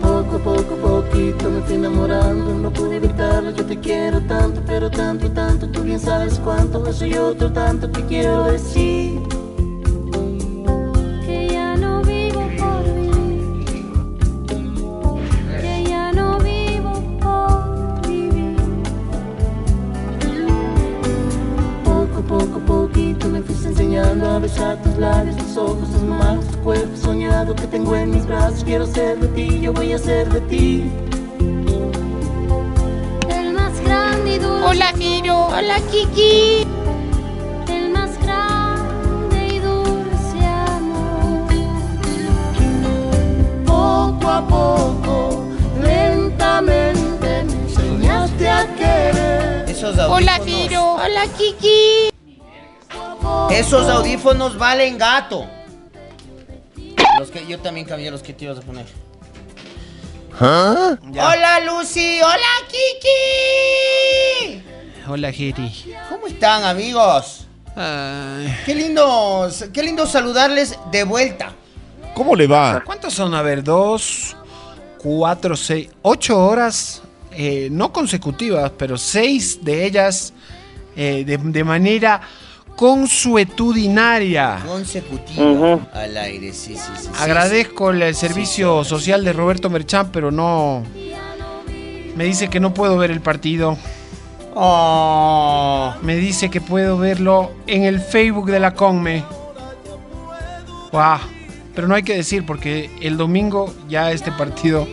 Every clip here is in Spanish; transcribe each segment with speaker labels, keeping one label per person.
Speaker 1: Poco a poco, poquito me fui enamorando, no pude evitarlo, yo te quiero tanto, pero tanto, tanto, tú bien sabes cuánto, eso y otro tanto te quiero decir.
Speaker 2: Que ya no vivo por vivir. Que ya no vivo por vivir.
Speaker 1: Poco a poco, poquito me fuiste enseñando a besar tus labios, tus ojos, tus manos, tu cuerpo soñado que tengo en mis brazos, quiero ser de ti, yo voy a ser de ti.
Speaker 2: El más grande y dulce.
Speaker 3: Hola Miro, hola Kiki.
Speaker 2: El más grande y dulce amor.
Speaker 1: Poco a poco, lentamente me enseñaste a querer.
Speaker 4: Esos
Speaker 3: Hola
Speaker 4: audífonos.
Speaker 3: Miro, hola Kiki.
Speaker 4: Esos audífonos valen gato. Los que yo también cambié los que te ibas a poner. Hola Lucy, hola Kiki.
Speaker 5: Hola, Giri.
Speaker 4: ¿Cómo están amigos? Qué lindos, qué lindo saludarles de vuelta.
Speaker 6: ¿Cómo le va?
Speaker 5: ¿Cuántas son? A ver, dos, cuatro, seis, ocho horas, eh, no consecutivas, pero seis de ellas eh, de, de manera consuetudinaria.
Speaker 4: Consecutiva al aire, sí, sí, sí. sí.
Speaker 5: Agradezco el servicio social de Roberto Merchán, pero no... Me dice que no puedo ver el partido.
Speaker 4: Oh,
Speaker 5: Me dice que puedo verlo en el Facebook de la Conme. Guau, Pero no hay que decir porque el domingo ya este partido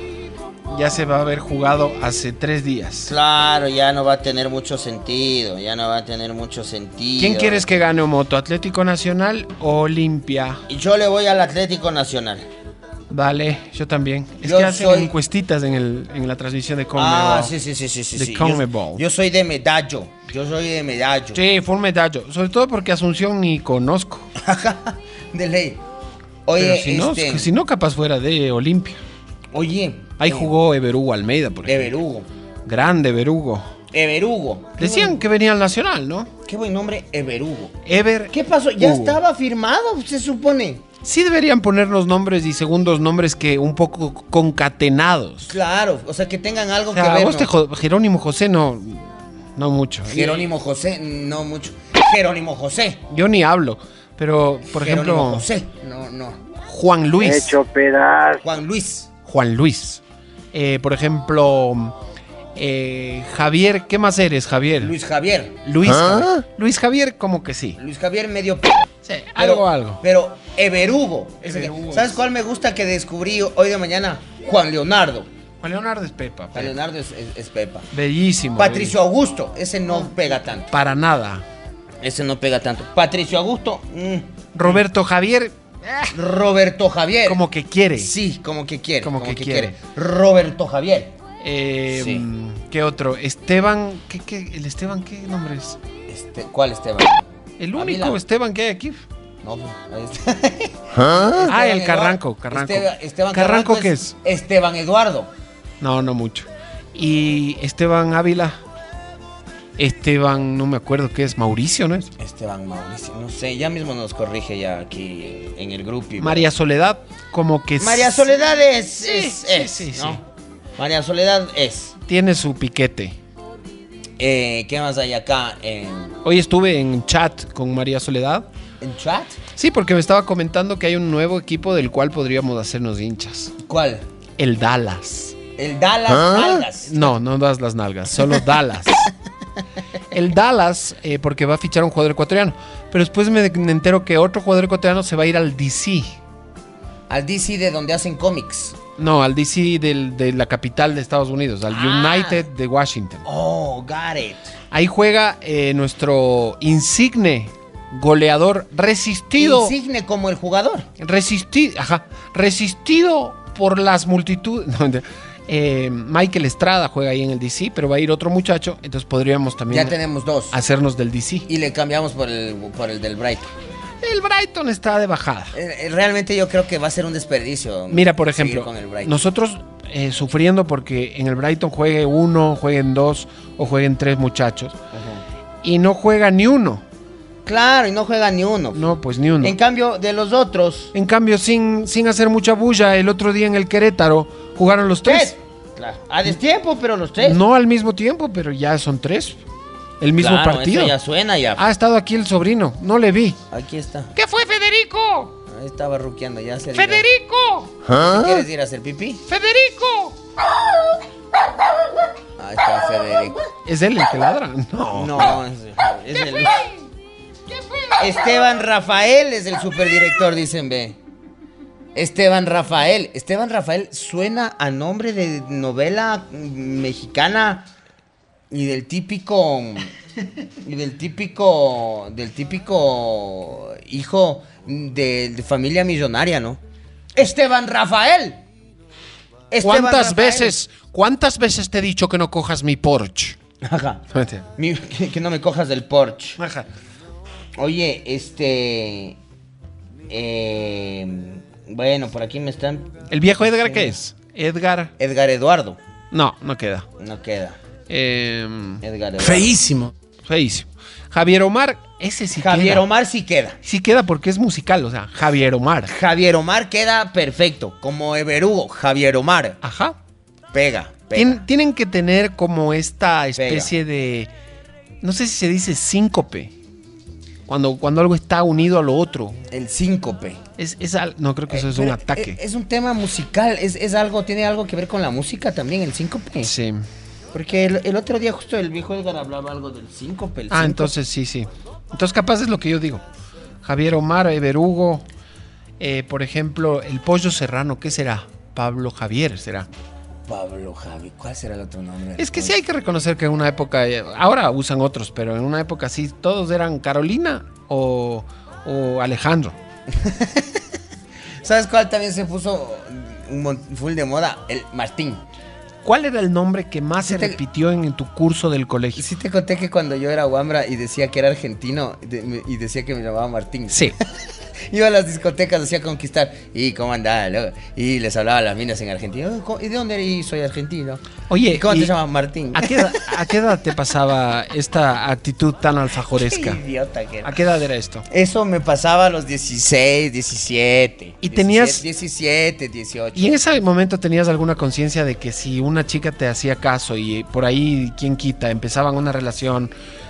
Speaker 5: ya se va a haber jugado hace tres días.
Speaker 4: claro, ya no va a tener mucho sentido, ya no va a tener mucho sentido.
Speaker 5: ¿Quién quieres que gane Moto? ¿Atlético Nacional o Olimpia?
Speaker 4: Yo le voy al Atlético Nacional.
Speaker 5: Dale, yo también. Es
Speaker 4: Yo
Speaker 5: que hacen
Speaker 4: soy-
Speaker 5: encuestitas en, el- en la transmisión de Conme.
Speaker 4: Ah,
Speaker 5: ¿no?
Speaker 4: sí, sí, sí, sí, sí.
Speaker 5: De
Speaker 4: sí.
Speaker 5: Conmebol.
Speaker 4: Yo, yo soy de medallo. Yo soy de medallo.
Speaker 5: Sí, fue un medallo. Sobre todo porque Asunción ni conozco.
Speaker 4: De ley.
Speaker 5: Pero
Speaker 4: Oye,
Speaker 5: si, no,
Speaker 4: este,
Speaker 5: si no, capaz fuera de Olimpia.
Speaker 4: oye.
Speaker 5: Ahí
Speaker 4: eh,
Speaker 5: jugó Everugo Almeida, por ejemplo.
Speaker 4: Everugo.
Speaker 5: Grande Everugo.
Speaker 4: Everugo. Qué
Speaker 5: Decían
Speaker 4: buen-
Speaker 5: que venía al Nacional, ¿no?
Speaker 4: Qué buen nombre, Everugo.
Speaker 5: Ever.
Speaker 4: ¿Qué pasó? Ya
Speaker 5: Hugo.
Speaker 4: estaba firmado, se supone.
Speaker 5: Sí deberían ponernos nombres y segundos nombres que un poco concatenados.
Speaker 4: Claro, o sea, que tengan algo
Speaker 5: O
Speaker 4: que
Speaker 5: sea,
Speaker 4: ver.
Speaker 5: Ah, vos
Speaker 4: ¿no?
Speaker 5: te jo- Jerónimo José no. No mucho. ¿eh?
Speaker 4: Jerónimo José, no mucho. Jerónimo José.
Speaker 5: Yo ni hablo. Pero, por
Speaker 4: Jerónimo
Speaker 5: ejemplo,
Speaker 4: José. No, no.
Speaker 5: Juan Luis.
Speaker 4: Juan Luis.
Speaker 5: Juan Luis. Eh, por ejemplo, eh, Javier. ¿Qué más eres, Javier?
Speaker 4: Luis Javier.
Speaker 5: Luis, Javier. Luis Javier, como que sí.
Speaker 4: Luis Javier medio.
Speaker 5: Sí,
Speaker 4: Pero-
Speaker 5: algo, algo.
Speaker 4: Pero Everugo. Es que,
Speaker 5: Everugo.
Speaker 4: ¿Sabes cuál me gusta que descubrí hoy de mañana? Juan Leonardo.
Speaker 5: Juan Leonardo es Pepa.
Speaker 4: Juan Leonardo es, es- es Pepa.
Speaker 5: Bellísimo.
Speaker 4: Patricio Augusto, ese
Speaker 5: Ah.
Speaker 4: no pega tanto.
Speaker 5: bellísimo. Para nada.
Speaker 4: Ese no pega tanto. Patricio Augusto, mm.
Speaker 5: Roberto Javier,
Speaker 4: Roberto Javier.
Speaker 5: como que quiere.
Speaker 4: Sí, como que quiere.
Speaker 5: Como que quiere.
Speaker 4: Roberto Javier.
Speaker 5: Eh,
Speaker 4: Sí.
Speaker 5: ¿Qué otro? Esteban. ¿qué, qué? el Esteban qué nombre es?
Speaker 4: Este, ¿Cuál Esteban?
Speaker 5: El
Speaker 4: Ávila.
Speaker 5: único Esteban que hay aquí.
Speaker 4: No, pues, ahí está.
Speaker 5: Ah,
Speaker 4: Esteban
Speaker 5: el Carranco,
Speaker 4: Eduardo.
Speaker 5: Carranco.
Speaker 4: Esteba- Esteban
Speaker 5: Carranco,
Speaker 4: Carranco
Speaker 5: ¿qué es?
Speaker 4: Esteban Eduardo.
Speaker 5: No, no mucho. Y Esteban Ávila. Esteban, no me acuerdo qué es, Mauricio, ¿no es?
Speaker 4: Esteban Mauricio, no sé, ya mismo nos corrige ya aquí en el grupo. y-
Speaker 5: María Soledad, como que s-
Speaker 4: María Soledad es. es,
Speaker 5: sí,
Speaker 4: es,
Speaker 5: sí,
Speaker 4: ¿no?
Speaker 5: sí.
Speaker 4: María Soledad es.
Speaker 5: tiene su piquete.
Speaker 4: Eh, ¿Qué más hay acá en,
Speaker 5: Hoy estuve en chat con María Soledad.
Speaker 4: en chat?
Speaker 5: Sí, porque me estaba comentando que hay un nuevo equipo del cual podríamos hacernos hinchas.
Speaker 4: ¿Cuál?
Speaker 5: El
Speaker 4: ¿Ah?
Speaker 5: Dallas. ¿Ah?
Speaker 4: El Dallas Algas.
Speaker 5: No, no das las nalgas, solo Dallas. el Dallas, eh, porque va a fichar un jugador ecuatoriano. Pero después me me entero que otro jugador ecuatoriano se va a ir al DC.
Speaker 4: Al DC de donde hacen cómics.
Speaker 5: No, al DC del- de la capital de Estados Unidos, al
Speaker 4: Ah.
Speaker 5: United de Washington.
Speaker 4: Oh, got it.
Speaker 5: Ahí juega eh, nuestro insigne goleador resistido.
Speaker 4: Insigne como el jugador.
Speaker 5: resistido, ajá, resistido por las multitudes. No, mentira. Eh, Michael Estrada juega ahí en el DC, pero va a ir otro muchacho, entonces podríamos también
Speaker 4: Ya tenemos dos.
Speaker 5: hacernos del DC.
Speaker 4: Y le cambiamos por el, por el del Bright.
Speaker 5: El Brighton está de bajada.
Speaker 4: Eh, eh, Realmente yo creo que va a ser un desperdicio.
Speaker 5: Mira, por
Speaker 4: seguir
Speaker 5: ejemplo,
Speaker 4: con el Bright.
Speaker 5: nosotros eh, sufriendo porque en el Brighton juegue uno, jueguen dos o jueguen tres muchachos
Speaker 4: Ajá.
Speaker 5: y no juega ni uno.
Speaker 4: Claro, y no juega ni uno.
Speaker 5: No, pues ni uno.
Speaker 4: En cambio, de los otros.
Speaker 5: En cambio, sin, sin hacer mucha bulla, el otro día en el Querétaro jugaron los tres.
Speaker 4: Claro. A destiempo, pero los tres.
Speaker 5: No al mismo tiempo, pero ya son tres. El mismo
Speaker 4: Claro,
Speaker 5: partido. Ah.
Speaker 4: eso ya suena ya.
Speaker 5: Ha estado aquí el sobrino, no le vi.
Speaker 4: Aquí está.
Speaker 3: ¿Qué fue, Federico?
Speaker 4: Ahí estaba ruqueando ya. Se le-
Speaker 3: ¡Federico!
Speaker 4: ¿Quieres ir a hacer pipí?
Speaker 3: ¡Federico!
Speaker 4: Ahí está Federico.
Speaker 5: ¿Es él el que ladra? No.
Speaker 4: No, es, es el.
Speaker 3: ¿Qué fue?
Speaker 4: Esteban Rafael es el superdirector, dicen B. Esteban Rafael. Esteban Rafael suena a nombre de novela mm, mexicana y del típico. Y del típico. Del típico hijo de, de familia millonaria, ¿no? Esteban Rafael. Esteban
Speaker 5: ¿Cuántas
Speaker 4: Rafael.
Speaker 5: veces, cuántas veces te he dicho que no cojas mi Porsche?
Speaker 4: Ajá. Mi- que, que no me cojas del Porsche.
Speaker 5: Ajá.
Speaker 4: Oye, este. eh, bueno, por aquí me están.
Speaker 5: ¿El viejo Edgar qué es? Edgar.
Speaker 4: Edgar Eduardo.
Speaker 5: No, no queda.
Speaker 4: No queda.
Speaker 5: Em,
Speaker 4: Edgar Eduardo.
Speaker 6: Feísimo.
Speaker 5: feísimo. Javier Omar, ese sí
Speaker 4: Javier
Speaker 5: queda.
Speaker 4: Omar sí queda.
Speaker 5: Sí queda porque es musical, o sea, Javier Omar.
Speaker 4: Javier Omar queda perfecto. Como Everugo, Javier Omar.
Speaker 5: Ajá.
Speaker 4: Pega.
Speaker 5: Tien-
Speaker 4: pega.
Speaker 5: tienen que tener como esta especie de. No sé si se dice síncope. Cuando, cuando algo está unido a lo otro.
Speaker 4: El síncope.
Speaker 5: Es, es al- no, creo que eso
Speaker 4: Eh,
Speaker 5: es un
Speaker 4: pero,
Speaker 5: ataque.
Speaker 4: eh, Es, un tema musical. Es, es algo, tiene algo que ver con la música también, eh, el síncope.
Speaker 5: sí. Ah,
Speaker 4: Porque el, el otro día justo el viejo Edgar hablaba algo del síncope. el
Speaker 5: Ah,
Speaker 4: síncope.
Speaker 5: entonces sí, sí. Entonces capaz es lo que yo digo. Javier Omar, Everugo. eh, por ejemplo, el pollo serrano, ¿qué será? Pablo Javier será.
Speaker 4: Pablo Javi, ¿cuál será el otro nombre?
Speaker 5: Es que sí hay que reconocer que en una época, eh, ahora usan otros, pero en una época sí, todos eran Carolina o, o Alejandro.
Speaker 4: ¿Sabes cuál también se puso un mon- full de moda? El Martín.
Speaker 5: ¿Cuál era el nombre que más se
Speaker 4: te-
Speaker 5: repitió en, en tu curso del colegio?
Speaker 4: Sí te conté que cuando yo era guambra y decía que era argentino de- me- y decía que me llamaba Martín.
Speaker 5: Sí.
Speaker 4: Iba a las discotecas, hacía conquistar. ¿Y cómo andaba? loco? Y les hablaba a las minas en Argentina. "Oh, co- ¿Y de dónde eres? "Y soy argentino?
Speaker 5: Oye,
Speaker 4: "¿Y ¿cómo
Speaker 5: y-
Speaker 4: te llamas Martín?
Speaker 5: ¿A qué, edad, a qué edad te pasaba esta actitud tan
Speaker 4: Qué
Speaker 5: alfajoresca?
Speaker 4: idiota que era.
Speaker 5: ¿A qué edad era esto?
Speaker 4: Eso me pasaba a los 16, 17.
Speaker 5: Y tenías-
Speaker 4: 17, 18.
Speaker 5: ¿Y en ese momento tenías alguna conciencia de que si una chica te hacía caso y por ahí, quién quita, empezaban una relación,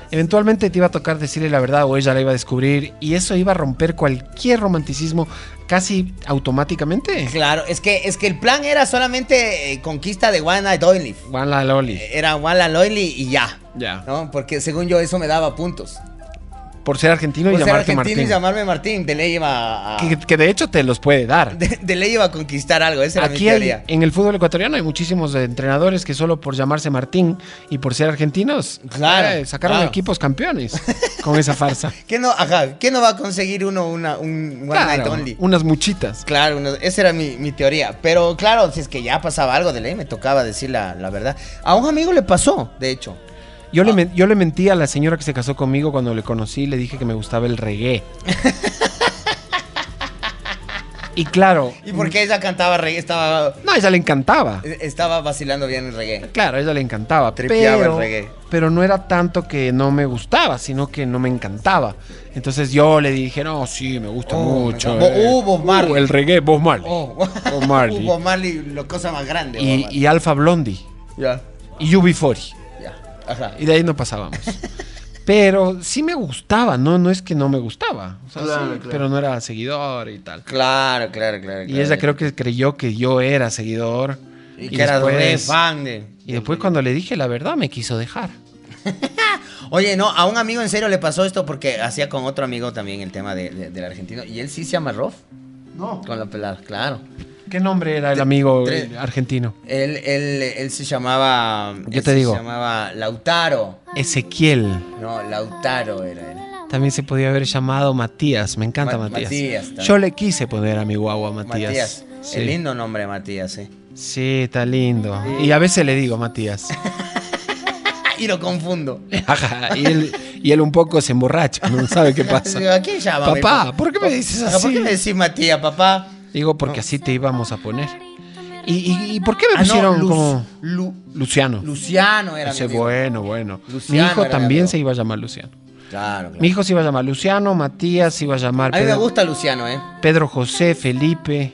Speaker 5: eventualmente te iba a tocar decirle la verdad o ella la iba a descubrir y eso iba a romper cualquier romanticismo casi automáticamente?
Speaker 4: Claro, es que, es que el plan era solamente eh, conquista de One Night Only.
Speaker 5: Juan la Loli.
Speaker 4: Era One Night Only y ya.
Speaker 5: Ya.
Speaker 4: ¿no? Porque según yo eso me daba puntos.
Speaker 5: Por ser argentino y
Speaker 4: Por ser
Speaker 5: llamarte
Speaker 4: argentino
Speaker 5: Martín.
Speaker 4: y llamarme Martín, de ley iba a...
Speaker 5: que, que de hecho te los puede dar.
Speaker 4: De, de ley iba a conquistar algo, esa era mi
Speaker 5: Aquí hay,
Speaker 4: teoría.
Speaker 5: en el fútbol ecuatoriano hay muchísimos entrenadores que solo por llamarse Martín y por ser argentinos
Speaker 4: Claro,
Speaker 5: eh, sacaron
Speaker 4: claro.
Speaker 5: equipos campeones con esa farsa.
Speaker 4: ¿Qué no, ajá, ¿qué no va a conseguir uno una, un One Night
Speaker 5: Claro,
Speaker 4: Only?
Speaker 5: unas muchitas.
Speaker 4: Claro, uno- esa era mi, mi teoría. Pero claro, si es que ya pasaba algo de ley, me tocaba decir la, la verdad. A un amigo le pasó, de hecho.
Speaker 5: Yo,
Speaker 4: Ah.
Speaker 5: le men- yo le mentí a la señora que se casó conmigo cuando le conocí, le dije que me gustaba el reggae. y claro,
Speaker 4: ¿Y por qué ella cantaba reggae? Estaba,
Speaker 5: no, a ella le encantaba.
Speaker 4: estaba vacilando bien el reggae.
Speaker 5: Claro, a ella le encantaba.
Speaker 4: Tripeaba el
Speaker 5: pero,
Speaker 4: reggae.
Speaker 5: Pero no era tanto que no me gustaba, sino que no me encantaba. Entonces yo le dije, no, sí, me gusta
Speaker 4: Oh,
Speaker 5: mucho. eh,
Speaker 4: me encanta. Uh, Bob Marley.
Speaker 5: el reggae, Bob Marley.
Speaker 4: Oh,
Speaker 5: Bob Marley.
Speaker 4: Bob Marley, la cosa más grande. Bob
Speaker 5: y,
Speaker 4: Marley.
Speaker 5: y Alpha Blondie.
Speaker 4: Ya,
Speaker 5: Y UB40.
Speaker 4: ya. Ajá.
Speaker 5: Y de ahí no pasábamos. pero sí me gustaba, no, no es que no me gustaba. O sea, sí, Pero no era seguidor y tal.
Speaker 4: Claro, claro, claro.
Speaker 5: Y ella creo que creyó que yo era seguidor.
Speaker 4: Y que era re fan de.
Speaker 5: Y después cuando le dije la verdad me quiso dejar.
Speaker 4: Oye, no, a un amigo en serio le pasó esto porque hacía con otro amigo también el tema de- de- del argentino. Y él sí se amarró
Speaker 5: No.
Speaker 4: con la pelada, claro.
Speaker 5: ¿Qué nombre era el amigo
Speaker 4: Tres.
Speaker 5: eh, argentino?
Speaker 4: Él, él, él se llamaba.
Speaker 5: Yo
Speaker 4: él
Speaker 5: te
Speaker 4: se
Speaker 5: digo.
Speaker 4: llamaba Lautaro.
Speaker 5: Ezequiel.
Speaker 4: No, Lautaro era él.
Speaker 5: También se podía haber llamado Matías. Me encanta
Speaker 4: Ma-
Speaker 5: Matías.
Speaker 4: Matías también.
Speaker 5: Yo le quise poner a mi guagua Matías.
Speaker 4: Matías.
Speaker 5: Sí.
Speaker 4: El lindo nombre, Matías, ¿eh?
Speaker 5: Sí, está lindo. Y a veces le digo Matías.
Speaker 4: Ah, y lo confundo.
Speaker 5: Ajá, y él, y él un poco se emborracha, no sabe qué pasa.
Speaker 4: Digo, ¿A quién llama?
Speaker 5: Papá, ¿por qué me dices
Speaker 4: Papá, ¿Por
Speaker 5: así?
Speaker 4: qué me decís Matías, papá?
Speaker 5: Digo, porque así te íbamos a poner. ¿Y, y, y por qué me
Speaker 4: Ah, no,
Speaker 5: pusieron
Speaker 4: Luz-
Speaker 5: como
Speaker 4: Lu-
Speaker 5: Luciano?
Speaker 4: Luciano era mi
Speaker 5: Dice,
Speaker 4: amigo.
Speaker 5: bueno, bueno.
Speaker 4: Luciano
Speaker 5: Mi hijo
Speaker 4: era mi
Speaker 5: también
Speaker 4: amigo.
Speaker 5: se iba a llamar Luciano.
Speaker 4: Claro, claro.
Speaker 5: Mi hijo se iba a llamar Luciano, Matías se iba a llamar
Speaker 4: A mí me
Speaker 5: Pedro,
Speaker 4: gusta Luciano, ¿eh?
Speaker 5: Pedro José, Felipe.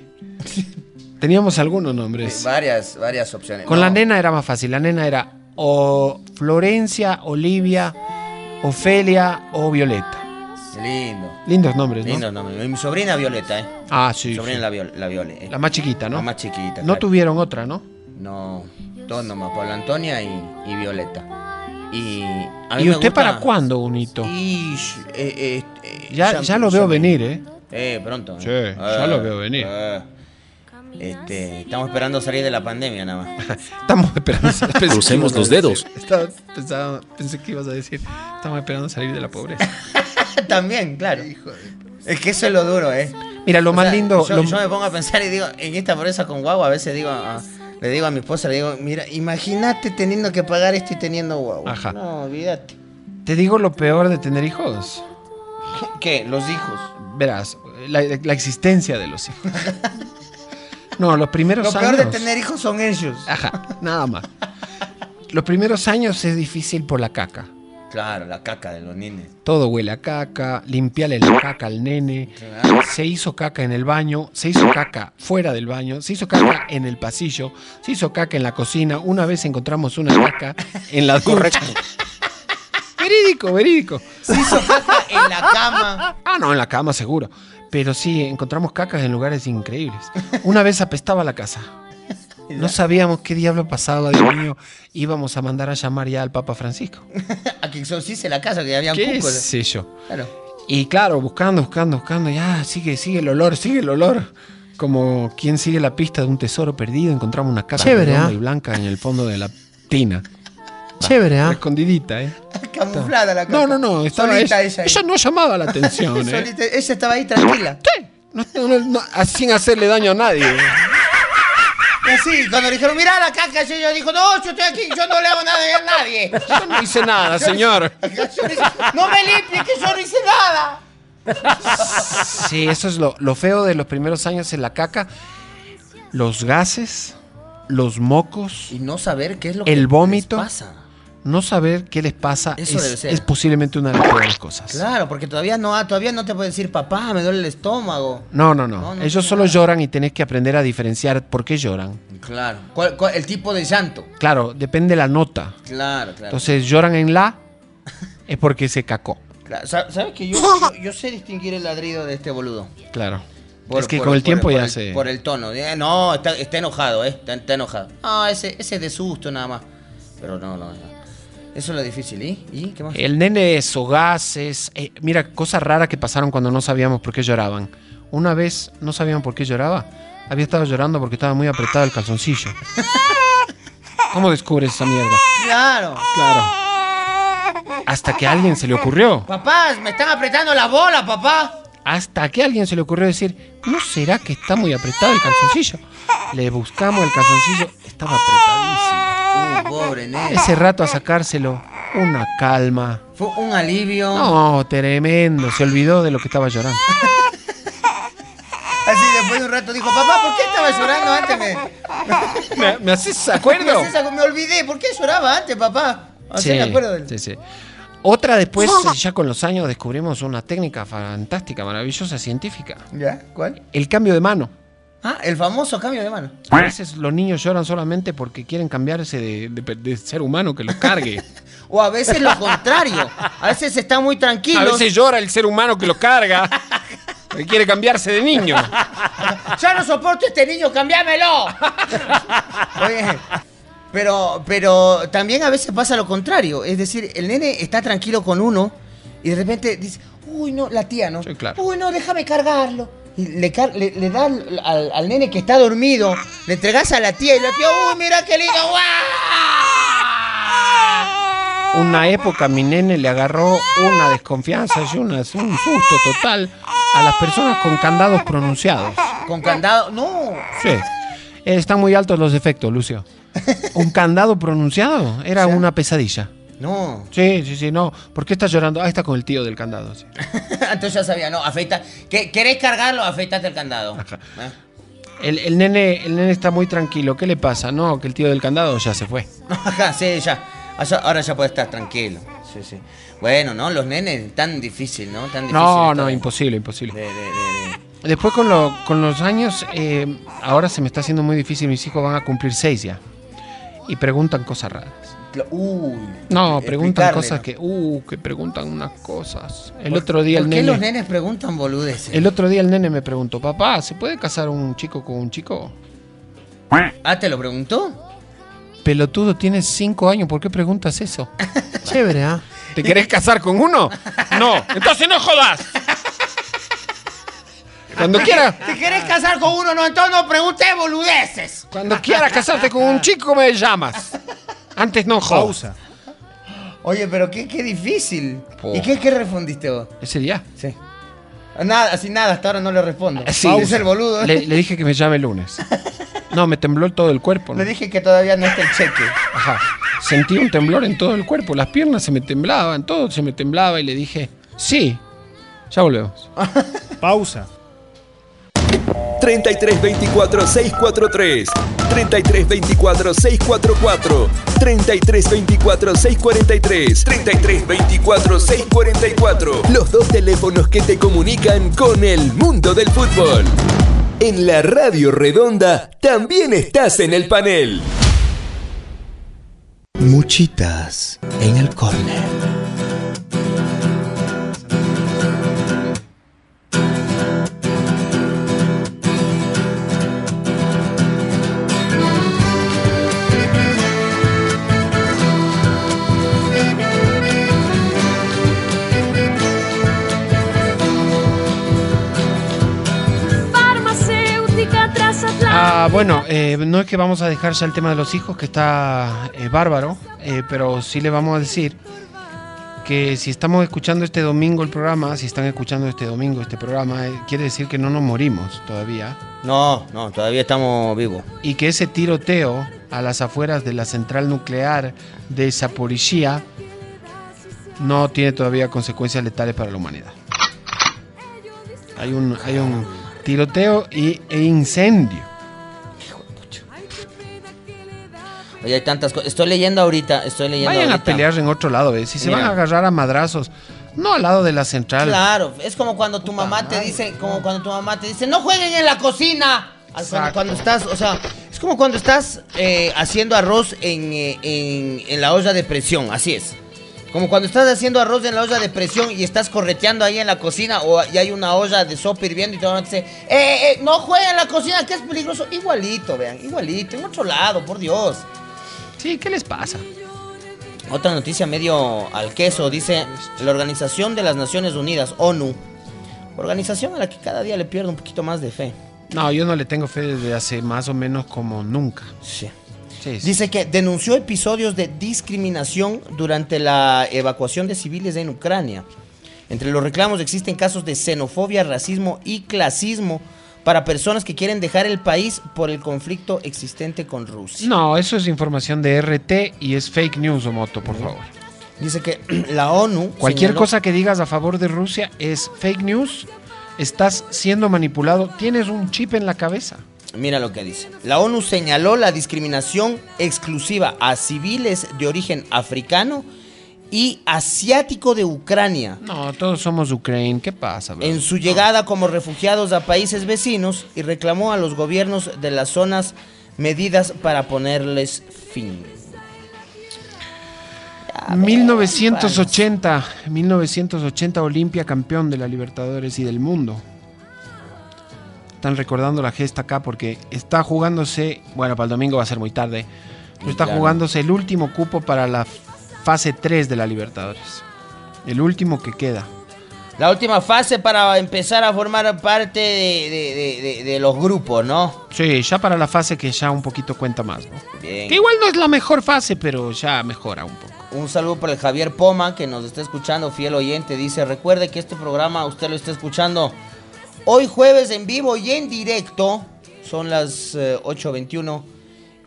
Speaker 5: Teníamos algunos nombres.
Speaker 4: Varias, varias opciones.
Speaker 5: Pues, Con
Speaker 4: No,
Speaker 5: la nena era más fácil. La nena era o Florencia, Olivia, Ofelia o Violeta.
Speaker 4: Lindo.
Speaker 5: Lindos nombres, ¿no?
Speaker 4: Lindo nombre. Mi sobrina Violeta, ¿eh?
Speaker 5: Ah, sí.
Speaker 4: Mi sobrina
Speaker 5: sí.
Speaker 4: la, Viol- la Viole. ¿eh?
Speaker 5: La más chiquita, ¿no?
Speaker 4: La más chiquita.
Speaker 5: No
Speaker 4: claro.
Speaker 5: tuvieron otra, ¿no?
Speaker 4: No, dos nomás, Paula Antonia y, y Violeta. Y, a mí
Speaker 5: ¿Y
Speaker 4: me
Speaker 5: usted
Speaker 4: gusta-
Speaker 5: para cuándo un hito?
Speaker 4: Y, eh, eh, eh,
Speaker 5: Ya, ya lo veo venir, ¿eh?
Speaker 4: Eh, pronto.
Speaker 5: Sí,
Speaker 4: eh.
Speaker 5: ya
Speaker 4: Eh,
Speaker 5: lo veo venir.
Speaker 4: eh. Este, estamos esperando salir de la pandemia nada más.
Speaker 5: Estamos esperando. pensé que
Speaker 6: Crucemos
Speaker 5: ibas a
Speaker 6: los
Speaker 5: decir-
Speaker 6: dedos.
Speaker 5: Estaba- pensaba- pensé que ibas a decir, estamos esperando salir de la pobreza.
Speaker 4: También, claro. Es que eso es lo duro, ¿eh?
Speaker 5: Mira, lo
Speaker 4: O
Speaker 5: más
Speaker 4: sea,
Speaker 5: lindo...
Speaker 4: Yo,
Speaker 5: lo-
Speaker 4: yo me pongo a pensar y digo, en esta pobreza con guagua, a veces digo, a- le digo a mi esposa, le digo, mira, imagínate teniendo que pagar esto y teniendo guagua.
Speaker 5: Ajá.
Speaker 4: No, olvídate.
Speaker 5: Te digo lo peor de tener hijos.
Speaker 4: ¿Qué? Los hijos.
Speaker 5: Verás, la, la existencia de los hijos. No, los primeros
Speaker 4: Lo
Speaker 5: años...
Speaker 4: peor de tener hijos son ellos.
Speaker 5: Ajá, nada más. Los primeros años es difícil por la caca.
Speaker 4: Claro, la caca de los niños.
Speaker 5: Todo huele a caca, limpiarle la caca al nene. Se hizo caca en el baño, se hizo caca fuera del baño, se hizo caca en el pasillo, se hizo caca en la cocina. Una vez encontramos una caca en la ducha. verídico, verídico.
Speaker 4: Se hizo caca Ah, en la cama.
Speaker 5: Ah, no, en la cama seguro. Pero sí, encontramos cacas en lugares increíbles. Una vez apestaba la casa. No sabíamos qué diablo pasaba, Dios mío. Íbamos a mandar a llamar ya al Papa Francisco.
Speaker 4: A que exorcice la casa, que habían
Speaker 5: ¿Qué
Speaker 4: cucos.
Speaker 5: sé yo?
Speaker 4: Claro.
Speaker 5: Y claro, buscando, buscando, buscando, ya sigue, sigue el olor, sigue el olor. Como quien sigue la pista de un tesoro perdido, encontramos una caja
Speaker 7: Chévere,
Speaker 5: redonda
Speaker 7: ¿ah?
Speaker 5: y blanca en el fondo de la tina.
Speaker 7: Chévere, ¿ah?
Speaker 5: Escondidita, ¿eh?
Speaker 4: Camuflada la caca.
Speaker 5: No, no, no, estaba
Speaker 4: Solita
Speaker 5: ella,
Speaker 4: ella. ahí.
Speaker 5: ella no llamaba la atención, ¿eh?
Speaker 4: Solita- ella estaba ahí tranquila.
Speaker 5: No, no, no, ah, sin hacerle daño a nadie.
Speaker 4: Y así, cuando le dijeron, mirá la caca, ella dijo, no, yo estoy aquí, yo no le hago nada a nadie.
Speaker 5: Yo no hice nada, señor.
Speaker 4: Yo no hice- No me limpie, que yo no hice nada.
Speaker 5: Sí, eso es lo, lo feo de los primeros años en la caca. Los gases, los mocos,
Speaker 4: Y no saber qué es lo
Speaker 5: El
Speaker 4: les
Speaker 5: vómito.
Speaker 4: pasa.
Speaker 5: no saber qué les pasa
Speaker 4: Eso debe
Speaker 5: es,
Speaker 4: ser.
Speaker 5: es posiblemente una de las peores cosas.
Speaker 4: Claro, porque todavía no, ah, todavía no te puede decir, papá, me duele el estómago.
Speaker 5: No, no, no.
Speaker 4: No, no
Speaker 5: Ellos
Speaker 4: tiene
Speaker 5: solo
Speaker 4: nada.
Speaker 5: lloran y tenés que aprender a diferenciar por qué lloran.
Speaker 4: Claro. ¿Cuál- cuál- el tipo de llanto.
Speaker 5: Claro, depende de la nota.
Speaker 4: Claro, claro.
Speaker 5: Entonces lloran en la es porque se cacó.
Speaker 4: Claro, sa- ¿Sabes que yo, yo, yo sé distinguir el ladrido de este boludo?
Speaker 5: Claro.
Speaker 4: Por-
Speaker 5: es que
Speaker 4: por-
Speaker 5: con el
Speaker 4: por-
Speaker 5: tiempo
Speaker 4: por
Speaker 5: ya
Speaker 4: el-
Speaker 5: se.
Speaker 4: Por el tono. Eh, no, está, está enojado, ¿eh? Está, está enojado. Ah, ese, ese es de susto nada más. Pero no, no, no. Eso es lo difícil. ¿Y? ¿Y qué más?
Speaker 5: El nene o gases. eh, mira, cosas raras que pasaron cuando no sabíamos por qué lloraban. Una vez no sabían por qué lloraba. Había estado llorando porque estaba muy apretado el calzoncillo. ¿Cómo descubres esa mierda?
Speaker 4: Claro.
Speaker 5: Claro. Hasta que a alguien se le ocurrió.
Speaker 4: Papás, me están apretando las bolas, papá.
Speaker 5: Hasta que a alguien se le ocurrió decir, ¿no será que está muy apretado el calzoncillo? Le buscamos el calzoncillo, estaba apretadísimo.
Speaker 4: Uh, pobre nene.
Speaker 5: Ese rato a sacárselo, una calma.
Speaker 4: Fue un alivio.
Speaker 5: No, tremendo, se olvidó de lo que estaba llorando.
Speaker 4: Así después de un rato dijo, papá, ¿por qué estaba llorando antes? Me,
Speaker 5: ¿Me, haces
Speaker 4: me, haces algo- me olvidé. ¿Por qué lloraba antes, papá? Así
Speaker 5: Sí,
Speaker 4: me acuerdo del...
Speaker 5: sí, sí. Otra después, eh, ya con los años, descubrimos una técnica fantástica, maravillosa, científica.
Speaker 4: ¿Ya? ¿Cuál?
Speaker 5: El cambio de mano.
Speaker 4: Ah, el famoso cambio de mano.
Speaker 5: A veces los niños lloran solamente porque quieren cambiarse de- de- de ser humano que los cargue.
Speaker 4: O a veces lo contrario. A veces está muy tranquilo.
Speaker 5: A veces llora el ser humano que lo carga. Que quiere cambiarse de niño.
Speaker 4: ¡Ya no soporto este niño, cambiámelo! Oye, Pero, pero también a veces pasa lo contrario. Es decir, el nene está tranquilo con uno y de repente dice, uy, no, la tía, ¿no?
Speaker 5: Sí, claro.
Speaker 4: Uy, no, déjame cargarlo. Y le, car- le, le da al, al- al nene que está dormido, le entregas a la tía y la tía, uy, mira qué lindo, ¡guau!
Speaker 5: Una época mi nene le agarró una desconfianza y una- un susto total a las personas con candados pronunciados.
Speaker 4: Con candado, no.
Speaker 5: Sí. Eh, Están muy altos los efectos, Lucio. Un candado pronunciado era
Speaker 4: O sea-
Speaker 5: una pesadilla.
Speaker 4: No.
Speaker 5: Sí, sí, sí, no. ¿Por qué estás llorando? Ah, está con el tío del candado. sí.
Speaker 4: Entonces ya sabía, no, afeita. ¿Qué- ¿Querés cargarlo? Afeitate el candado. ¿Eh?
Speaker 5: El, el nene, el nene está muy tranquilo. ¿Qué le pasa? No, que el tío del candado ya se fue.
Speaker 4: Ajá, sí, ya. Allá- ahora ya puede estar tranquilo. Sí, sí. Bueno, ¿no? Los nenes, tan difícil, ¿no? Tan difícil.
Speaker 5: No,
Speaker 4: esto
Speaker 5: no,
Speaker 4: de-
Speaker 5: imposible,
Speaker 4: de-
Speaker 5: imposible.
Speaker 4: de- de-
Speaker 5: Después con, lo- con los años, eh, ahora se me está haciendo muy difícil. Mis hijos van a cumplir seis ya. Y preguntan cosas raras.
Speaker 4: de- Uy.
Speaker 5: No, preguntan
Speaker 4: explicarle,
Speaker 5: cosas
Speaker 4: ¿no?
Speaker 5: que... Uh, que preguntan unas cosas. El
Speaker 4: ¿Por-
Speaker 5: otro día el
Speaker 4: ¿Por
Speaker 5: nene...
Speaker 4: qué los nenes preguntan boludeces?
Speaker 5: El otro día el nene me preguntó, papá, ¿se puede casar un chico con un chico?
Speaker 4: Ah, ¿te lo preguntó?
Speaker 5: Pelotudo, tienes cinco años, ¿por qué preguntas eso? Chévere, ¿ah? ¿Te querés casar con uno? No, entonces no jodas. Cuando quieras,
Speaker 4: ¿Te querés casar con uno? No, entonces no preguntes boludeces.
Speaker 5: cuando quieras casarte con un chico me llamas. Antes no jodas.
Speaker 6: Pausa.
Speaker 4: Oye, pero qué, qué difícil.
Speaker 5: Po.
Speaker 4: ¿Y qué, qué respondiste vos?
Speaker 5: Ese día.
Speaker 4: Sí. Nada, así nada, hasta ahora no le respondo.
Speaker 5: Sí,
Speaker 4: Pausa
Speaker 5: le-
Speaker 4: el boludo. ¿eh?
Speaker 5: Le, le dije que me llame el lunes. No, me tembló todo el cuerpo. ¿no?
Speaker 4: Le dije que todavía no está el cheque.
Speaker 5: Ajá. Sentí un temblor en todo el cuerpo, las piernas se me temblaban, todo se me temblaba y le dije, sí, ya volvemos.
Speaker 6: Pausa.
Speaker 8: 3324 643 3324 644 3324 643 3324 644 Los dos teléfonos que te comunican con el mundo del fútbol. En la radio redonda también estás en el panel.
Speaker 7: Muchitas en el corner.
Speaker 2: Farmacéutica trasatlántica.
Speaker 5: Ah, bueno, eh, no es que vamos a dejar ya el tema de los hijos, que está eh, bárbaro, eh, pero sí le vamos a decir que si estamos escuchando este domingo el programa, si están escuchando este domingo este programa, eh, quiere decir que no nos morimos todavía.
Speaker 4: No, no, todavía estamos vivos.
Speaker 5: y que ese tiroteo a las afueras de la central nuclear de Zaporizhia no tiene todavía consecuencias letales para la humanidad. Hay un, hay un tiroteo y, e incendio.
Speaker 4: Oye, hay tantas cosas. Estoy leyendo ahorita, estoy leyendo
Speaker 5: Vayan a
Speaker 4: ahorita.
Speaker 5: pelear en otro lado, ¿ves? si se
Speaker 4: Mira.
Speaker 5: van a agarrar a madrazos, no al lado de la central.
Speaker 4: Claro, es como cuando tu mamá te dice, como cuando tu mamá te dice, no jueguen en la cocina. Al- Cuando,
Speaker 5: Exacto.
Speaker 4: cuando estás, o sea, es como cuando estás eh, haciendo arroz en, eh, en- en la olla de presión, así es. Como cuando estás haciendo arroz en la olla de presión y estás correteando ahí en la cocina o y hay una olla de sopa hirviendo y te van a decir, eh, eh, no jueguen en la cocina, que es peligroso. Igualito, vean, igualito, en otro lado, por Dios.
Speaker 5: Sí, ¿qué les pasa?
Speaker 4: Otra noticia medio al queso, dice la Organización de las Naciones Unidas, ONU. Organización a la que cada día le pierdo un poquito más de fe.
Speaker 5: No, yo no le tengo fe desde hace más o menos como nunca. Sí, sí.
Speaker 4: Dice que denunció episodios de discriminación durante la evacuación de civiles en Ucrania. Entre los reclamos existen casos de xenofobia, racismo y clasismo para personas que quieren dejar el país por el conflicto existente con Rusia.
Speaker 5: No, eso es información de RT y es fake news, Omoto, por favor.
Speaker 4: Dice que la ONU...
Speaker 5: Cualquier
Speaker 4: señaló-
Speaker 5: cosa que digas a favor de Rusia es fake news. Estás siendo manipulado. Tienes un chip en la cabeza.
Speaker 4: Mira lo que dice. La ONU señaló la discriminación exclusiva a civiles de origen africano y asiático de Ucrania
Speaker 5: No, todos somos Ucrania. ¿Qué pasa, bro?
Speaker 4: en su llegada como refugiados a países vecinos y reclamó a los gobiernos de las zonas medidas para ponerles fin.
Speaker 5: 1980, 1980 Olimpia campeón de la Libertadores y del mundo. Están recordando la gesta acá porque está jugándose, bueno, para el domingo va a ser muy tarde, está
Speaker 4: claro.
Speaker 5: jugándose el último cupo para la fase 3 de la Libertadores. El último que queda.
Speaker 4: La última fase para empezar a formar parte de, de- de- de- de los grupos, ¿no?
Speaker 5: Sí, ya para la fase que ya un poquito cuenta más, ¿no?
Speaker 4: Bien.
Speaker 5: Que igual no es la mejor fase, pero ya mejora un poco.
Speaker 4: Un saludo para el Javier Poma que nos está escuchando, fiel oyente. Dice, recuerde que este programa usted lo está escuchando hoy jueves en vivo y en directo. Son las eh, 8.21.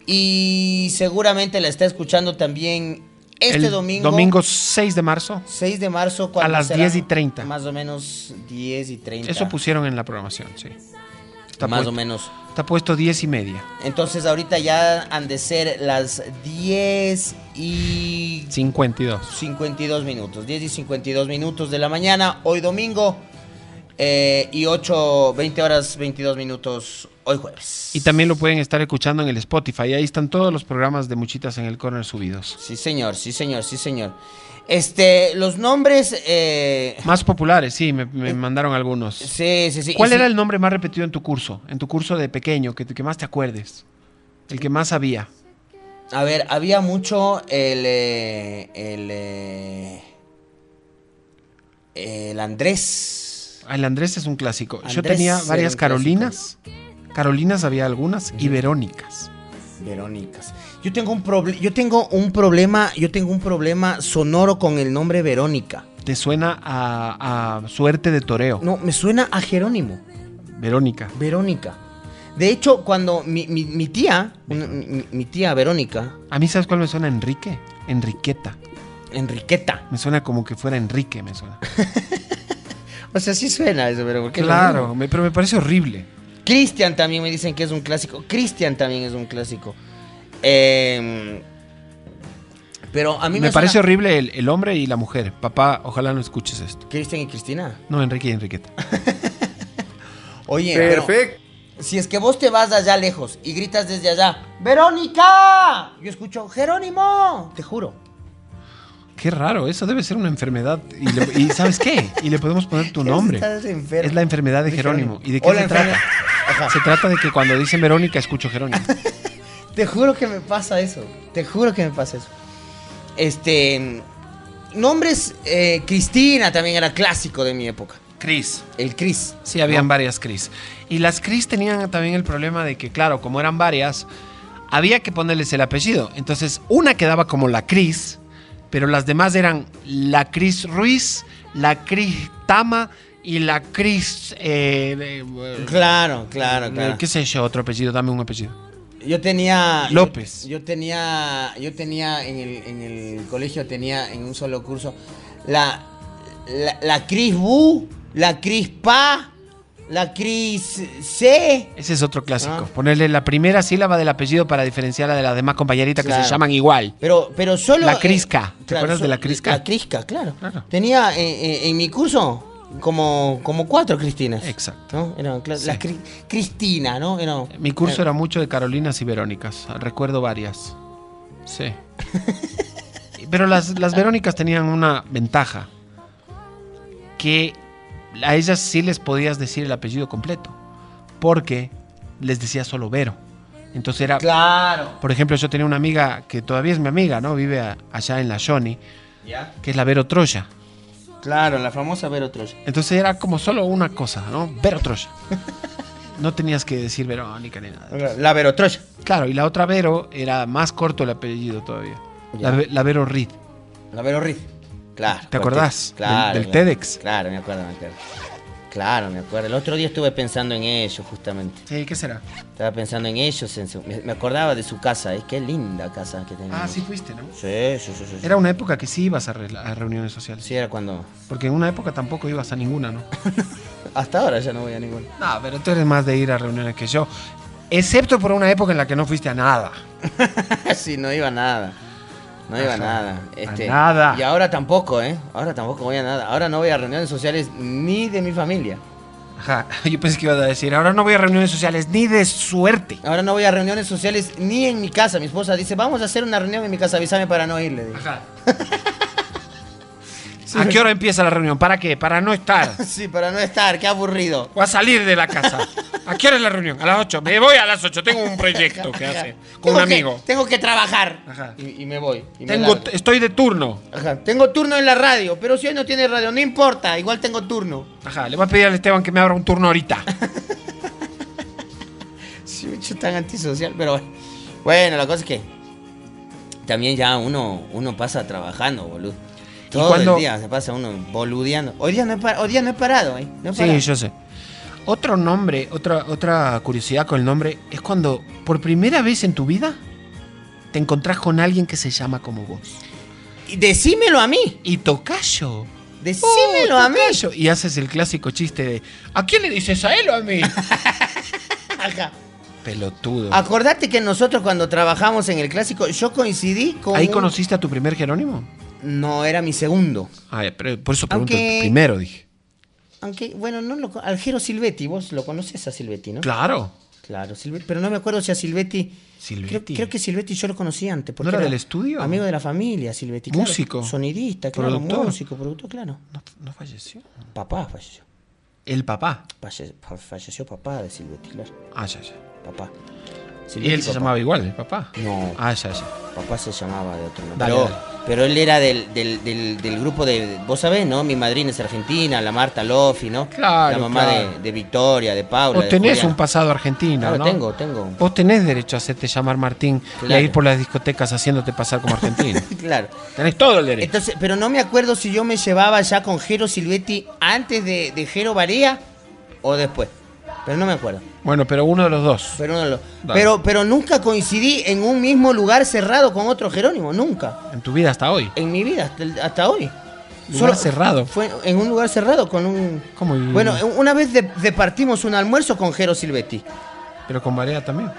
Speaker 4: Y seguramente la está escuchando también este
Speaker 5: El
Speaker 4: domingo.
Speaker 5: Domingo 6 de marzo.
Speaker 4: 6 de marzo. cuando
Speaker 5: las
Speaker 4: será
Speaker 5: 10 y 30.
Speaker 4: Más o menos 10 y 30.
Speaker 5: Eso pusieron en la programación, sí. Está
Speaker 4: Más
Speaker 5: puesto,
Speaker 4: o menos.
Speaker 5: Está puesto 10 y media.
Speaker 4: Entonces ahorita ya han de ser las 10 y
Speaker 5: 52.
Speaker 4: 52 minutos. 10 y 52 minutos de la mañana, hoy domingo. eh, y 8, 20 horas, 22 minutos, hoy jueves.
Speaker 5: Y también lo pueden estar escuchando en el Spotify. Ahí están todos los programas de Muchitas en el Corner subidos.
Speaker 4: Sí, señor, sí, señor, sí, señor. Este, los nombres... eh,
Speaker 5: Más populares, sí, me, me mandaron algunos.
Speaker 4: sí, sí, sí.
Speaker 5: ¿Cuál
Speaker 4: y
Speaker 5: era
Speaker 4: sí,
Speaker 5: el nombre más repetido en tu curso? En tu curso de pequeño, que, que más te acuerdes. El que más sabía.
Speaker 4: A ver, había mucho el... eh, el... eh, el Andrés.
Speaker 5: El Andrés es un clásico. Yo
Speaker 4: Andrés
Speaker 5: tenía
Speaker 4: era un
Speaker 5: varias
Speaker 4: clásico.
Speaker 5: Carolinas. Carolinas había algunas y Verónicas.
Speaker 4: Verónicas. Yo tengo un problema, yo tengo un problema, yo tengo un problema sonoro con el nombre Verónica.
Speaker 5: Te suena a, a suerte de toreo.
Speaker 4: No, me suena a Jerónimo,
Speaker 5: Verónica.
Speaker 4: Verónica. De hecho, cuando mi, mi- mi tía, una- mi, mi tía Verónica,
Speaker 5: A mí, ¿sabes cuál me suena? Enrique. Enriqueta.
Speaker 4: Enriqueta.
Speaker 5: Me suena como que fuera Enrique, me suena.
Speaker 4: O sea, sí suena eso, pero ¿por qué no?
Speaker 5: Claro, me- pero me parece horrible.
Speaker 4: Cristian también me dicen que es un clásico. Cristian también es un clásico. Eh, pero a mí
Speaker 5: Me,
Speaker 4: me,
Speaker 5: parece
Speaker 4: suena-
Speaker 5: horrible el, el hombre y la mujer. Papá, ojalá no escuches esto.
Speaker 4: Cristian y Cristina.
Speaker 5: No, Enrique y Enriqueta.
Speaker 4: Oye, perfecto. si es que vos te vas de allá lejos y gritas desde allá, ¡Verónica! Yo escucho, ¡Jerónimo! Te juro.
Speaker 5: Qué raro, eso debe ser una enfermedad. Y, le- y ¿sabes qué? Y le podemos poner tu nombre.
Speaker 4: Estás enfermo.
Speaker 5: Es la enfermedad de Jerónimo. ¿Y de qué
Speaker 4: O la
Speaker 5: se trata?
Speaker 4: enfermedad- Ajá.
Speaker 5: Se trata de que cuando dicen Verónica escucho Jerónimo.
Speaker 4: Te juro que me pasa eso. Te juro que me pasa eso. Este. Nombres. eh, Cristina también era clásico de mi época.
Speaker 5: Cris.
Speaker 4: El Cris.
Speaker 5: Sí, habían varias Cris. Y las Cris tenían también el problema de que, claro, como eran varias, había que ponerles el apellido. Entonces, una quedaba como la Cris, pero las demás eran la Cris Ruiz, la Cris Tama y la Cris... eh, eh,
Speaker 4: Claro, claro,
Speaker 5: eh,
Speaker 4: claro.
Speaker 5: ¿Qué sé yo? Otro apellido, dame un apellido.
Speaker 4: Yo tenía.
Speaker 5: López.
Speaker 4: Yo, yo tenía. Yo tenía en el, en el colegio, tenía en un solo curso. La. La, la Cris Bu, la Cris Pa, la Cris C.
Speaker 5: Ese es otro clásico.
Speaker 4: Ah.
Speaker 5: Ponerle la primera sílaba del apellido para diferenciarla de las demás compañeritas que
Speaker 4: Claro.
Speaker 5: se llaman igual.
Speaker 4: Pero, pero solo. eh,
Speaker 5: La Crisca. ¿Te
Speaker 4: claro,
Speaker 5: acuerdas de
Speaker 4: so-
Speaker 5: la Crisca?
Speaker 4: La Crisca, claro.
Speaker 5: Claro.
Speaker 4: Tenía eh, eh, en mi curso como, como cuatro Cristinas.
Speaker 5: Exacto.
Speaker 4: ¿no? Era cla-
Speaker 5: Sí.
Speaker 4: la Cri- Cristina, ¿no? Era-
Speaker 5: Mi
Speaker 4: Eh.
Speaker 5: curso era mucho de Carolinas y Verónicas. Recuerdo varias. Sí. Pero las, las Verónicas tenían una ventaja. Que a ellas sí les podías decir el apellido completo. Porque les decía solo Vero. Entonces era...
Speaker 4: Claro.
Speaker 5: Por ejemplo, yo tenía una amiga que todavía es mi amiga, ¿no? Vive a- allá en la Johnny, que es la Vero Troya.
Speaker 4: Claro, la famosa Vero Troya.
Speaker 5: Entonces era como solo una cosa, ¿no? Vero Troya. No tenías que decir Verónica ni nada.
Speaker 4: La Vero Troya.
Speaker 5: Claro, y la otra Vero era más corto el apellido todavía. La, Ve- la Vero Reed.
Speaker 4: La Vero Riz. Claro.
Speaker 5: ¿Te acordás?
Speaker 4: Claro.
Speaker 5: Del- del
Speaker 4: claro.
Speaker 5: TEDx.
Speaker 4: Claro, me acuerdo, me acuerdo. Claro, me acuerdo. El otro día estuve pensando en ello, justamente.
Speaker 5: Sí, ¿qué será?
Speaker 4: Estaba pensando en ellos. en su- me, me acordaba de su casa. Es qué linda casa que tenía.
Speaker 5: Ah, sí fuiste, ¿no?
Speaker 4: Sí, sí, sí, sí, sí.
Speaker 5: Era una época que sí ibas a, re- a reuniones sociales.
Speaker 4: Sí, era cuando.
Speaker 5: Porque en una época tampoco ibas a ninguna, ¿no?
Speaker 4: Hasta ahora ya no voy a ninguna.
Speaker 5: No, pero tú eres más de ir a reuniones que yo. Excepto por una época en la que no fuiste a nada.
Speaker 4: sí, no iba a nada. No iba a nada. Este,
Speaker 5: nada.
Speaker 4: Y ahora tampoco, ¿eh? Ahora tampoco voy a nada. Ahora no voy a reuniones sociales ni de mi familia.
Speaker 5: Ajá, yo pensé que ibas a decir, ahora no voy a reuniones sociales ni de suerte.
Speaker 4: Ahora no voy a reuniones sociales ni en mi casa. Mi esposa dice, vamos a hacer una reunión en mi casa, avísame para no irle.
Speaker 5: Ajá. ¿A qué hora empieza la reunión? ¿Para qué? Para no estar.
Speaker 4: Sí, para no estar, qué aburrido.
Speaker 5: Voy a salir de la casa. ¿A qué hora es la reunión? A las 8. Me voy a las 8. Tengo un proyecto que hacer con
Speaker 4: Tengo
Speaker 5: un
Speaker 4: que-
Speaker 5: amigo.
Speaker 4: tengo que trabajar.
Speaker 5: Ajá.
Speaker 4: Y, y me voy. y me
Speaker 5: Tengo,
Speaker 4: largo.
Speaker 5: estoy de turno.
Speaker 4: Ajá, Tengo turno en la radio, pero si hoy no tiene radio, no importa, igual tengo turno.
Speaker 5: Ajá, le voy a pedir al Esteban que me abra un turno ahorita.
Speaker 4: Sí, bicho, tan antisocial, pero bueno. Bueno, la cosa es que también ya uno, uno pasa trabajando, boludo. Todo
Speaker 5: cuando-
Speaker 4: el día se pasa uno boludeando. Hoy día no he, par- hoy día no he parado, ¿eh? No he parado.
Speaker 5: Sí, yo sé. Otro nombre, otra, otra curiosidad con el nombre, es cuando por primera vez en tu vida te encontrás con alguien que se llama como vos.
Speaker 4: Y decímelo a mí.
Speaker 5: Y tocayo.
Speaker 4: Decímelo
Speaker 5: Oh,
Speaker 4: a mí.
Speaker 5: tocayo. Y haces el clásico chiste de ¿A quién le dices a él o a mí?
Speaker 4: Ajá.
Speaker 5: Pelotudo.
Speaker 4: Acordate que nosotros cuando trabajamos en el clásico, yo coincidí con.
Speaker 5: ¿Ahí
Speaker 4: un-
Speaker 5: conociste a tu primer Jerónimo?
Speaker 4: No, era mi segundo.
Speaker 5: Ah, pero por eso pregunto
Speaker 4: Aunque-
Speaker 5: primero, dije.
Speaker 4: Aunque, bueno, no lo. con- Algero Silvetti, vos lo conoces a Silvetti, ¿no?
Speaker 5: Claro.
Speaker 4: Claro, Silve- pero no me acuerdo si a Silvetti.
Speaker 5: Silvetti.
Speaker 4: Creo, creo que Silvetti yo lo conocí antes. porque
Speaker 5: ¿No era del estudio?
Speaker 4: Amigo de la familia, Silvetti. claro.
Speaker 5: Músico.
Speaker 4: sonidista, claro.
Speaker 5: Productor.
Speaker 4: Músico, productor, claro.
Speaker 5: No, no falleció.
Speaker 4: Papá falleció.
Speaker 5: El papá.
Speaker 4: Falle- fa- falleció papá de Silvetti, claro.
Speaker 5: Ah, ya, ya.
Speaker 4: Papá.
Speaker 5: Y
Speaker 4: Silvetti,
Speaker 5: él se
Speaker 4: papá.
Speaker 5: llamaba igual, el papá.
Speaker 4: No.
Speaker 5: Ah, ya, ya.
Speaker 4: Papá se llamaba de otro nombre.
Speaker 5: Dale,
Speaker 4: pero,
Speaker 5: dale.
Speaker 4: pero él era del, del- del- del grupo de. Vos sabés, ¿no? Mi madrina es argentina, la Marta Lofi, ¿no?
Speaker 5: Claro,
Speaker 4: La mamá
Speaker 5: claro.
Speaker 4: de, de Victoria, de Paula.
Speaker 5: Vos
Speaker 4: de
Speaker 5: tenés
Speaker 4: Juliana.
Speaker 5: un pasado argentino,
Speaker 4: Claro,
Speaker 5: ¿no?
Speaker 4: tengo, tengo.
Speaker 5: Vos tenés derecho a hacerte llamar Martín y a
Speaker 4: Claro.
Speaker 5: ir por las discotecas haciéndote pasar como argentino.
Speaker 4: Claro.
Speaker 5: tenés todo el derecho.
Speaker 4: Entonces, pero no me acuerdo si yo me llevaba ya con Jero Silvetti antes de, de Jero Barea o después. Pero no me acuerdo.
Speaker 5: Bueno, pero uno de los dos.
Speaker 4: Pero, no lo-
Speaker 5: Dale.
Speaker 4: pero, pero nunca coincidí en un mismo lugar cerrado con otro Jerónimo, nunca.
Speaker 5: En tu vida hasta hoy.
Speaker 4: En mi vida, hasta, el- hasta hoy. Eh,
Speaker 5: Lugar cerrado.
Speaker 4: Fue en un lugar cerrado con un.
Speaker 5: ¿Cómo?
Speaker 4: Bueno, una vez de- departimos un almuerzo con Jero Silvetti.
Speaker 5: Pero con Varea también.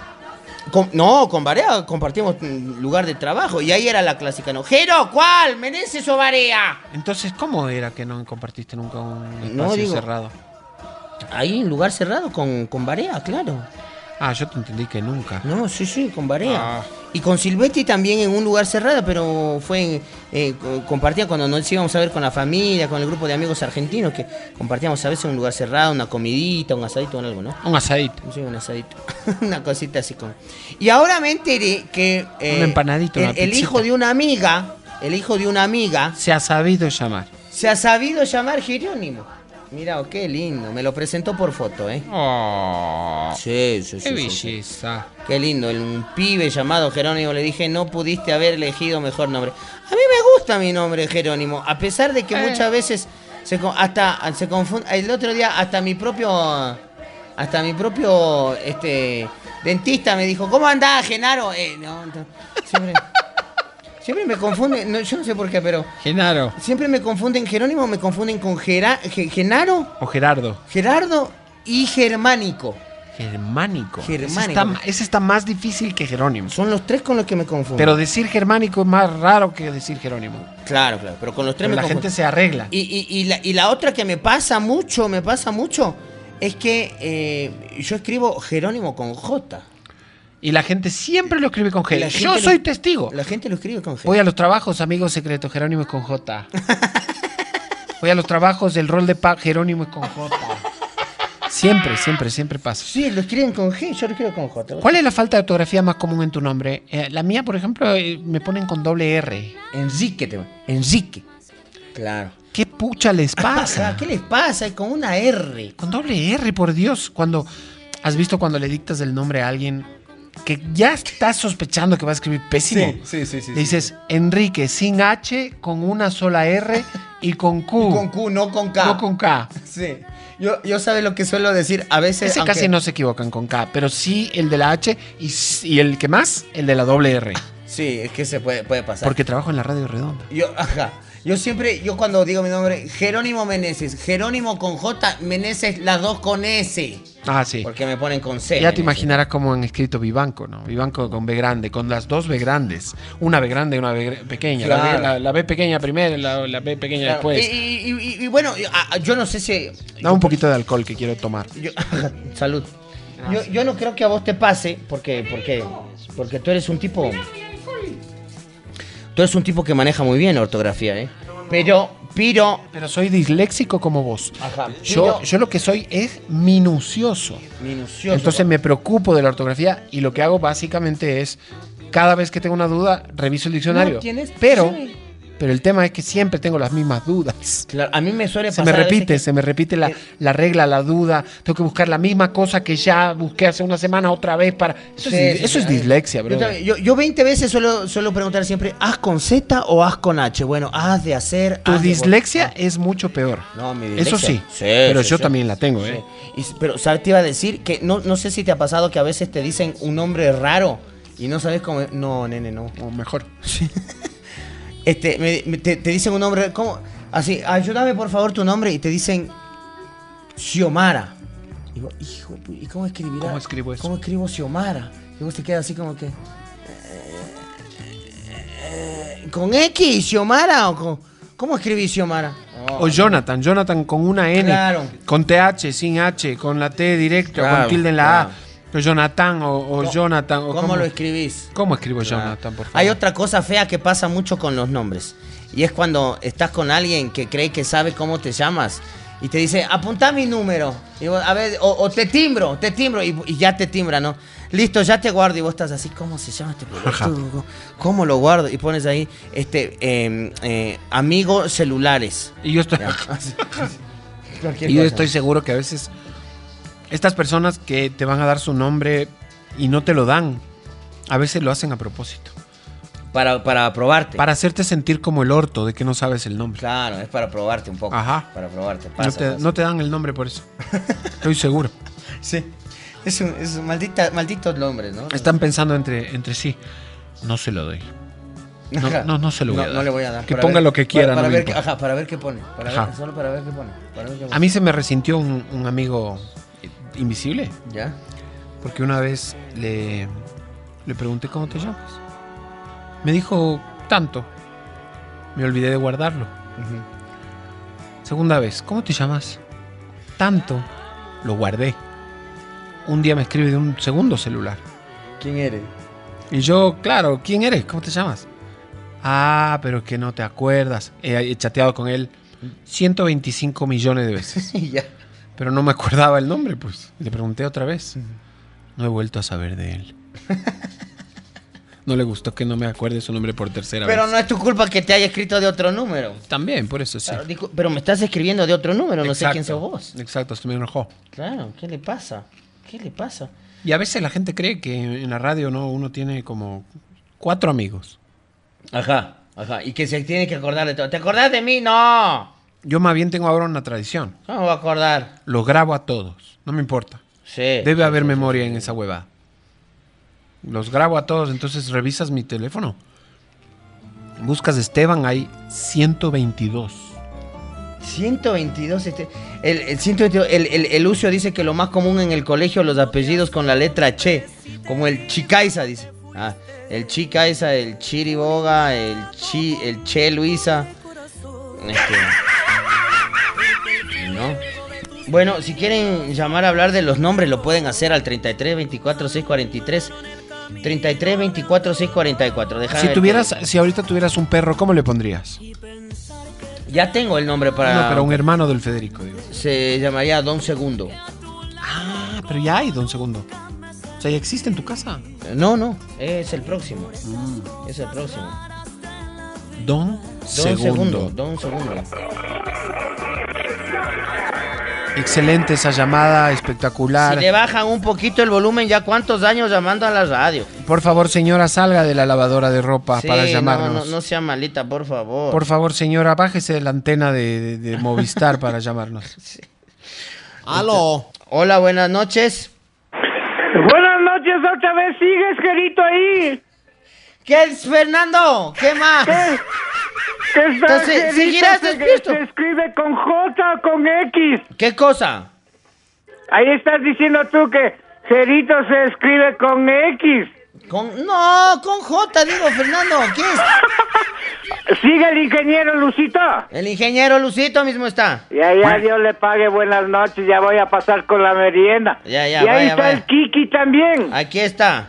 Speaker 4: Com- no, con Barea compartimos un lugar de trabajo y ahí era la clásica, ¿no? Jero, ¿cuál? ¿Meneses o Barea?
Speaker 5: Entonces, ¿cómo era que no compartiste nunca un espacio
Speaker 4: No, digo-
Speaker 5: cerrado?
Speaker 4: Ahí en lugar cerrado con, con Barea, claro.
Speaker 5: Ah, yo te entendí que nunca.
Speaker 4: No, sí, sí, con Barea.
Speaker 5: Ah.
Speaker 4: Y con Silvetti también en un lugar cerrado, pero fue en, eh, co- compartía cuando nos íbamos a ver con la familia, con el grupo de amigos argentinos, que compartíamos a veces un lugar cerrado, una comidita, un asadito o algo, ¿no?
Speaker 5: Un asadito.
Speaker 4: Sí, un asadito. una cosita así como. Y ahora me enteré que. eh,
Speaker 5: empanadito, una
Speaker 4: el, el
Speaker 5: pizzita.
Speaker 4: hijo de una amiga, el hijo de una amiga,
Speaker 5: Se ha sabido llamar.
Speaker 4: se ha sabido llamar Jerónimo. Mira, oh, qué lindo. Me lo presentó por foto, ¿eh?
Speaker 5: Oh,
Speaker 4: Sí, sí, sí,
Speaker 5: qué
Speaker 4: sí, sí.
Speaker 5: belleza.
Speaker 4: Qué lindo, el- un pibe llamado Jerónimo. Le dije, no pudiste haber elegido mejor nombre. A mí me gusta mi nombre, Jerónimo. A pesar de que muchas veces se, co- hasta se confunde. El otro día, hasta mi propio. Hasta mi propio este, dentista me dijo, ¿cómo andás, Genaro? Eh, no, no. siempre, siempre me confunde. no, yo no sé por qué, pero
Speaker 5: Genaro.
Speaker 4: siempre me confunden. Jerónimo me confunden con Gera- Ge- Genaro,
Speaker 5: O Gerardo.
Speaker 4: Gerardo y Germánico.
Speaker 5: Germánico. Ese
Speaker 4: Germánico.
Speaker 5: está, ma- ese está más difícil que Jerónimo.
Speaker 4: Son los tres con los que me confundo.
Speaker 5: Pero decir germánico es más raro que decir Jerónimo.
Speaker 4: Claro, claro, pero con los tres
Speaker 5: Pero
Speaker 4: me
Speaker 5: la
Speaker 4: confundo.
Speaker 5: gente se arregla.
Speaker 4: Y, y- y la, y la otra que me pasa mucho, me pasa mucho, es que eh, yo escribo Jerónimo con J.
Speaker 5: Y la gente siempre lo escribe con G.
Speaker 4: La gente
Speaker 5: Yo
Speaker 4: lo-
Speaker 5: soy testigo.
Speaker 4: La gente lo escribe con J.
Speaker 5: Voy a los trabajos, amigos secretos, Jerónimo es con J. Voy a los trabajos, el rol de pa, Jerónimo es con J. Siempre, siempre, siempre pasa.
Speaker 4: Sí, lo escriben con G, yo lo escribo con J.
Speaker 5: ¿Cuál es la falta de ortografía más común en tu nombre? Eh, la mía, por ejemplo, eh, me ponen con doble R.
Speaker 4: Enrique, te Enrique. Claro.
Speaker 5: ¿Qué pucha les pasa?
Speaker 4: Ajá, ¿Qué les pasa? Con una R.
Speaker 5: Con doble R, por Dios. Cuando has visto cuando le dictas el nombre a alguien que ya estás sospechando que va a escribir pésimo.
Speaker 4: sí, sí. sí
Speaker 5: le dices Enrique sin H, con una sola R y con Q.
Speaker 4: Con Q, no con K.
Speaker 5: No con K.
Speaker 4: Sí. Yo, yo sabes lo que suelo decir a veces.
Speaker 5: Ese
Speaker 4: aunque-
Speaker 5: casi no se equivocan con K, pero sí el de la H y, s- y el que más, el de la doble R.
Speaker 4: Sí, es que se puede, puede pasar.
Speaker 5: Porque trabajo en la radio redonda.
Speaker 4: Yo, ajá. Yo siempre, yo cuando digo mi nombre, Jerónimo Meneses, Jerónimo con J, Meneses las dos con S.
Speaker 5: Ah, sí.
Speaker 4: Porque me ponen con C.
Speaker 5: Ya te
Speaker 4: Meneses.
Speaker 5: imaginarás cómo han escrito Vivanco, ¿no? Vivanco con B grande, con las dos B grandes. Una B grande y una B gre- pequeña. La B-
Speaker 4: Claro.
Speaker 5: La, la B pequeña primero y la, la B pequeña
Speaker 4: Claro.
Speaker 5: después.
Speaker 4: Y, y- y- y- y bueno, yo- a- a- yo no sé si.
Speaker 5: Da un poquito de alcohol que quiero tomar.
Speaker 4: yo- salud. Yo, yo no creo que a vos te pase, porque, porque, porque tú eres un tipo. Tú eres un tipo que maneja muy bien la ortografía, ¿eh? Pero, pero.
Speaker 5: Pero soy disléxico como vos.
Speaker 4: Ajá.
Speaker 5: Yo, yo lo que soy es minucioso.
Speaker 4: Minucioso.
Speaker 5: Entonces me preocupo de la ortografía y lo que hago básicamente es, cada vez que tengo una duda, reviso el diccionario.
Speaker 4: No tienes-
Speaker 5: pero,
Speaker 4: sí.
Speaker 5: pero el tema es que siempre tengo las mismas dudas.
Speaker 4: Claro, a mí me suele
Speaker 5: Se
Speaker 4: pasar.
Speaker 5: me
Speaker 4: a veces
Speaker 5: repite,
Speaker 4: que-
Speaker 5: se me repite la,
Speaker 4: Eh.
Speaker 5: la regla, la duda. Tengo que buscar la misma cosa que ya busqué hace una semana otra vez para... Eso,
Speaker 4: Sí,
Speaker 5: es,
Speaker 4: sí, sí,
Speaker 5: eso es
Speaker 4: a ver.
Speaker 5: dislexia,
Speaker 4: Yo
Speaker 5: bro.
Speaker 4: también- Yo, yo 20 veces suelo, suelo preguntar siempre, ¿haz con Z o haz con H? Bueno, haz de hacer.
Speaker 5: Tu
Speaker 4: haz de vol-
Speaker 5: dislexia
Speaker 4: Ah.
Speaker 5: es mucho peor.
Speaker 4: No, mi
Speaker 5: Eso
Speaker 4: dislexia.
Speaker 5: sí. pero
Speaker 4: sí,
Speaker 5: yo
Speaker 4: sí.
Speaker 5: también la tengo, ¿eh?
Speaker 4: Sí. Y s- pero, ¿sabes? Te iba a decir que no, no sé si te ha pasado que a veces te dicen un nombre raro y no sabes cómo. es. No, nene, no.
Speaker 5: O mejor.
Speaker 4: Este, me- me- te, te dicen un nombre, ¿cómo? Así, ayúdame por favor tu nombre y te dicen Xiomara. Y digo, hijo, pu- ¿y cómo escribirá?
Speaker 5: ¿Cómo escribo eso?
Speaker 4: ¿Cómo escribo Xiomara? Y vos te quedas así como que... eh, eh, ¿Con X, Xiomara? ¿O con, ¿Cómo escribí Xiomara?
Speaker 5: O Jonathan, Jonathan con una N,
Speaker 4: Claro.
Speaker 5: con TH, sin H, con la T directa, o
Speaker 4: Claro,
Speaker 5: con tilde en la
Speaker 4: claro.
Speaker 5: A. O Jonathan, o, o
Speaker 4: ¿Cómo-
Speaker 5: Jonathan. O
Speaker 4: ¿Cómo, lo escribís?
Speaker 5: ¿Cómo escribo Jonathan, por favor?
Speaker 4: Ah. Hay otra cosa fea que pasa mucho con los nombres. Y es cuando estás con alguien que cree que sabe cómo te llamas. Y te dice, apunta mi número. Y vos, a ver, o, o te timbro, te timbro. Y, y ya te timbra, ¿no? Listo, ya te guardo. Y vos estás así, ¿cómo se llama este pelotudo? ¿Cómo lo guardo? Y pones ahí, este, eh, eh, amigo celulares.
Speaker 5: Y yo estoy,
Speaker 4: Ya. Cualquier
Speaker 5: y yo
Speaker 4: cosa.
Speaker 5: estoy seguro que a veces estas personas que te van a dar su nombre y no te lo dan, a veces lo hacen a propósito.
Speaker 4: Para, para probarte.
Speaker 5: Para hacerte sentir como el orto de que no sabes el nombre.
Speaker 4: Claro, es para probarte un poco.
Speaker 5: Ajá.
Speaker 4: Para probarte.
Speaker 5: No
Speaker 4: pasa,
Speaker 5: te,
Speaker 4: pasa.
Speaker 5: no te dan el nombre por eso. Estoy seguro.
Speaker 4: Sí. Es un, es un maldita, malditos nombres, ¿no?
Speaker 5: Están pensando entre, entre sí. No se lo doy. No,
Speaker 4: Ajá.
Speaker 5: no, no se lo voy a
Speaker 4: No,
Speaker 5: dar.
Speaker 4: no le voy a dar.
Speaker 5: Que
Speaker 4: para
Speaker 5: ponga lo que quiera,
Speaker 4: Para, para
Speaker 5: no me
Speaker 4: ver, qué-
Speaker 5: importa.
Speaker 4: ajá, para ver qué pone. Para ver-
Speaker 5: Ajá.
Speaker 4: solo para ver qué pone. para ver qué
Speaker 5: A
Speaker 4: pone.
Speaker 5: mí se me resintió un, un amigo invisible,
Speaker 4: ¿Ya?
Speaker 5: porque una vez le, le pregunté cómo te llamas. Me dijo tanto. Me olvidé de guardarlo. Segunda vez, ¿cómo te llamas? Tanto. Lo guardé. Un día me escribe de un segundo celular.
Speaker 4: ¿Quién eres?
Speaker 5: Y yo, claro, ¿quién eres? ¿Cómo te llamas? Ah, pero que no te acuerdas. He he chateado con él 125 millones de veces.
Speaker 4: Y ya.
Speaker 5: Pero no me acordaba el nombre, pues. Le pregunté otra vez. No he vuelto a saber de él. No le gustó que no me acuerde su nombre por tercera
Speaker 4: Pero
Speaker 5: vez.
Speaker 4: no es tu culpa que te haya escrito de otro número.
Speaker 5: También, por eso sí.
Speaker 4: Claro, discul- pero me estás escribiendo de otro número, no sé
Speaker 5: Exacto.
Speaker 4: quién sos vos.
Speaker 5: Exacto, esto me enojó.
Speaker 4: Claro, ¿qué le pasa? ¿Qué le pasa?
Speaker 5: Y a veces la gente cree que en la radio no uno tiene como cuatro amigos.
Speaker 4: Ajá, ajá. Y que se tiene que acordar de todo. ¿Te acordás de mí? No.
Speaker 5: Yo más bien tengo ahora una tradición.
Speaker 4: No me voy a acordar.
Speaker 5: Los grabo a todos. No me importa.
Speaker 4: Sí.
Speaker 5: Debe haber memoria en esa huevada. Los grabo a todos, entonces revisas mi teléfono. Buscas Esteban, hay 122.
Speaker 4: 122, este, el, el 122, el, el, el Lucio dice que lo más común en el colegio los apellidos con la letra Che, como el Chicaiza, dice. Ah, el Chicaiza, el Chiriboga, el Chi, el Che Luisa. Este, ¿no? Bueno, si quieren llamar a hablar de los nombres, lo pueden hacer al 33 24 643. 33 24 644. Déjame
Speaker 5: Si
Speaker 4: ver
Speaker 5: tuvieras, si ahorita tuvieras un perro, ¿cómo le pondrías?
Speaker 4: qué- Ya tengo el nombre para.
Speaker 5: No, pero un hermano del Federico, digo.
Speaker 4: Se llamaría Don Segundo.
Speaker 5: Ah, pero ya hay, don Segundo. O sea, ya existe en tu casa.
Speaker 4: No, no, es el próximo. Es el próximo.
Speaker 5: Don,
Speaker 4: Don
Speaker 5: segundo.
Speaker 4: segundo, don segundo.
Speaker 5: Excelente esa llamada, espectacular.
Speaker 4: Si le bajan un poquito el volumen, ya cuántos años llamando a la radio.
Speaker 5: Por favor, señora, salga de la lavadora de ropa
Speaker 4: Sí,
Speaker 5: para
Speaker 4: no,
Speaker 5: llamarnos.
Speaker 4: No, no sea malita, por favor.
Speaker 5: Por favor, señora, bájese de la antena de, de- de Movistar para llamarnos.
Speaker 4: Aló. Hola, buenas noches.
Speaker 6: Buenas noches, otra vez sigues, querido, ahí.
Speaker 4: ¿Qué es, Fernando? ¿Qué más?
Speaker 6: ¿Qué estás,
Speaker 4: Entonces,
Speaker 6: Jerito?
Speaker 4: ¿seguirás
Speaker 6: Se-
Speaker 4: despierto?
Speaker 6: Se escribe con J o con X.
Speaker 4: ¿Qué cosa?
Speaker 6: Ahí estás diciendo tú que Jerito se escribe con E. X.
Speaker 4: Con, no, con J, digo, Fernando. ¿Qué es?
Speaker 6: Sigue el ingeniero Lucito.
Speaker 4: El ingeniero Lucito mismo está.
Speaker 6: Ya, ya, Dios le pague buenas noches, ya voy a pasar con la merienda.
Speaker 4: Ya, ya,
Speaker 6: y ahí
Speaker 4: vaya,
Speaker 6: está
Speaker 4: vaya.
Speaker 6: el Kiki también.
Speaker 4: Aquí está.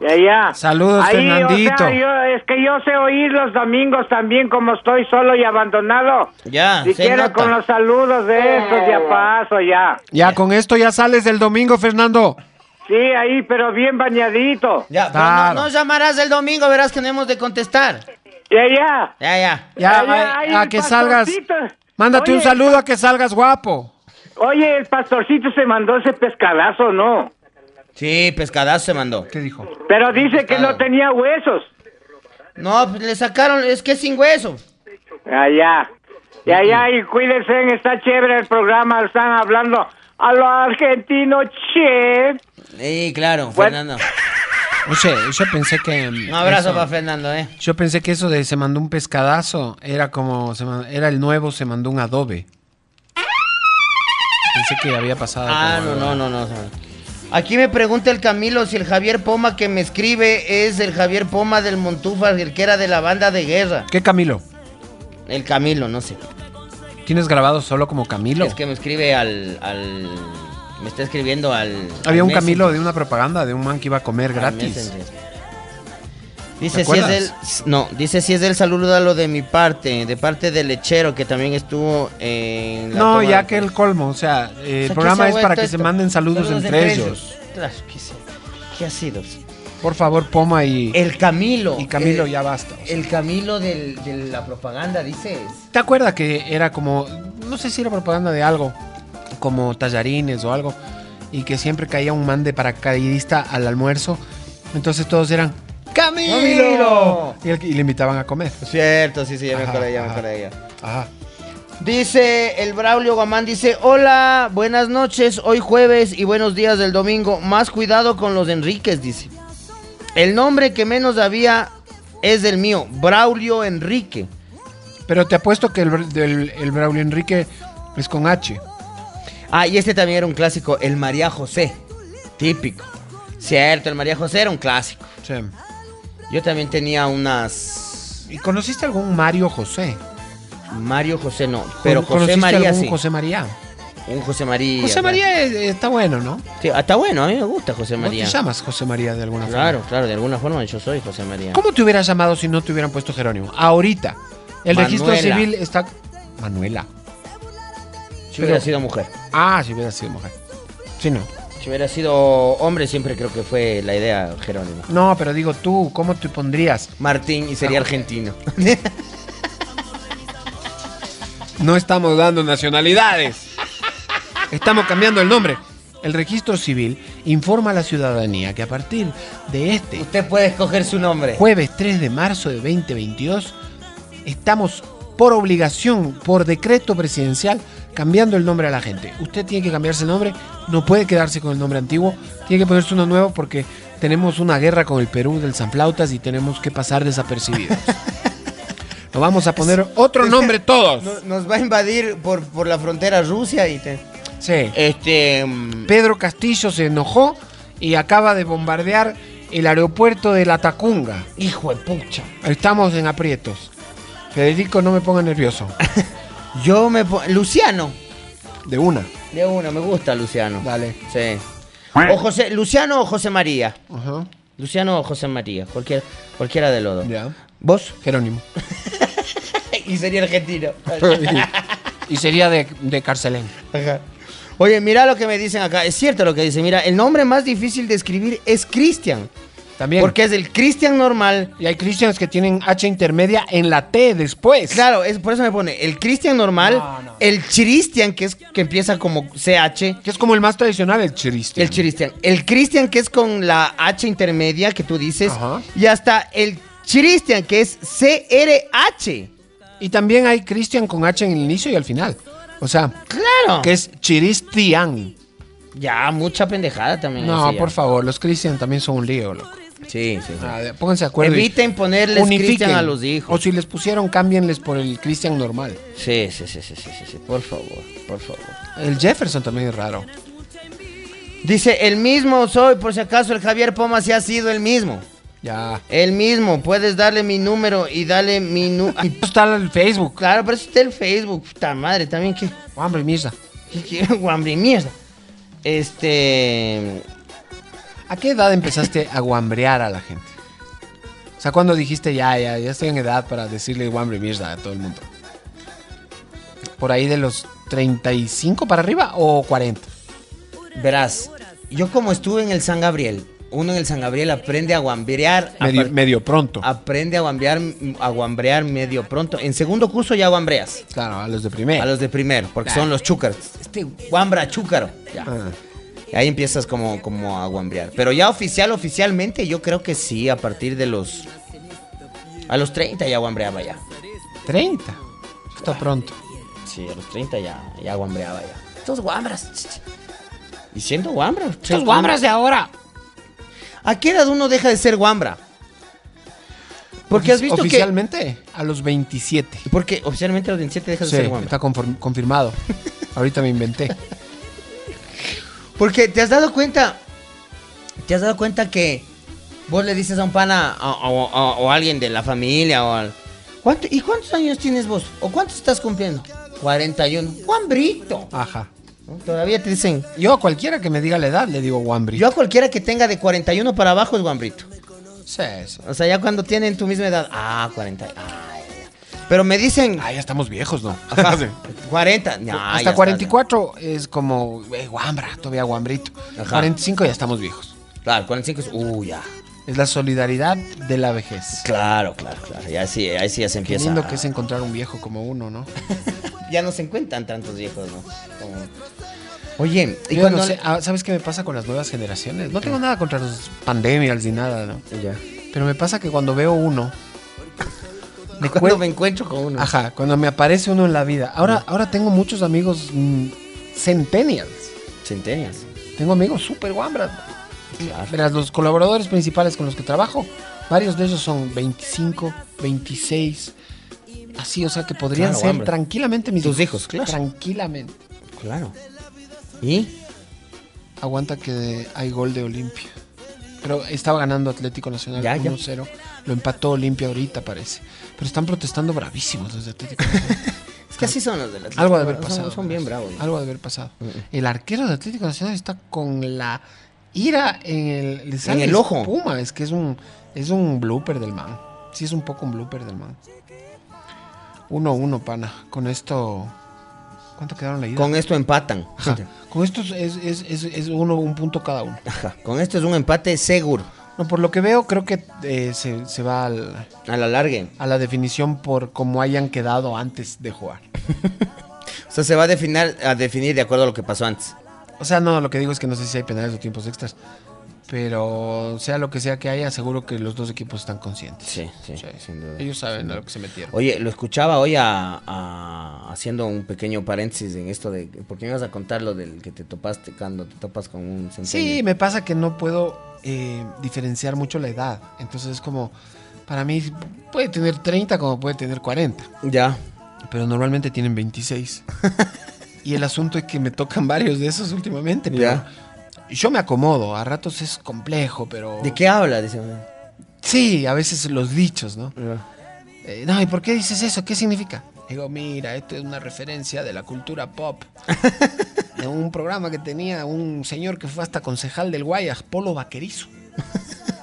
Speaker 6: Ya, ya.
Speaker 5: Saludos,
Speaker 6: Ahí, o
Speaker 5: Fernandito.
Speaker 6: sea, yo- es que yo sé oír los domingos también como estoy solo y abandonado.
Speaker 4: Ya, Ah, se
Speaker 6: Siquiera
Speaker 4: nota.
Speaker 6: con los saludos de estos ya paso, ya.
Speaker 5: Ya, con esto ya sales del domingo, Fernando.
Speaker 6: Sí, ahí, pero bien bañadito.
Speaker 4: Ya, pero
Speaker 5: Claro.
Speaker 4: no, no llamarás el domingo, verás que no hemos de contestar.
Speaker 6: Ya, ya.
Speaker 4: Ya, ya.
Speaker 5: Ya,
Speaker 6: Ay,
Speaker 5: a-
Speaker 6: ay,
Speaker 5: a,
Speaker 6: el
Speaker 5: que salgas.
Speaker 6: pastorcito.
Speaker 5: Mándate
Speaker 6: Oye,
Speaker 5: un saludo a que salgas guapo.
Speaker 6: Oye, el pastorcito se mandó ese pescadazo, ¿no?
Speaker 4: Sí, pescadazo se mandó.
Speaker 5: ¿Qué dijo?
Speaker 6: Pero dice que no tenía huesos.
Speaker 4: No, pues le sacaron, es que es sin hueso.
Speaker 6: Allá. Y allá, y cuídense, está chévere el programa, están hablando a lo argentino, che.
Speaker 4: Sí, claro,
Speaker 6: Bueno.
Speaker 4: Fernando.
Speaker 5: Oye, yo pensé que. mm,
Speaker 4: Un abrazo
Speaker 5: eso-
Speaker 4: para Fernando, eh.
Speaker 5: Yo pensé que eso de se mandó un pescadazo era como. se man- era el nuevo, se mandó un adobe. Pensé que había pasado.
Speaker 4: Ah,
Speaker 5: como-
Speaker 4: no, no, no, no. no. Aquí me pregunta el Camilo si el Javier Poma que me escribe es el Javier Poma del Montufas, el que era de la banda de guerra.
Speaker 5: ¿Qué Camilo?
Speaker 4: El Camilo, no sé.
Speaker 5: ¿Tienes grabado solo como Camilo?
Speaker 4: Es que me escribe al, al- Me está escribiendo al...
Speaker 5: Había
Speaker 4: al
Speaker 5: un
Speaker 4: Messenger.
Speaker 5: Camilo de una propaganda de un man que iba a comer
Speaker 4: Al
Speaker 5: gratis.
Speaker 4: Messenger.
Speaker 5: ¿Te
Speaker 4: Dice si es del...
Speaker 5: acuerdas?
Speaker 4: No, dice si es del salúdalo de mi parte, de parte del lechero que también estuvo en... la
Speaker 5: No,
Speaker 4: toma
Speaker 5: ya
Speaker 4: de-
Speaker 5: que el colmo, o sea, eh,
Speaker 4: O sea,
Speaker 5: el
Speaker 4: ¿qué
Speaker 5: programa
Speaker 4: se ha
Speaker 5: es para
Speaker 4: vuelto
Speaker 5: que se
Speaker 4: esto?
Speaker 5: manden saludos, entre ellos.
Speaker 4: Claro, que sí. ¿Qué ha sido?
Speaker 5: Por favor, Poma y,
Speaker 4: El Camilo.
Speaker 5: y Camilo,
Speaker 4: Eh,
Speaker 5: ya basta.
Speaker 4: El Camilo del- de la propaganda, dices.
Speaker 5: ¿Te acuerdas que era como, no sé si era propaganda de algo, como tallarines o algo, y que siempre caía un man de paracaidista al almuerzo? Entonces todos eran, ¡Camilo!
Speaker 4: ¡Camilo!
Speaker 5: Y, el- y le invitaban a comer.
Speaker 4: Cierto, sí, sí, ya me
Speaker 5: Ajá,
Speaker 4: acordé, ya me
Speaker 5: ajá.
Speaker 4: acordé, ya.
Speaker 5: Ajá.
Speaker 4: Dice el Braulio Guamán, dice, hola, buenas noches, hoy jueves y buenos días del domingo. Más cuidado con los Enríquez, dice. El nombre que menos había es el mío, Braulio Enrique.
Speaker 5: Pero te apuesto que el, Bra- del- el Braulio Enrique es con H.
Speaker 4: Ah, y este también era un clásico, el María José. Típico. Cierto, el María José era un clásico.
Speaker 5: Sí.
Speaker 4: Yo también tenía unas...
Speaker 5: ¿Y conociste algún Mario José?
Speaker 4: Mario José no, pero
Speaker 5: ¿Con-
Speaker 4: José
Speaker 5: ¿conociste
Speaker 4: María
Speaker 5: algún
Speaker 4: sí.
Speaker 5: José María.
Speaker 4: Un José María.
Speaker 5: José
Speaker 4: claro.
Speaker 5: María eh, está bueno, ¿no?
Speaker 4: Sí, está bueno, a mí me gusta José
Speaker 5: ¿Cómo
Speaker 4: María.
Speaker 5: te llamas José María de alguna forma?
Speaker 4: Claro, claro, de alguna forma yo soy José María.
Speaker 5: ¿Cómo te hubieras llamado si no te hubieran puesto Jerónimo? Ahorita. El
Speaker 4: Manuela.
Speaker 5: registro civil está. Manuela.
Speaker 4: Si hubiera
Speaker 5: Pero-
Speaker 4: sido mujer.
Speaker 5: Ah, si hubiera sido mujer. Sí, no.
Speaker 4: Si hubiera sido hombre, siempre creo que fue la idea Jerónimo.
Speaker 5: No, pero digo tú, ¿cómo te pondrías?
Speaker 4: Martín y sería argentino.
Speaker 5: No estamos dando nacionalidades. Estamos cambiando el nombre. El registro civil informa a la ciudadanía que a partir de este
Speaker 4: Usted puede escoger su nombre.
Speaker 5: jueves 3 de marzo de 2022 estamos por obligación, por decreto presidencial, cambiando el nombre a la gente. Usted tiene que cambiarse el nombre, no puede quedarse con el nombre antiguo, tiene que ponerse uno nuevo porque tenemos una guerra con el Perú del Sanflautas y tenemos que pasar desapercibidos. Nos vamos a poner otro nombre todos.
Speaker 4: No- Nos va a invadir por, por la frontera Rusia y te...
Speaker 5: Sí.
Speaker 4: Este... mm,
Speaker 5: Pedro Castillo se enojó y acaba de bombardear el aeropuerto de La Tacunga.
Speaker 4: Hijo de pucha.
Speaker 5: Estamos en aprietos. Federico, no me ponga nervioso.
Speaker 4: Yo me... po- Luciano.
Speaker 5: De una.
Speaker 4: De uno, me gusta Luciano.
Speaker 5: Dale.
Speaker 4: Sí. O José... Luciano o José María.
Speaker 5: Ajá.
Speaker 4: Luciano o José María. Cualquiera, cualquiera de los dos.
Speaker 5: Ya.
Speaker 4: ¿Vos?
Speaker 5: Jerónimo.
Speaker 4: y sería argentino.
Speaker 5: y sería de, de Carcelén.
Speaker 4: Ajá. Oye, mira lo que me dicen acá. Es cierto lo que dicen. Mira, el nombre más difícil de escribir es Cristian.
Speaker 5: También.
Speaker 4: Porque es el Cristian normal.
Speaker 5: Y hay cristianos que tienen H intermedia en la T después.
Speaker 4: Claro, es, por eso me pone el Cristian normal,
Speaker 5: No, no.
Speaker 4: el Chiristian, que es que empieza como CH.
Speaker 5: Que es como el más tradicional, el chiriste.
Speaker 4: El Chiristian. El Cristian, que es con la H intermedia que tú dices.
Speaker 5: Ajá.
Speaker 4: Y hasta el Chiristian, que es CRH.
Speaker 5: Y también hay cristian con H en el inicio y al final. O sea,
Speaker 4: Claro.
Speaker 5: que es chiristian.
Speaker 4: Ya, mucha pendejada también.
Speaker 5: No,
Speaker 4: así Mm, ya.
Speaker 5: por favor, los cristian también son un lío, loco.
Speaker 4: Sí, sí. sí.
Speaker 5: Ah, de- pónganse de acuerdo. y
Speaker 4: Eviten ponerles Cristian a los hijos.
Speaker 5: O si les pusieron, cámbienles por el cristian normal.
Speaker 4: Sí, sí, sí, sí, sí, sí, sí. Por favor, por favor.
Speaker 5: El Jefferson también es raro.
Speaker 4: Dice, el mismo soy, por si acaso el Javier Poma se ha sido el mismo.
Speaker 5: Ya.
Speaker 4: El mismo, puedes darle mi número y dale mi nu...
Speaker 5: Y
Speaker 4: Ay,
Speaker 5: pues está el Facebook.
Speaker 4: claro, pero eso está el Facebook, puta madre, también que...
Speaker 5: Hombre, misa.
Speaker 4: que- que- Guambri, mierda. Este...
Speaker 5: ¿A qué edad empezaste a guambrear a la gente? O sea, cuando dijiste ya, ya, ya estoy en edad para decirle guambre mierda a todo el mundo. ¿Por ahí de los 35 para arriba o 40?
Speaker 4: Verás, yo como estuve en el San Gabriel, uno en el San Gabriel aprende a guamberear. a
Speaker 5: Medio,
Speaker 4: par-
Speaker 5: medio pronto.
Speaker 4: Aprende a guambear, a guambrear medio pronto. En segundo curso ya guambreas.
Speaker 5: Claro, a los de
Speaker 4: A
Speaker 5: primera.
Speaker 4: los de primero, porque son los chúcaros. Este guambra chúcaro. Ya.
Speaker 5: Ah.
Speaker 4: Y Ahí empiezas como, como a guambrear. Pero ya oficial, oficialmente, yo creo que sí, a partir de los. A los 30 ya guambreaba ya.
Speaker 5: 30. Está pronto.
Speaker 4: Sí, a los 30 ya, ya guambreaba ya. Estos guambras. ch, ch. Y siendo guambras.
Speaker 5: Estos guambras de ahora.
Speaker 4: ¿A qué edad uno deja de ser guambra? Porque has
Speaker 5: Ofici-
Speaker 4: visto
Speaker 5: Oficialmente, a los 27.
Speaker 4: que. Porque oficialmente a los 27 dejas
Speaker 5: Sí,
Speaker 4: de ser guambra.
Speaker 5: está conform- confirmado. Ahorita me inventé.
Speaker 4: Porque te has dado cuenta. Te has dado cuenta que vos le dices a un pana a- o a- o a alguien de la familia o al. ¿Cuánto- ¿Y cuántos años tienes vos? ¿O cuántos estás cumpliendo? 41. Juan Brito.
Speaker 5: Ajá.
Speaker 4: ¿No? Todavía te dicen.
Speaker 5: Yo a cualquiera que me diga la edad le digo Wambri.
Speaker 4: Yo a cualquiera que tenga de 41 para abajo es Juan Brito.
Speaker 5: Sí, sí.
Speaker 4: O sea, ya cuando tienen tu misma edad. Ah, 40. ay, ay, ay. Pero me dicen.
Speaker 5: Ah, ya estamos viejos, ¿no?
Speaker 4: Ajá,
Speaker 5: Sí.
Speaker 4: 40. no, Ah, ya
Speaker 5: Hasta
Speaker 4: estás-
Speaker 5: 44 es como, güey, guambra, todavía guambrito.
Speaker 4: Ajá.
Speaker 5: 45 ya estamos viejos.
Speaker 4: Claro, 45 es. Uh, ya.
Speaker 5: Es la solidaridad de la vejez.
Speaker 4: Claro, claro, claro. Ya sí, ahí sí ya se
Speaker 5: Qué
Speaker 4: empieza.
Speaker 5: lindo que es encontrar un viejo como uno, ¿no?
Speaker 4: ya no se encuentran tantos viejos, ¿no? Como- Oye, y
Speaker 5: Yo
Speaker 4: cuando
Speaker 5: no sé, ah, ¿sabes qué me pasa con las nuevas generaciones? No tengo nada contra las pandemias ni nada, ¿no?
Speaker 4: Ya.
Speaker 5: Pero me pasa que cuando veo uno,
Speaker 4: Me cuando me encuentro con uno.
Speaker 5: ajá, cuando me aparece uno en la vida. Ahora, ahora tengo muchos amigos mm, centennials.
Speaker 4: Centenias.
Speaker 5: Tengo amigos súper guambras. Verás, los colaboradores principales con los que trabajo, varios de ellos son 25, 26, así, o sea que podrían
Speaker 4: Claro,
Speaker 5: ser
Speaker 4: guambras.
Speaker 5: tranquilamente mis
Speaker 4: Tus hijos, claro.
Speaker 5: Tranquilamente.
Speaker 4: Claro. ¿Y?
Speaker 5: Aguanta que hay gol de Olimpia. Pero estaba ganando Atlético Nacional
Speaker 4: Ya, ya.
Speaker 5: 1-0. Lo empató Olimpia ahorita, parece. Pero están protestando bravísimos desde Atlético Nacional.
Speaker 4: Es que así son los de las
Speaker 5: Algo de haber pasado.
Speaker 4: Son, bien
Speaker 5: verás.
Speaker 4: bravos. ¿no?
Speaker 5: Algo de haber pasado. El arquero de Atlético Nacional está con la ira en el, le sale
Speaker 4: el ojo.
Speaker 5: espuma. Es que es un, es un blooper del man. Sí, es un poco un blooper del man. 1-1, pana. Con esto. ¿Cuánto quedaron la ida?
Speaker 4: Con este. esto empatan.
Speaker 5: Ajá. Con esto es, es- es- es uno, un punto cada uno.
Speaker 4: Ajá. Con esto es un empate seguro.
Speaker 5: No, por lo que veo, creo que eh, se, se va al-
Speaker 4: A la larga.
Speaker 5: a la definición por cómo hayan quedado antes de jugar.
Speaker 4: O sea, se va a definir, a definir de acuerdo a lo que pasó antes.
Speaker 5: O sea, no, lo que digo es que no sé si hay penales o tiempos extras. Pero sea lo que sea que haya, seguro que los dos equipos están conscientes.
Speaker 4: Sí, sí, sin duda.
Speaker 5: Ellos saben a lo que se metieron.
Speaker 4: Oye, lo escuchaba hoy a, a- haciendo un pequeño paréntesis en esto de. Porque me ibas a contar lo del que te topaste cuando te topas con un centenio.
Speaker 5: Sí, me pasa que no puedo eh, diferenciar mucho la edad. Entonces es como, para mí puede tener 30 como puede tener 40.
Speaker 4: Ya.
Speaker 5: Pero normalmente tienen 26. y el asunto es que me tocan varios de esos últimamente. Pero
Speaker 4: Ya.
Speaker 5: Yo me acomodo, a ratos es complejo, pero...
Speaker 4: ¿De qué habla? Dice.
Speaker 5: Sí, a veces los dichos, ¿no? Eh, no, ¿y por qué dices eso? ¿Qué significa? Digo, mira, esto es una referencia de la cultura pop. de un programa que tenía un señor que fue hasta concejal del Guayas, Polo Vaquerizo.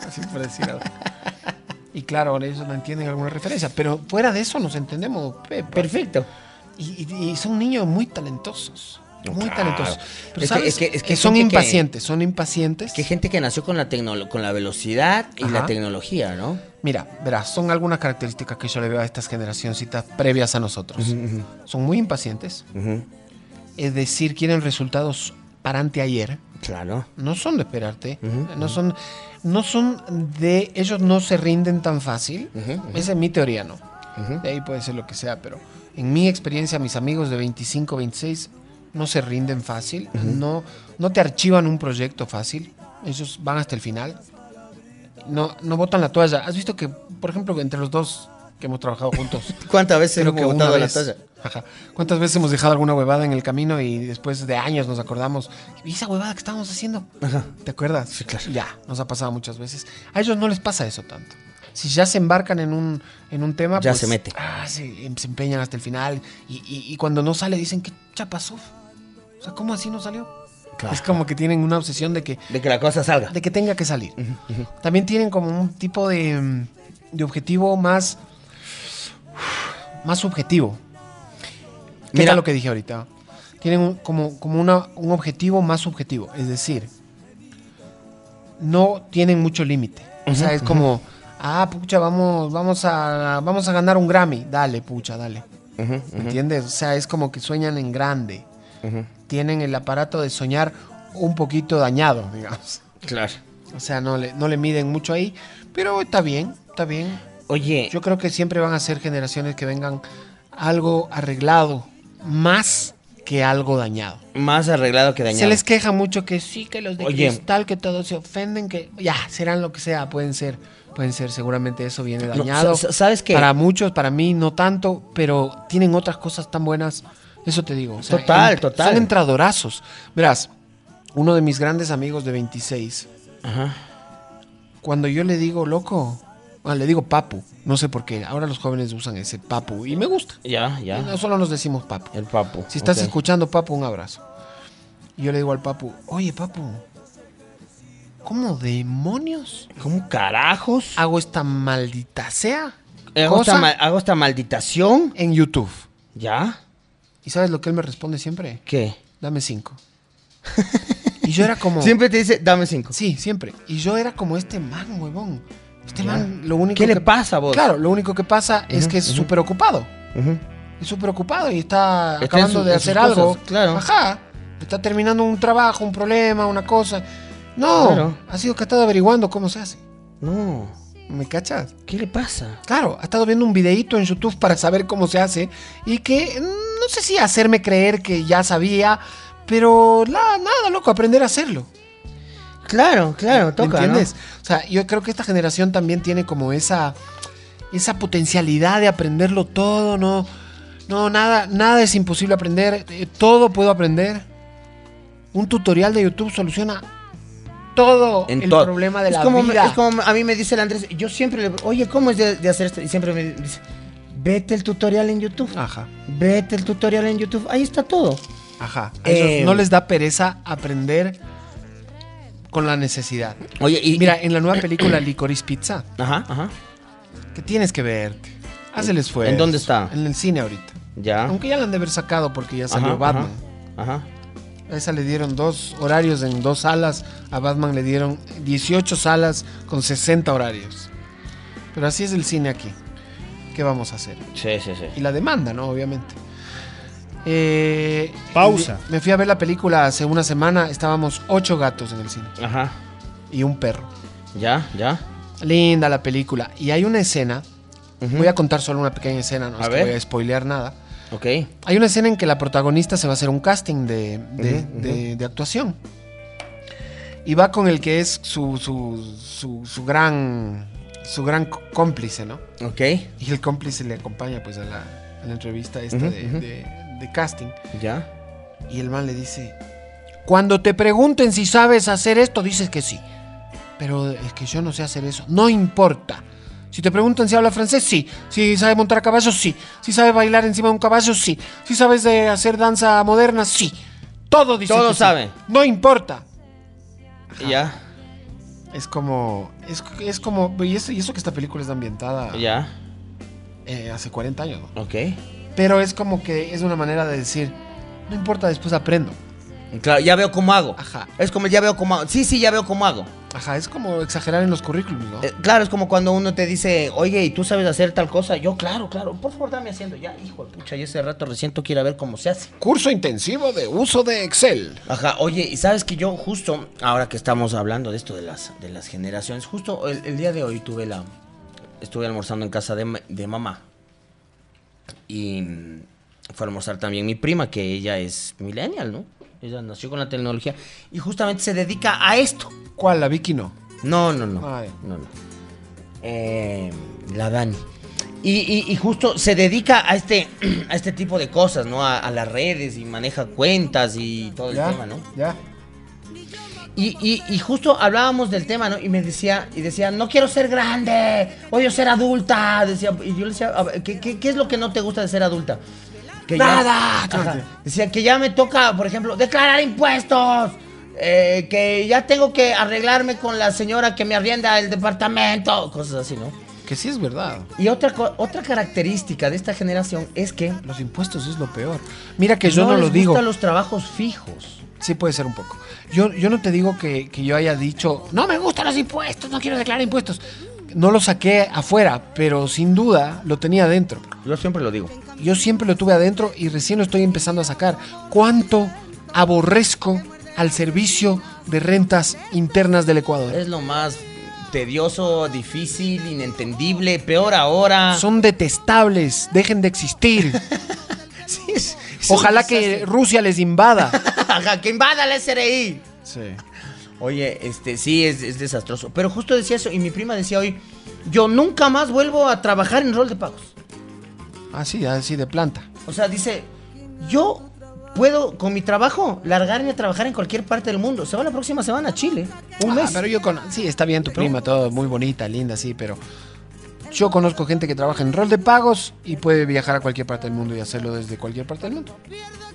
Speaker 5: Así por decir algo. Y claro, ellos no entienden alguna referencia, pero fuera de eso nos entendemos. Pepa.
Speaker 4: Perfecto.
Speaker 5: Y, y- y son niños muy talentosos. Muy
Speaker 4: Claro.
Speaker 5: talentosos.
Speaker 4: Es
Speaker 5: Pero
Speaker 4: que-
Speaker 5: ¿sabes?
Speaker 4: es que- es que
Speaker 5: son
Speaker 4: gente que-
Speaker 5: impacientes, son impacientes.
Speaker 4: Es que hay gente que nació con la, tecno- con la velocidad y la
Speaker 5: Ajá.
Speaker 4: tecnología, ¿no?
Speaker 5: Mira, verás, son algunas características que yo le veo a estas generacioncitas previas a nosotros. Son muy impacientes, es decir, quieren resultados para anteayer.
Speaker 4: Claro.
Speaker 5: No son de esperarte, no son, no son de ellos no se rinden tan fácil. Esa es mi teoría, no. De ahí puede ser lo que sea, pero en mi experiencia, mis amigos de 25, 26 no se rinden fácil, no, no te archivan un proyecto fácil. Ellos van hasta el final no, no botan la toalla. ¿Has visto que, por ejemplo, que entre los dos que hemos trabajado juntos?
Speaker 4: ¿Cuántas veces
Speaker 5: creo
Speaker 4: hemos
Speaker 5: que una
Speaker 4: botado la
Speaker 5: vez-
Speaker 4: talla?
Speaker 5: Ajá. ¿Cuántas veces hemos dejado alguna huevada en el camino y después de años nos acordamos? ¿Y esa huevada que estábamos haciendo? ¿Te acuerdas? Sí, claro. Ya, nos ha pasado muchas veces. A ellos no les pasa eso tanto. Si ya se embarcan en un, en un tema,
Speaker 4: Ya
Speaker 5: pues,
Speaker 4: se mete.
Speaker 5: Ah, sí, em- se empeñan hasta el final. Y, y- y cuando no sale, dicen, ¿qué ya pasó? O sea, ¿cómo así no salió?
Speaker 4: Claro.
Speaker 5: Es como que tienen una obsesión de que,
Speaker 4: De que la cosa salga.
Speaker 5: de que tenga que salir. También tienen como un tipo de, mm, de objetivo más, más subjetivo. ¿Qué
Speaker 4: Mira.
Speaker 5: tal lo que dije ahorita? Tienen un- como, como una- un objetivo más subjetivo. Es decir, no tienen mucho límite. O sea, es como, ah, pucha, vamos, vamos, a, vamos a ganar un Grammy. Dale, pucha, dale.
Speaker 4: Ujú, ujú.
Speaker 5: ¿Entiendes? O sea, es como que sueñan en grande. Tienen el aparato de soñar un poquito dañado, digamos.
Speaker 4: Claro.
Speaker 5: O sea, no le, no le miden mucho ahí. Pero está bien, está bien.
Speaker 4: Oye,
Speaker 5: Yo creo que siempre van a ser generaciones que vengan algo arreglado, más que algo dañado.
Speaker 4: más arreglado que dañado.
Speaker 5: Se les queja mucho que sí, que los de
Speaker 4: Oye.
Speaker 5: cristal, que todos se ofenden, que ya, serán lo que sea, pueden ser, pueden ser, seguramente eso viene
Speaker 4: No,
Speaker 5: dañado.
Speaker 4: sa- sa- ¿sabes qué?
Speaker 5: Para muchos, para mí no tanto, pero tienen otras cosas tan buenas, eso te digo. o sea,
Speaker 4: Total,
Speaker 5: en-
Speaker 4: total.
Speaker 5: Son entradorazos. Verás, uno de mis grandes amigos de 26,
Speaker 4: Ajá.
Speaker 5: cuando yo le digo loco, ah, le digo papu, no sé por qué, ahora los jóvenes usan ese papu y me gusta.
Speaker 4: Ya, ya.
Speaker 5: No solo nos decimos papu.
Speaker 4: El papu.
Speaker 5: Si estás
Speaker 4: Ok.
Speaker 5: escuchando, Papu, un abrazo. Y yo le digo al Papu, oye, Papu, ¿cómo demonios
Speaker 4: ¿Cómo carajos?
Speaker 5: hago esta maldita sea
Speaker 4: Hago
Speaker 5: cosa
Speaker 4: esta, ma- hago esta malditación.
Speaker 5: en YouTube?
Speaker 4: ¿Ya?
Speaker 5: ¿Y sabes lo que él me responde siempre?
Speaker 4: ¿Qué?
Speaker 5: Dame cinco. y yo era como...
Speaker 4: Siempre te dice, dame cinco.
Speaker 5: Sí, siempre. Y yo era como este man, huevón. Este man, lo único
Speaker 4: ¿Qué le
Speaker 5: que-
Speaker 4: pasa a vos?
Speaker 5: Claro, lo único que pasa es que es súper ocupado.
Speaker 4: Ujú.
Speaker 5: es súper ocupado y está,
Speaker 4: Está
Speaker 5: acabando
Speaker 4: en su-
Speaker 5: de
Speaker 4: en sus
Speaker 5: hacer algo.
Speaker 4: cosas, claro.
Speaker 5: Ajá. Está terminando un trabajo, un problema, una cosa. No,
Speaker 4: Claro.
Speaker 5: ha sido que ha estado averiguando cómo se hace.
Speaker 4: No.
Speaker 5: ¿Me cachas?
Speaker 4: ¿Qué le pasa?
Speaker 5: Claro, ha estado viendo un videíto en YouTube para saber cómo se hace y que mm, no sé si hacerme creer que ya sabía, pero la- nada, loco, aprender a hacerlo.
Speaker 4: Claro, claro,
Speaker 5: ¿Me
Speaker 4: toca. ¿no?
Speaker 5: ¿Entiendes? O sea, yo creo que esta generación también tiene como esa esa potencialidad de aprenderlo todo, no no nada nada es imposible aprender, eh, todo puedo aprender. Un tutorial de YouTube soluciona todo
Speaker 4: En
Speaker 5: el
Speaker 4: todo.
Speaker 5: problema de
Speaker 4: es
Speaker 5: la
Speaker 4: como,
Speaker 5: vida.
Speaker 4: Es como a mí me dice el Andrés, yo siempre le oye, ¿cómo es de, de hacer esto? Y siempre me dice, vete el tutorial en YouTube.
Speaker 5: Ajá,
Speaker 4: Vete el tutorial en YouTube. Ahí está todo.
Speaker 5: ajá. A ellos
Speaker 4: Eh,
Speaker 5: no les da pereza aprender con la necesidad.
Speaker 4: Oye, y.
Speaker 5: Mira, en la nueva película Licorice Pizza,
Speaker 4: Ajá, ajá.
Speaker 5: que tienes que verte. Haz el esfuerzo.
Speaker 4: ¿En dónde está?
Speaker 5: En el cine ahorita.
Speaker 4: Ya.
Speaker 5: Aunque ya la han de haber sacado porque ya salió
Speaker 4: Ah. Ajá,
Speaker 5: Batman.
Speaker 4: Ajá. ajá.
Speaker 5: A esa le dieron dos horarios en dos salas. A Batman le dieron 18 salas con 60 horarios. Pero así es el cine aquí. ¿Qué vamos a hacer?
Speaker 4: Sí, sí, sí.
Speaker 5: Y la demanda, ¿no? Obviamente. Eh,
Speaker 9: Pausa.
Speaker 5: me- Me fui a ver la película hace una semana. Estábamos ocho gatos en el cine
Speaker 4: Ajá.
Speaker 5: y un perro.
Speaker 4: Ya, ya.
Speaker 5: Linda la película. Y hay una escena.
Speaker 4: Ujú.
Speaker 5: Voy a contar solo una pequeña escena. No
Speaker 4: A
Speaker 5: es que
Speaker 4: ver.
Speaker 5: voy a spoilear nada.
Speaker 4: Ok.
Speaker 5: Hay una escena en que la protagonista se va a hacer un casting de, de- de- de actuación. Y va con el que es su, su- su- su gran su gran c- cómplice, ¿no?
Speaker 4: Ok.
Speaker 5: Y el cómplice le acompaña pues a la, a la entrevista esta
Speaker 4: Ujú,
Speaker 5: de,
Speaker 4: ujú.
Speaker 5: de- de casting.
Speaker 4: Ya.
Speaker 5: Y el man le dice, cuando te pregunten si sabes hacer esto, dices que sí. Pero es que yo no sé hacer eso. No importa. Si te preguntan si habla francés, sí. Si sabe montar a caballo, sí. Si sabe bailar encima de un caballo, sí. Si sabes de hacer danza moderna, sí. Todo dice.
Speaker 4: Todo
Speaker 5: que sí.
Speaker 4: sabe.
Speaker 5: No importa.
Speaker 4: Ya.
Speaker 5: Es como. Es, es como. Y eso, y eso que esta película está ambientada
Speaker 4: Ya.
Speaker 5: eh, hace 40 años. ¿no?
Speaker 4: Ok.
Speaker 5: Pero es como que es una manera de decir. No importa, después aprendo.
Speaker 4: Claro, ya veo cómo hago.
Speaker 5: Ajá.
Speaker 4: Es como ya veo cómo hago. Sí, sí, ya veo cómo hago.
Speaker 5: Ajá, es como exagerar en los currículums, ¿no?
Speaker 4: Eh, claro, es como cuando uno te dice, oye, ¿y tú sabes hacer tal cosa? Yo, claro, claro, por favor dame haciendo. Ya, hijo de pucha, yo ese rato recién tengo que ir a ver cómo se hace.
Speaker 5: Curso intensivo de uso de Excel.
Speaker 4: Ajá, oye, y sabes que yo justo, ahora que estamos hablando de esto de las, de las generaciones, justo el, el día de hoy tuve la... Estuve almorzando en casa de, ma- de mamá. Y mm, fue a almorzar también mi prima, que ella es millennial, ¿no? Ella nació con la tecnología y justamente se dedica a esto.
Speaker 5: ¿Cuál? La Vicky no.
Speaker 4: No, no, no.
Speaker 5: Ay.
Speaker 4: No, no. Eh, la Dani. Y, y- y justo se dedica a este, a este tipo de cosas, ¿no? A, a las redes y maneja cuentas y todo el tema, ¿no?
Speaker 5: Ya.
Speaker 4: Y, y- y justo hablábamos del tema, ¿no? Y me decía, y decía, no quiero ser grande, odio ser adulta. Decía, y yo le decía, a ver, ¿qué, qué, qué es lo que no te gusta de ser adulta? que
Speaker 5: Nada.
Speaker 4: Ya, Ajá. decía que ya me toca, por ejemplo, declarar impuestos. eh, que ya tengo que arreglarme con la señora que me arrienda el departamento. Cosas así, ¿no?
Speaker 5: Que sí es verdad.
Speaker 4: Y otra, co- otra característica de esta generación es que
Speaker 5: Los impuestos es lo peor. Mira que yo no,
Speaker 4: les
Speaker 5: lo digo.
Speaker 4: gustan los trabajos fijos.
Speaker 5: Sí puede ser un poco. Yo, yo no te digo que, que yo haya dicho, no me gustan los impuestos, no quiero declarar impuestos. No lo saqué afuera, pero sin duda lo tenía adentro.
Speaker 4: Yo siempre lo digo.
Speaker 5: Yo siempre lo tuve adentro y recién lo estoy empezando a sacar. ¿Cuánto aborrezco al servicio de rentas internas del Ecuador?
Speaker 4: Es lo más tedioso, difícil, inentendible, peor ahora.
Speaker 5: Son detestables, dejen de existir.
Speaker 4: Sí, es- es un
Speaker 5: Ojalá que
Speaker 4: desastre.
Speaker 5: Rusia les invada.
Speaker 4: Ajá, que invada el SRI.
Speaker 5: Sí.
Speaker 4: Oye, este, sí, es, es desastroso. Pero justo decía eso, y mi prima decía hoy, yo nunca más vuelvo a trabajar en rol de pagos. Ah,
Speaker 5: Así, así de planta.
Speaker 4: O sea, dice, yo puedo, con mi trabajo, largarme a trabajar en cualquier parte del mundo. Se va la próxima semana a Chile. Un
Speaker 5: Ah,
Speaker 4: mes.
Speaker 5: pero yo con... Sí, está bien tu prima, todo muy bonita, linda, sí, pero... Yo conozco gente que trabaja en rol de pagos y puede viajar a cualquier parte del mundo y hacerlo desde cualquier parte del mundo.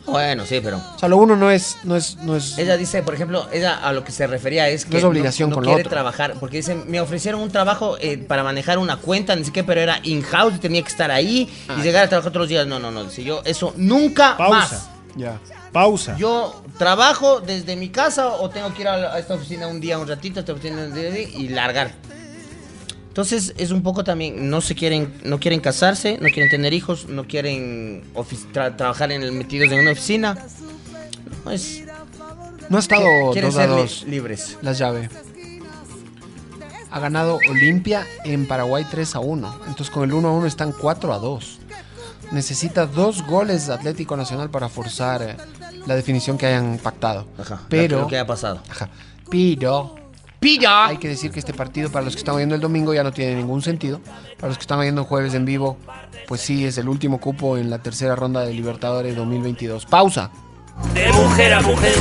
Speaker 4: Bueno, sí, pero...
Speaker 5: O sea, lo uno no es... No es, no es
Speaker 4: Ella dice, por ejemplo, ella a lo que se refería es que
Speaker 5: No es obligación
Speaker 4: no
Speaker 5: con lo
Speaker 4: quiere
Speaker 5: otro.
Speaker 4: trabajar, porque dice, me ofrecieron un trabajo eh, para manejar una cuenta, ni siquiera, pero era in-house, y tenía que estar ahí
Speaker 5: Ah,
Speaker 4: y llegar a trabajar todos los días. No, no, no, dice yo, eso nunca
Speaker 9: Pausa.
Speaker 4: más.
Speaker 5: Ya.
Speaker 9: Pausa.
Speaker 4: Yo trabajo desde mi casa o tengo que ir a, la- a esta oficina un día, un ratito, a esta oficina un día y largar. Entonces es un poco también, no se quieren, no quieren casarse, no quieren tener hijos, no quieren ofi- tra- trabajar en el metidos en una oficina. No es,
Speaker 5: No ha estado
Speaker 4: quieren
Speaker 5: dos a
Speaker 4: ser li-
Speaker 5: dos
Speaker 4: libres.
Speaker 5: la llave. Ha ganado Olimpia en Paraguay 3 a 1. Entonces con el 1 a 1 están 4 a 2. Necesita dos goles de Atlético Nacional para forzar eh, la definición que hayan pactado.
Speaker 4: Ajá.
Speaker 5: Pero-
Speaker 4: Lo que ha pasado.
Speaker 5: Ajá. Pero
Speaker 4: ¡Pilla!
Speaker 5: Hay que decir que este partido, para los que están oyendo el domingo, ya no tiene ningún sentido. Para los que están oyendo el jueves en vivo, pues sí, es el último cupo en la tercera ronda de Libertadores 2022. Pausa.
Speaker 1: De mujer a mujer,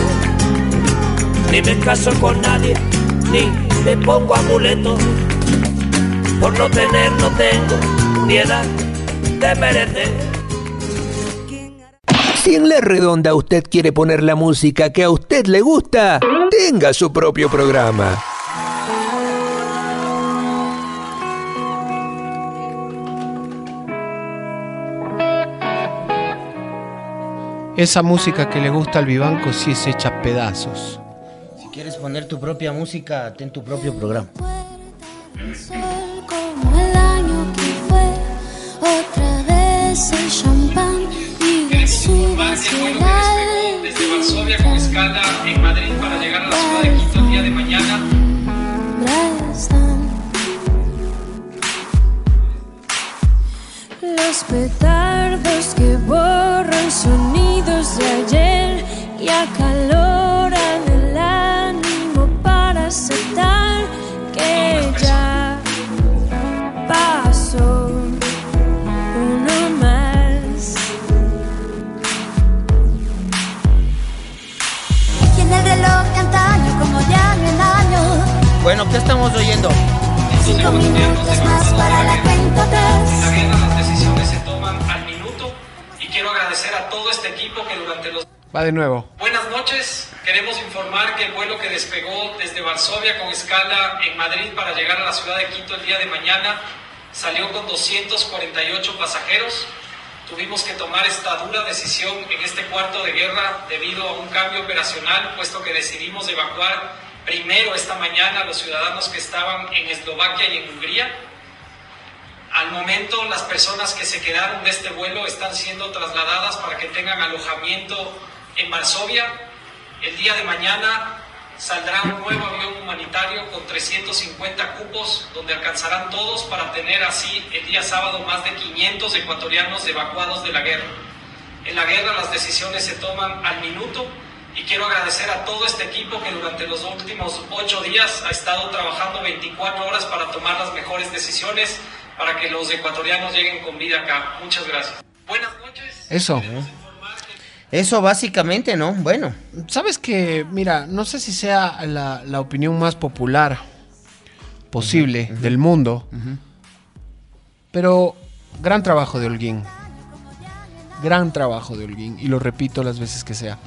Speaker 1: ni me caso con nadie, ni me pongo amuleto. Por no tener, no tengo ni edad de merecer.
Speaker 8: Si en la redonda usted quiere poner la música que a usted le gusta, tenga su propio programa.
Speaker 5: Esa música que le gusta al Vivanco sí es hecha pedazos.
Speaker 4: Si quieres poner tu propia música, ten tu propio programa.
Speaker 2: El sol como el año que fue, otra vez el champán y las uvas y el alquitrán.
Speaker 1: en Madrid para llegar a la ciudad de Quito el día de mañana.
Speaker 2: Abrazan Los petardos que borran sonidos de ayer y acaloran el ánimo para aceptar que ya pasó uno más. Y en el reloj de antaño, como ya no en año,
Speaker 4: Bueno, ¿qué estamos oyendo?
Speaker 2: Cinco minutos más para la cuenta atrás.
Speaker 1: También las decisiones se toman al minuto y quiero agradecer a todo este equipo que durante los
Speaker 5: Va de nuevo.
Speaker 1: Buenas noches, queremos informar que el vuelo que despegó desde Varsovia con escala en Madrid para llegar a la ciudad de Quito el día de mañana salió con 248 pasajeros. Tuvimos que tomar esta dura decisión en este cuarto de guerra debido a un cambio operacional, puesto que decidimos evacuar primero esta mañana a los ciudadanos que estaban en Eslovaquia y en Hungría. Al momento, las personas que se quedaron de este vuelo están siendo trasladadas para que tengan alojamiento en Varsovia. El día de mañana saldrá un nuevo avión humanitario con 350 cupos, donde alcanzarán todos para tener así el día sábado más de 500 ecuatorianos evacuados de la guerra. En la guerra las decisiones se toman al minuto y quiero agradecer a todo este equipo que durante los últimos ocho días ha estado trabajando 24 horas para tomar las mejores decisiones para que los ecuatorianos lleguen con vida acá. Muchas gracias. Buenas noches.
Speaker 5: Eso.
Speaker 4: Eso básicamente, ¿no? Bueno.
Speaker 5: Sabes que, mira, no sé si sea la, la opinión más popular posible del mundo, pero gran trabajo de Holguín. gran trabajo de Holguín y lo repito las veces que sea.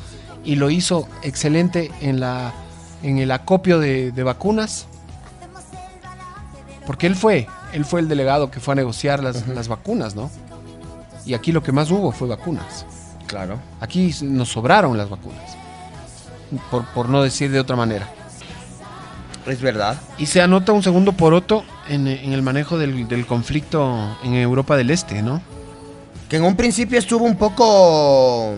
Speaker 5: Y lo hizo excelente en, la, en el acopio de, de vacunas, porque él fue, él fue el delegado que fue a negociar las, las vacunas, ¿no? Y aquí lo que más hubo fue vacunas.
Speaker 4: Claro.
Speaker 5: Aquí nos sobraron las vacunas, por, por no decir de otra manera.
Speaker 4: Es verdad.
Speaker 5: Y se anota un segundo poroto en, en el manejo del, del conflicto en Europa del Este, ¿no?
Speaker 4: Que en un principio estuvo un poco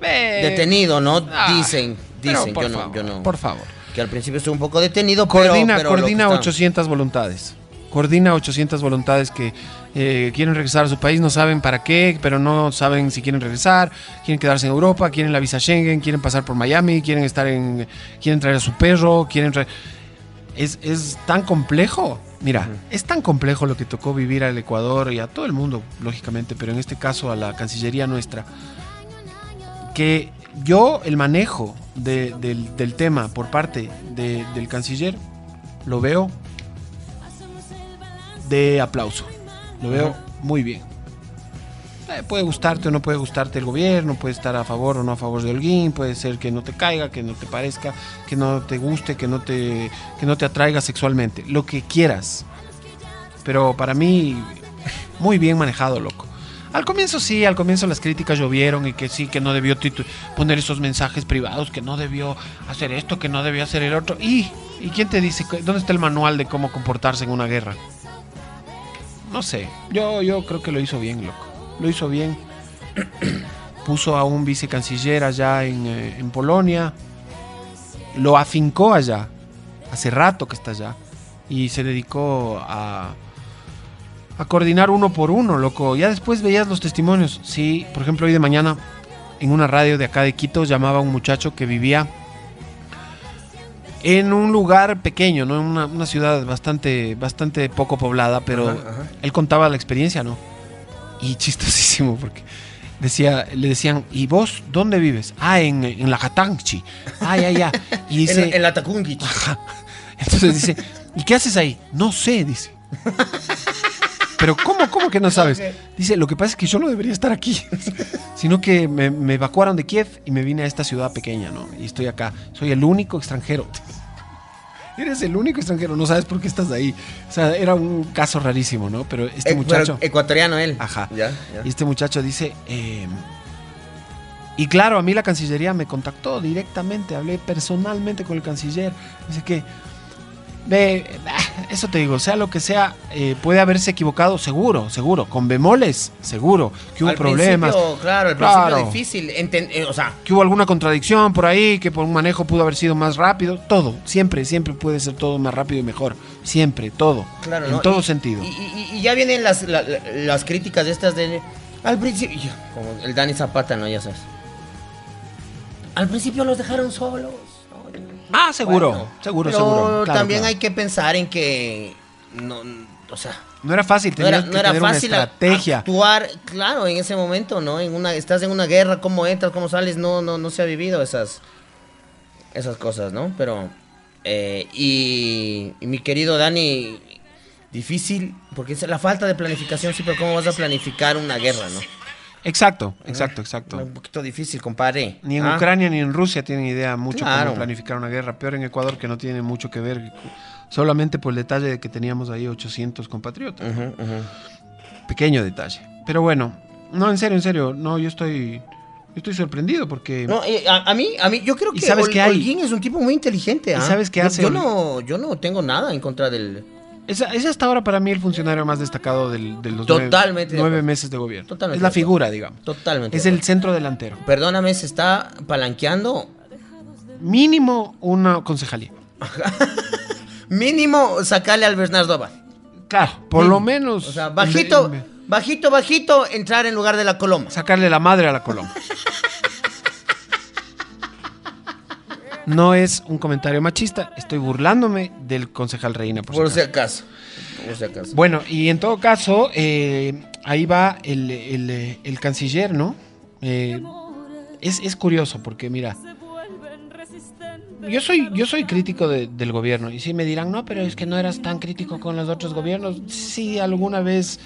Speaker 4: detenido, ¿no?
Speaker 5: Eh, ah,
Speaker 4: dicen,
Speaker 5: pero
Speaker 4: dicen,
Speaker 5: por
Speaker 4: yo no,
Speaker 5: favor,
Speaker 4: yo no.
Speaker 5: Por favor.
Speaker 4: Que al principio estuvo un poco detenido, pero-
Speaker 5: Coordina,
Speaker 4: pero... lo que
Speaker 5: coordina
Speaker 4: está-
Speaker 5: 800 voluntades. Coordina 800 voluntades que eh, quieren regresar a su país, no saben para qué, pero no saben si quieren regresar, quieren quedarse en Europa, quieren la visa Schengen, quieren pasar por Miami, quieren estar en, quieren traer a su perro, quieren traer- es, es tan complejo. Mira, es tan complejo lo que tocó vivir al Ecuador y a todo el mundo, lógicamente, pero en este caso a la Cancillería nuestra, que yo el manejo de- del, del tema por parte de- del canciller lo veo de aplauso. Lo veo muy bien. Eh, puede gustarte o no puede gustarte el gobierno, puede estar a favor o no a favor de Holguín, puede ser que no te caiga, que no te parezca, que no te guste, que no te, que no te atraiga sexualmente, lo que quieras. Pero para mí, muy bien manejado, loco. Al comienzo sí, al comienzo las críticas llovieron y que sí, que no debió titu- poner esos mensajes privados, que no debió hacer esto, que no debió hacer el otro. ¿Y, ¿Y quién te dice? que- ¿Dónde está el manual de cómo comportarse en una guerra? No sé, yo, yo creo que lo hizo bien, loco. Lo hizo bien. Puso a un vicecanciller allá en, eh, en Polonia. Lo afincó allá. Hace rato que está allá. Y se dedicó a, a coordinar uno por uno, loco. Ya después veías los testimonios. Sí, por ejemplo, hoy de mañana en una radio de acá de Quito llamaba a un muchacho que vivía en un lugar pequeño, ¿no? En una, una ciudad bastante, bastante poco poblada, pero él contaba la experiencia, ¿no? Y chistosísimo, porque decía, le decían, ¿y vos dónde vives? Ah, en, en la Jatanchi. Ah, ya, ya. Y
Speaker 4: En, eh,
Speaker 5: dice, Ah, este
Speaker 4: en la Tacunguich.
Speaker 5: Ajá. Entonces dice, ¿y qué haces ahí? No sé, dice. Pero ¿cómo, cómo que no sabes? Dice, lo que pasa es que yo no debería estar aquí, sino que me, me evacuaron de Kiev y me vine a esta ciudad pequeña, ¿no? Y estoy acá, soy el único extranjero. Eres el único extranjero, no sabes por qué estás ahí. O sea, era un caso rarísimo, ¿no? Pero este
Speaker 4: Eh,
Speaker 5: muchacho...
Speaker 4: pero Ecuatoriano él.
Speaker 5: Ajá.
Speaker 4: Ya, ya.
Speaker 5: Y este muchacho dice, eh, y claro, a mí la Cancillería me contactó directamente, hablé personalmente con el canciller. Dice que, ve, bah, eso te digo, sea lo que sea, eh, puede haberse equivocado, seguro, seguro, con bemoles, seguro, que hubo
Speaker 4: Al
Speaker 5: problemas.
Speaker 4: principio, Claro, al
Speaker 5: Claro.
Speaker 4: principio difícil. enten- eh, o sea,
Speaker 5: Que hubo alguna contradicción por ahí, que por un manejo pudo haber sido más rápido, todo, siempre, siempre puede ser todo más rápido y mejor, siempre, todo,
Speaker 4: Claro,
Speaker 5: en
Speaker 4: ¿no?
Speaker 5: todo
Speaker 4: Y-
Speaker 5: sentido.
Speaker 4: Y, y- y ya vienen las, la- la- las críticas de estas de. Al principio. Como el Dani Zapata, ¿no? Ya sabes. Al principio los dejaron solos.
Speaker 5: ah, seguro,
Speaker 4: Bueno,
Speaker 5: seguro,
Speaker 4: pero
Speaker 5: seguro. claro,
Speaker 4: también
Speaker 5: claro.
Speaker 4: hay que pensar en que. No, o sea.
Speaker 5: No era fácil,
Speaker 4: No
Speaker 5: tenías
Speaker 4: era,
Speaker 5: que
Speaker 4: no era
Speaker 5: tener
Speaker 4: fácil
Speaker 5: una estrategia.
Speaker 4: actuar, claro, en ese momento, ¿no? En una, estás en una guerra, cómo entras, cómo sales, no, no, no se ha vivido esas, esas cosas, ¿no? Pero, eh, y, y mi querido Dani, difícil, porque es la falta de planificación, sí, pero ¿cómo vas a planificar una guerra, no?
Speaker 5: Exacto, exacto, exacto.
Speaker 4: Un poquito difícil, compadre.
Speaker 5: Ni en
Speaker 4: ¿ah?
Speaker 5: Ucrania ni en Rusia tienen idea mucho
Speaker 4: Claro.
Speaker 5: cómo planificar una guerra. Peor en Ecuador, que no tiene mucho que ver. Solamente por el detalle de que teníamos ahí 800 compatriotas.
Speaker 4: Ujú, ujú. Mm.
Speaker 5: Pequeño detalle. Pero bueno, no, en serio, en serio. No, yo estoy, yo estoy sorprendido porque...
Speaker 4: No, eh, a, a mí, a mí, yo creo
Speaker 5: ¿Y
Speaker 4: que
Speaker 5: sabes
Speaker 4: Ol-
Speaker 5: qué hay?
Speaker 4: Holguín es un tipo muy inteligente,
Speaker 5: ¿Y
Speaker 4: ¿ah?
Speaker 5: sabes qué
Speaker 4: Yo-
Speaker 5: hace
Speaker 4: Yo,
Speaker 5: Ol-
Speaker 4: no, yo no tengo nada en contra del...
Speaker 5: Es, es hasta ahora para mí el funcionario más destacado del, de los
Speaker 4: Totalmente de
Speaker 5: nueve, nueve
Speaker 4: acuerdo.
Speaker 5: meses de gobierno.
Speaker 4: Totalmente
Speaker 5: es la
Speaker 4: de acuerdo.
Speaker 5: figura, digamos.
Speaker 4: Totalmente.
Speaker 5: Es
Speaker 4: de
Speaker 5: el
Speaker 4: acuerdo.
Speaker 5: centro delantero.
Speaker 4: Perdóname, se está palanqueando
Speaker 5: Mínimo una concejalía.
Speaker 4: Mínimo sacarle al Bernardo Abad.
Speaker 5: Claro, Mm. por lo menos...
Speaker 4: O sea, bajito, bajito, bajito, entrar en lugar de la coloma.
Speaker 5: sacarle la madre a la coloma. No es un comentario machista, estoy burlándome del concejal Reina. Por si
Speaker 4: Por
Speaker 5: acaso.
Speaker 4: si acaso. Por si acaso.
Speaker 5: Bueno, y en todo caso, eh, ahí va el, el, eh, el canciller, ¿no? Eh, es, es curioso porque, mira, yo soy, yo soy crítico de- del gobierno y sí me dirán, no, pero es que no eras tan crítico con los otros gobiernos. Sí, alguna vez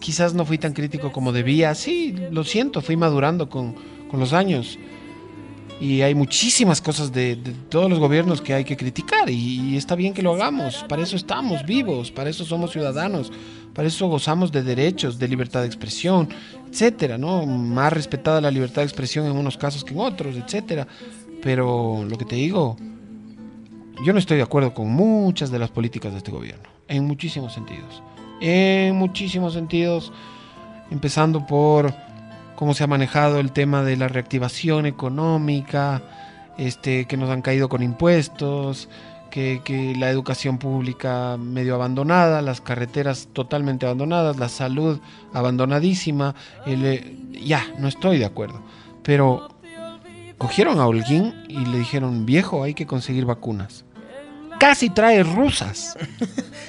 Speaker 5: quizás no fui tan crítico como debía. Sí, lo siento, fui madurando con, con los años. Y hay muchísimas cosas de, de todos los gobiernos que hay que criticar y, y está bien que lo hagamos. Para eso estamos vivos, para eso somos ciudadanos, para eso gozamos de derechos, de libertad de expresión, etcétera, ¿no? Más respetada la libertad de expresión en unos casos que en otros, etcétera. Pero lo que te digo, yo no estoy de acuerdo con muchas de las políticas de este gobierno, en muchísimos sentidos. En muchísimos sentidos, empezando por cómo se ha manejado el tema de la reactivación económica, este, que nos han caído con impuestos, que, que la educación pública medio abandonada, las carreteras totalmente abandonadas, la salud abandonadísima. el, eh, ya, no estoy de acuerdo. Pero cogieron a Holguín y le dijeron, viejo, hay que conseguir vacunas. Casi trae rusas.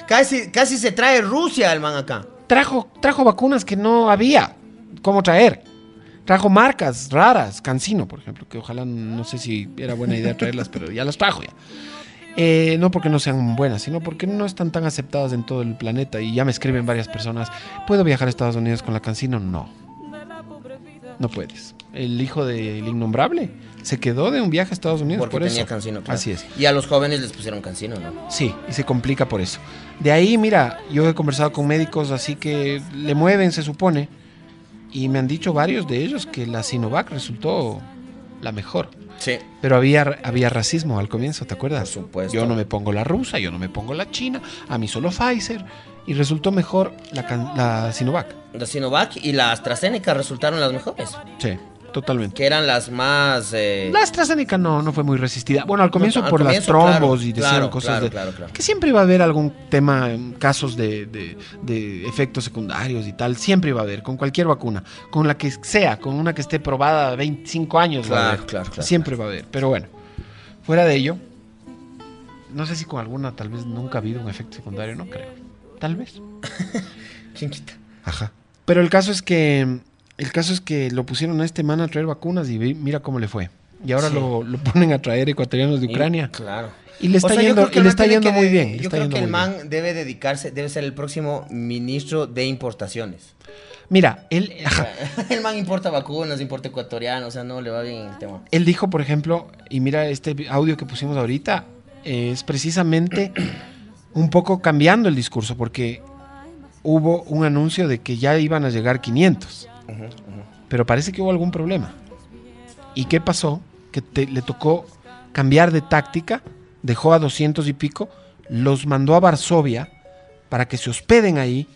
Speaker 4: Casi, casi se trae Rusia al man acá.
Speaker 5: Trajo, trajo vacunas que no había cómo traer. Trajo marcas raras, Cancino, por ejemplo, que ojalá no sé si era buena idea traerlas, pero ya las trajo ya. Eh, no porque no sean buenas, sino porque no están tan aceptadas en todo el planeta. Y ya me escriben varias personas, ¿puedo viajar a Estados Unidos con la Cancino? No. No puedes. El hijo del innombrable se quedó de un viaje a Estados Unidos
Speaker 4: Porque
Speaker 5: por
Speaker 4: tenía
Speaker 5: eso.
Speaker 4: cancino. claro.
Speaker 5: Así es.
Speaker 4: Y a los jóvenes les pusieron cancino, ¿no?
Speaker 5: Sí, y se complica por eso. De ahí, mira, yo he conversado con médicos, así que le mueven, se supone, y me han dicho varios de ellos que la Sinovac resultó la mejor.
Speaker 4: Sí.
Speaker 5: Pero había, había racismo al comienzo, ¿te acuerdas?
Speaker 4: Por supuesto.
Speaker 5: Yo no me pongo la rusa, yo no me pongo la china, a mí solo Pfizer, y resultó mejor la, can- la Sinovac.
Speaker 4: La Sinovac y la AstraZeneca resultaron las mejores,
Speaker 5: Sí, totalmente.
Speaker 4: que eran las más... eh,
Speaker 5: La AstraZeneca no, no fue muy resistida. Bueno, al comienzo
Speaker 4: al
Speaker 5: por
Speaker 4: comienzo,
Speaker 5: las trombos
Speaker 4: claro,
Speaker 5: y decían
Speaker 4: claro,
Speaker 5: cosas
Speaker 4: claro,
Speaker 5: de-
Speaker 4: claro, claro.
Speaker 5: Que siempre iba a haber algún tema, em, casos de, de- de efectos secundarios y tal. Siempre iba a haber, con cualquier vacuna. Con la que sea, con una que esté probada 25 años. va a
Speaker 4: Claro,
Speaker 5: haber.
Speaker 4: claro, claro.
Speaker 5: Siempre va a haber. Pero bueno, fuera de ello, no sé si con alguna tal vez nunca ha habido un efecto secundario, no creo. Tal vez.
Speaker 4: ¿Quién quita?
Speaker 5: Ajá. Pero el caso es que el caso es que lo pusieron a este man a traer vacunas y ve- mira cómo le fue. Y ahora lo, lo ponen a traer ecuatorianos de Ucrania.
Speaker 4: Y- claro.
Speaker 5: Y le está
Speaker 4: O sea, yo
Speaker 5: yendo,
Speaker 4: creo que
Speaker 5: y
Speaker 4: el
Speaker 5: le
Speaker 4: man
Speaker 5: está
Speaker 4: tiene
Speaker 5: yendo
Speaker 4: que
Speaker 5: muy
Speaker 4: de-
Speaker 5: bien. le
Speaker 4: Yo
Speaker 5: está
Speaker 4: creo
Speaker 5: yendo
Speaker 4: que el
Speaker 5: muy
Speaker 4: man
Speaker 5: bien.
Speaker 4: debe dedicarse, debe ser el próximo ministro de importaciones.
Speaker 5: Mira, él, ajá,
Speaker 4: el man importa vacunas, importa ecuatoriano, o sea, no le va bien el tema.
Speaker 5: él dijo, por ejemplo, y mira este audio que pusimos ahorita, eh, es precisamente un poco cambiando el discurso, porque hubo un anuncio de que ya iban a llegar 500. Pero parece que hubo algún problema. ¿Y qué pasó? Que te- le tocó cambiar de táctica, dejó a 200 y pico, los mandó a Varsovia para que se hospeden ahí,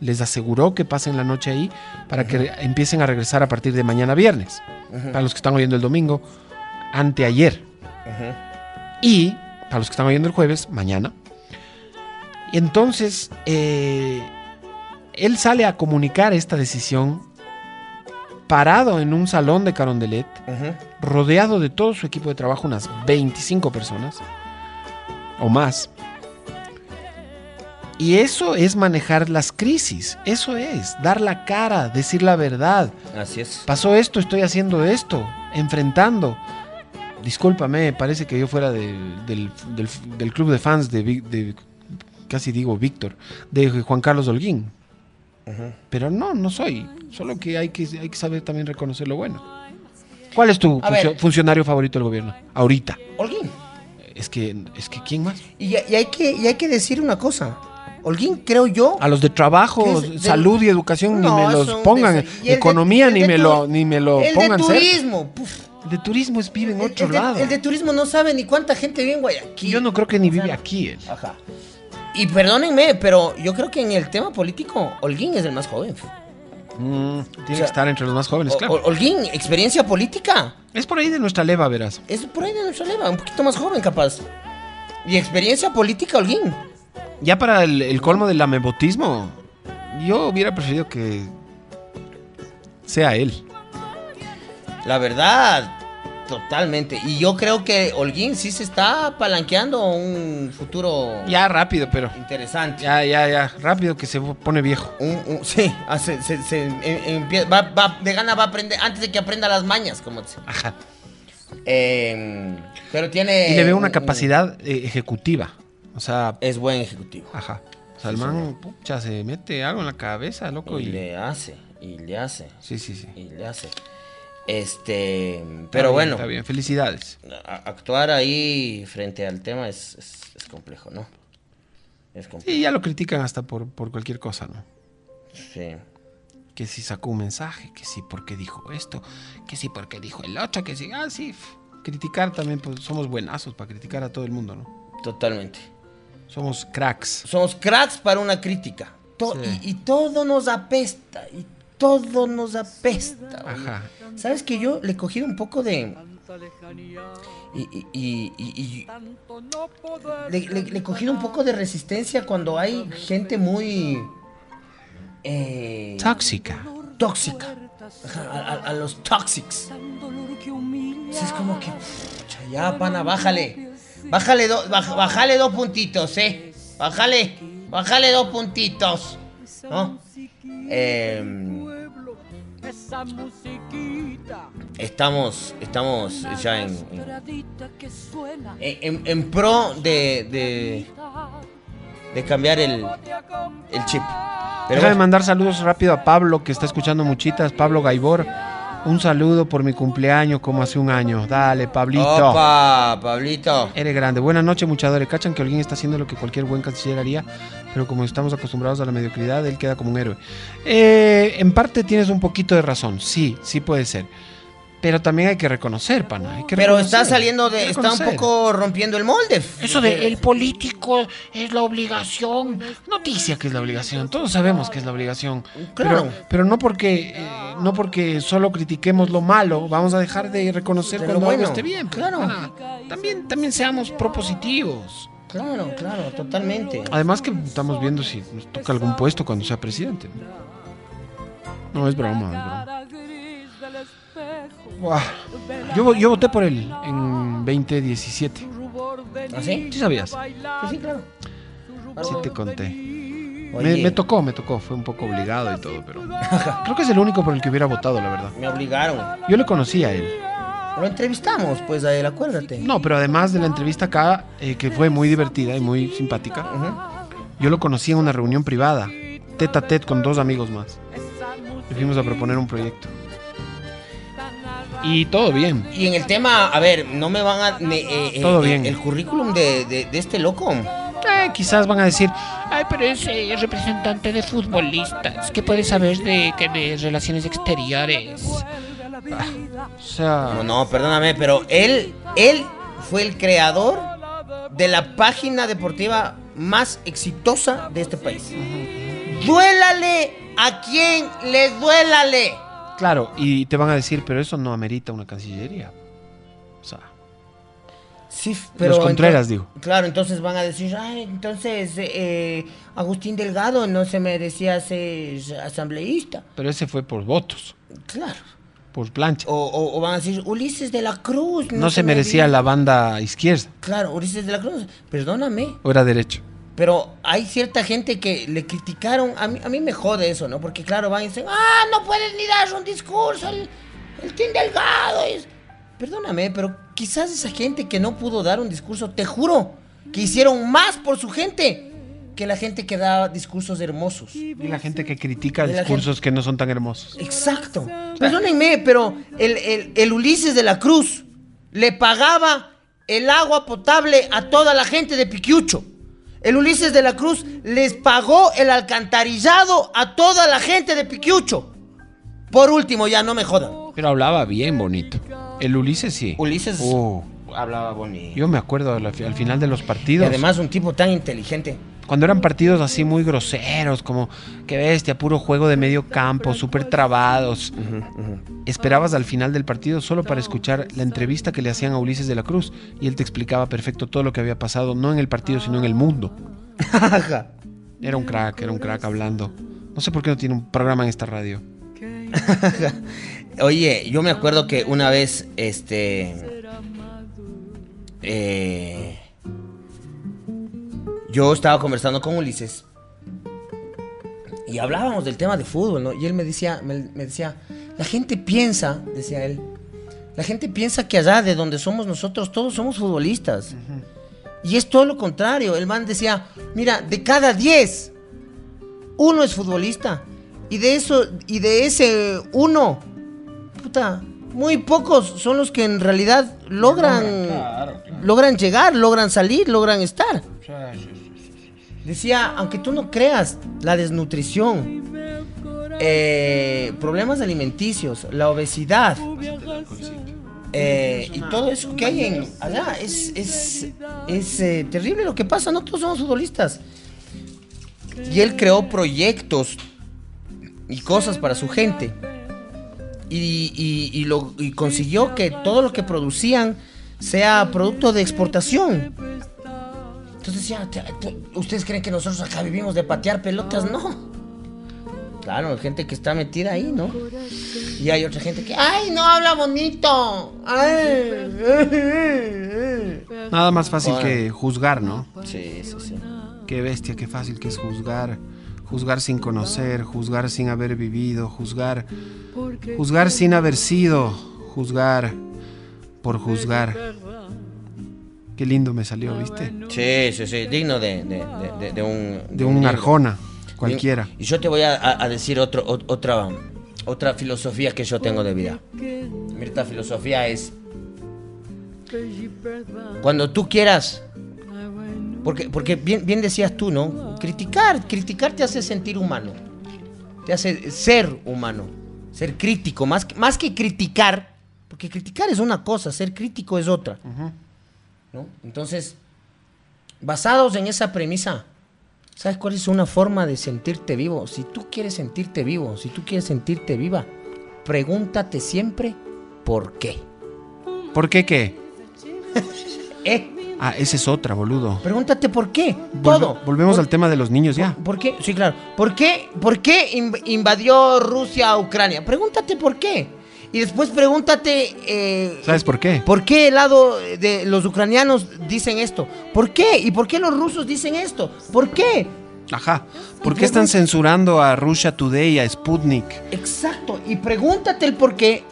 Speaker 5: les aseguró que pasen la noche ahí, para que empiecen a regresar a partir de mañana viernes, para los que están oyendo el domingo, anteayer. Y para los que están oyendo el jueves, mañana. Y entonces, eh, él sale a comunicar esta decisión parado en un salón de Carondelet, rodeado de todo su equipo de trabajo, unas 25 personas o más. Y eso es manejar las crisis, eso es, dar la cara, decir la verdad.
Speaker 4: Así es.
Speaker 5: Pasó esto, estoy haciendo esto, enfrentando. Discúlpame, parece que yo fuera de- del, del- del club de fans de, Vic- de- casi digo Víctor, de Juan Carlos Holguín. Pero no, no soy. Solo que hay, que hay que saber también reconocer lo bueno. ¿Cuál es tu
Speaker 4: A
Speaker 5: funcio-
Speaker 4: ver.
Speaker 5: funcionario favorito del gobierno? Ahorita.
Speaker 4: Holguín.
Speaker 5: Es que, es que ¿quién más?
Speaker 4: Y, ya- y hay que, y hay que decir una cosa. Holguín, creo yo,
Speaker 5: A los de trabajo,
Speaker 4: ¿Qué es? Del-
Speaker 5: salud y educación
Speaker 4: No,
Speaker 5: ni me los
Speaker 4: son
Speaker 5: pongan.
Speaker 4: de- y el de-
Speaker 5: Economía
Speaker 4: el
Speaker 5: ni,
Speaker 4: de
Speaker 5: me
Speaker 4: tu-
Speaker 5: lo, ni me lo
Speaker 4: el
Speaker 5: pongan.
Speaker 4: de
Speaker 5: cerca.
Speaker 4: turismo. puf,
Speaker 5: De turismo es vive en
Speaker 4: el,
Speaker 5: otro
Speaker 4: el de-
Speaker 5: lado.
Speaker 4: el de turismo no sabe ni cuánta gente vive en Guayaquil.
Speaker 5: Yo no creo que ni vive aquí ¿eh? él.
Speaker 4: Ajá. Y perdónenme, pero yo creo que en el tema político, Holguín es el más joven.
Speaker 5: Mm, tiene
Speaker 4: sea,
Speaker 5: que estar entre los más jóvenes,
Speaker 4: O-
Speaker 5: claro.
Speaker 4: o- Holguín, experiencia política.
Speaker 5: es por ahí de nuestra leva, verás.
Speaker 4: Es por ahí de nuestra leva, un poquito más joven capaz. Y experiencia política, Holguín.
Speaker 5: Ya para el, el colmo del amebotismo, yo hubiera preferido que sea él.
Speaker 4: La verdad, totalmente. Y yo creo que Holguín sí se está palanqueando un futuro
Speaker 5: Ya rápido, pero.
Speaker 4: interesante.
Speaker 5: Ya, ya, ya. Rápido que se pone viejo.
Speaker 4: Un- un- sí, ah, se- se- se- em- empie- va- va- de gana va a aprender antes de que aprenda las mañas, como dice.
Speaker 5: Ajá.
Speaker 4: Em, pero tiene.
Speaker 5: Y le veo
Speaker 4: un-
Speaker 5: una
Speaker 4: un-
Speaker 5: capacidad eh, ejecutiva. O sea,
Speaker 4: Es buen ejecutivo.
Speaker 5: ajá. Salmán, pucha, se mete algo en la cabeza, loco.
Speaker 4: Y
Speaker 5: Y...
Speaker 4: le hace, y le hace,
Speaker 5: Sí, sí, sí.
Speaker 4: y le hace. Este,
Speaker 5: Está
Speaker 4: pero
Speaker 5: bien,
Speaker 4: bueno,
Speaker 5: Está bien, felicidades.
Speaker 4: a- actuar ahí frente al tema es, es- es complejo, ¿no? Es
Speaker 5: Sí,
Speaker 4: complejo.
Speaker 5: ya lo critican hasta por, por cualquier cosa, ¿no?
Speaker 4: Sí.
Speaker 5: Que si sacó un mensaje, que si porque dijo esto, que si porque dijo el otro, que si. Ah, sí. f- Criticar también, pues somos buenazos para criticar a todo el mundo, ¿no?
Speaker 4: Totalmente.
Speaker 5: Somos cracks.
Speaker 4: Somos cracks para una crítica. To-
Speaker 5: Sí.
Speaker 4: y, y todo nos apesta, y todo nos apesta. oye.
Speaker 5: Ajá.
Speaker 4: ¿Sabes que yo le cogí un poco de... Y, y- y- y- y- le, le- le cogí un poco de resistencia cuando hay gente muy... eh,
Speaker 5: Tóxica.
Speaker 4: tóxica. Ajá, A, a- a los toxics. Sí, es como que... pucha, Ya, pana, bájale. Bájale, do- baj- bájale dos puntitos, ¿eh? Bájale. Bájale dos puntitos. ¿No? Em, estamos, estamos ya en, en, en- en pro de, de, de cambiar el, el chip. Pero
Speaker 5: Déjame
Speaker 4: bueno,
Speaker 5: mandar saludos rápido a Pablo, que está escuchando muchitas. Pablo Gaibor, un saludo por mi cumpleaños como hace un año. Dale, Pablito.
Speaker 4: opa, Pablito.
Speaker 5: Eres grande. Buenas noches, muchadores. Cachan que alguien está haciendo lo que cualquier buen canciller haría, pero como estamos acostumbrados a la mediocridad, él queda como un héroe. Eh, en parte tienes un poquito de razón. Sí, sí puede ser. Pero también hay que reconocer, pana. hay que
Speaker 4: Pero
Speaker 5: reconocer,
Speaker 4: está saliendo
Speaker 5: hay
Speaker 4: de,
Speaker 5: que
Speaker 4: está un
Speaker 5: reconocer.
Speaker 4: poco rompiendo el molde.
Speaker 5: Eso de el político es la obligación. Noticia que es la obligación. Todos sabemos que es la obligación.
Speaker 4: Claro.
Speaker 5: Pero, pero no porque eh, no porque solo critiquemos lo malo, vamos a dejar de reconocer
Speaker 4: De lo
Speaker 5: cuando
Speaker 4: bueno.
Speaker 5: algo esté bien. pues,
Speaker 4: Claro.
Speaker 5: pana. También también seamos propositivos.
Speaker 4: Claro, claro, totalmente.
Speaker 5: Además que estamos viendo si nos toca algún puesto cuando sea presidente. No es broma, es broma. Buah. Yo, vo- yo voté por él en 2017.
Speaker 4: ¿Así?
Speaker 5: ¿Sí sabías?
Speaker 4: Sí, sí, claro.
Speaker 5: Sí te conté. Me,
Speaker 4: Oye,
Speaker 5: me tocó, me tocó. Fue un poco obligado y todo, pero... Creo que es el único por el que hubiera votado, la verdad.
Speaker 4: me obligaron.
Speaker 5: Yo le conocí a él.
Speaker 4: Lo entrevistamos, pues, a él, acuérdate.
Speaker 5: No, pero además de la entrevista acá, eh, que fue muy divertida y muy simpática, yo lo conocí en una reunión privada, tete a tete con dos amigos más. Y fuimos a proponer un proyecto. Y todo bien.
Speaker 4: Y en el tema, a ver, no me van a... me- eh, eh,
Speaker 5: Todo
Speaker 4: eh,
Speaker 5: bien.
Speaker 4: El currículum de, de- de este loco.
Speaker 5: Eh, quizás van a decir,
Speaker 9: Ay, pero es eh, representante de futbolistas. ¿Qué puede saber de, que de relaciones exteriores?
Speaker 5: Ah, o sea,
Speaker 4: No, no, perdóname, pero él, él fue el creador de la página deportiva más exitosa de este país. Duélale a quien le duélale.
Speaker 5: claro, y te van a decir, pero eso no amerita una cancillería. O sea,
Speaker 4: Sí,
Speaker 5: Los Contreras,
Speaker 4: ento-
Speaker 5: digo.
Speaker 4: Claro, entonces van a decir, ay, entonces eh, eh, Agustín Delgado no se merecía ser asambleísta.
Speaker 5: pero ese fue por votos,
Speaker 4: Claro.
Speaker 5: por plancha.
Speaker 4: O, o- o van a decir, Ulises de la Cruz.
Speaker 5: No se merecía la banda izquierda,
Speaker 4: Claro, Ulises de la Cruz, perdóname,
Speaker 5: o era derecho.
Speaker 4: pero hay cierta gente que le criticaron, a mí, a mí me jode eso, ¿no? Porque claro, van y dicen, ah, no puedes ni dar un discurso, el, el Tim Delgado es... Perdóname, pero quizás esa gente que no pudo dar un discurso, te juro, que hicieron más por su gente que la gente que da discursos hermosos.
Speaker 5: Y la gente que critica
Speaker 4: De la
Speaker 5: discursos que no son tan hermosos.
Speaker 4: Exacto. Perdónenme, pero el, el- el Ulises de la Cruz le pagaba el agua potable a toda la gente de Piquiucho. El Ulises de la Cruz les pagó el alcantarillado a toda la gente de Piquiucho. Por último, ya no me jodan.
Speaker 5: Pero hablaba bien bonito. El Ulises sí.
Speaker 4: Ulises
Speaker 5: Oh,
Speaker 4: hablaba bonito.
Speaker 5: yo me acuerdo al, al final de los
Speaker 4: Y
Speaker 5: partidos.
Speaker 4: además un tipo tan inteligente.
Speaker 5: cuando eran partidos así muy groseros, como qué bestia, puro juego de medio campo, súper trabados. Esperabas al final del partido solo para escuchar la entrevista que le hacían a Ulises de la Cruz y él te explicaba perfecto todo lo que había pasado, no en el partido, sino en el mundo. Era un crack, era un crack hablando. No sé por qué no tiene un programa en esta radio.
Speaker 4: Oye, yo me acuerdo que una vez, este. eh, yo estaba conversando con Ulises. Y hablábamos del tema de fútbol, ¿no? Y él me decía, me, me decía, la gente piensa, decía él, la gente piensa que allá de donde somos nosotros todos somos futbolistas. Y es todo lo contrario. El man decía, mira, de cada 10, uno es futbolista. Y de eso, y de ese uno, puta, muy pocos son los que en realidad logran, logran llegar, logran salir, logran estar. Decía, aunque tú no creas, la desnutrición, eh, problemas alimenticios, la obesidad eh, y todo eso que hay en allá es, es, es, eh, terrible lo que pasa, no todos somos futbolistas. Y él creó proyectos y cosas para su gente. Y, y- y lo, y consiguió que todo lo que producían sea producto de exportación. Entonces decía, "Te- te- ¿ustedes creen que nosotros acá vivimos de patear pelotas? No. Claro, hay gente que está metida ahí, ¿no? Y hay otra gente que, ¡ay, no habla bonito! ¡Ay!
Speaker 5: Nada más fácil
Speaker 4: Ahora.
Speaker 5: que juzgar, ¿no?
Speaker 4: Sí, sí, sí.
Speaker 5: Qué bestia, qué fácil que es juzgar. Juzgar sin conocer, juzgar sin haber vivido, juzgar. Juzgar sin haber sido, juzgar por juzgar. Qué lindo me salió, ¿viste?
Speaker 4: Sí, sí, sí, digno de, de- de- de- de un...
Speaker 5: De un
Speaker 4: libro.
Speaker 5: arjona, cualquiera.
Speaker 4: Y yo te voy a- a, a decir otro, o- otra, otra filosofía que yo tengo de vida. Mira, esta filosofía es... Cuando tú quieras... Porque, porque bien, bien decías tú, ¿no? Criticar, criticar te hace sentir humano. Te hace ser humano. Ser crítico. Más, que- más que criticar. Porque criticar es una cosa, ser crítico es otra. ¿no? Entonces, basados en esa premisa, ¿sabes cuál es una forma de sentirte vivo? Si tú quieres sentirte vivo, si tú quieres sentirte viva, pregúntate siempre por qué.
Speaker 5: ¿Por qué qué?
Speaker 4: Eh,
Speaker 5: Ah, esa es otra, boludo.
Speaker 4: pregúntate por qué.
Speaker 5: Volve-
Speaker 4: Todo.
Speaker 5: volvemos al tema de los niños ya.
Speaker 4: ¿Por qué? Sí, claro. ¿Por qué, por qué inv- invadió Rusia a Ucrania? Pregúntate por qué. Y después pregúntate... eh,
Speaker 5: ¿Sabes por qué?
Speaker 4: ¿Por qué el lado de los ucranianos dicen esto? ¿Por qué? ¿Y por qué los rusos dicen esto? ¿Por qué?
Speaker 5: Ajá. ¿Por qué están censurando a Russia Today, a Sputnik?
Speaker 4: Exacto, y pregúntate el por qué.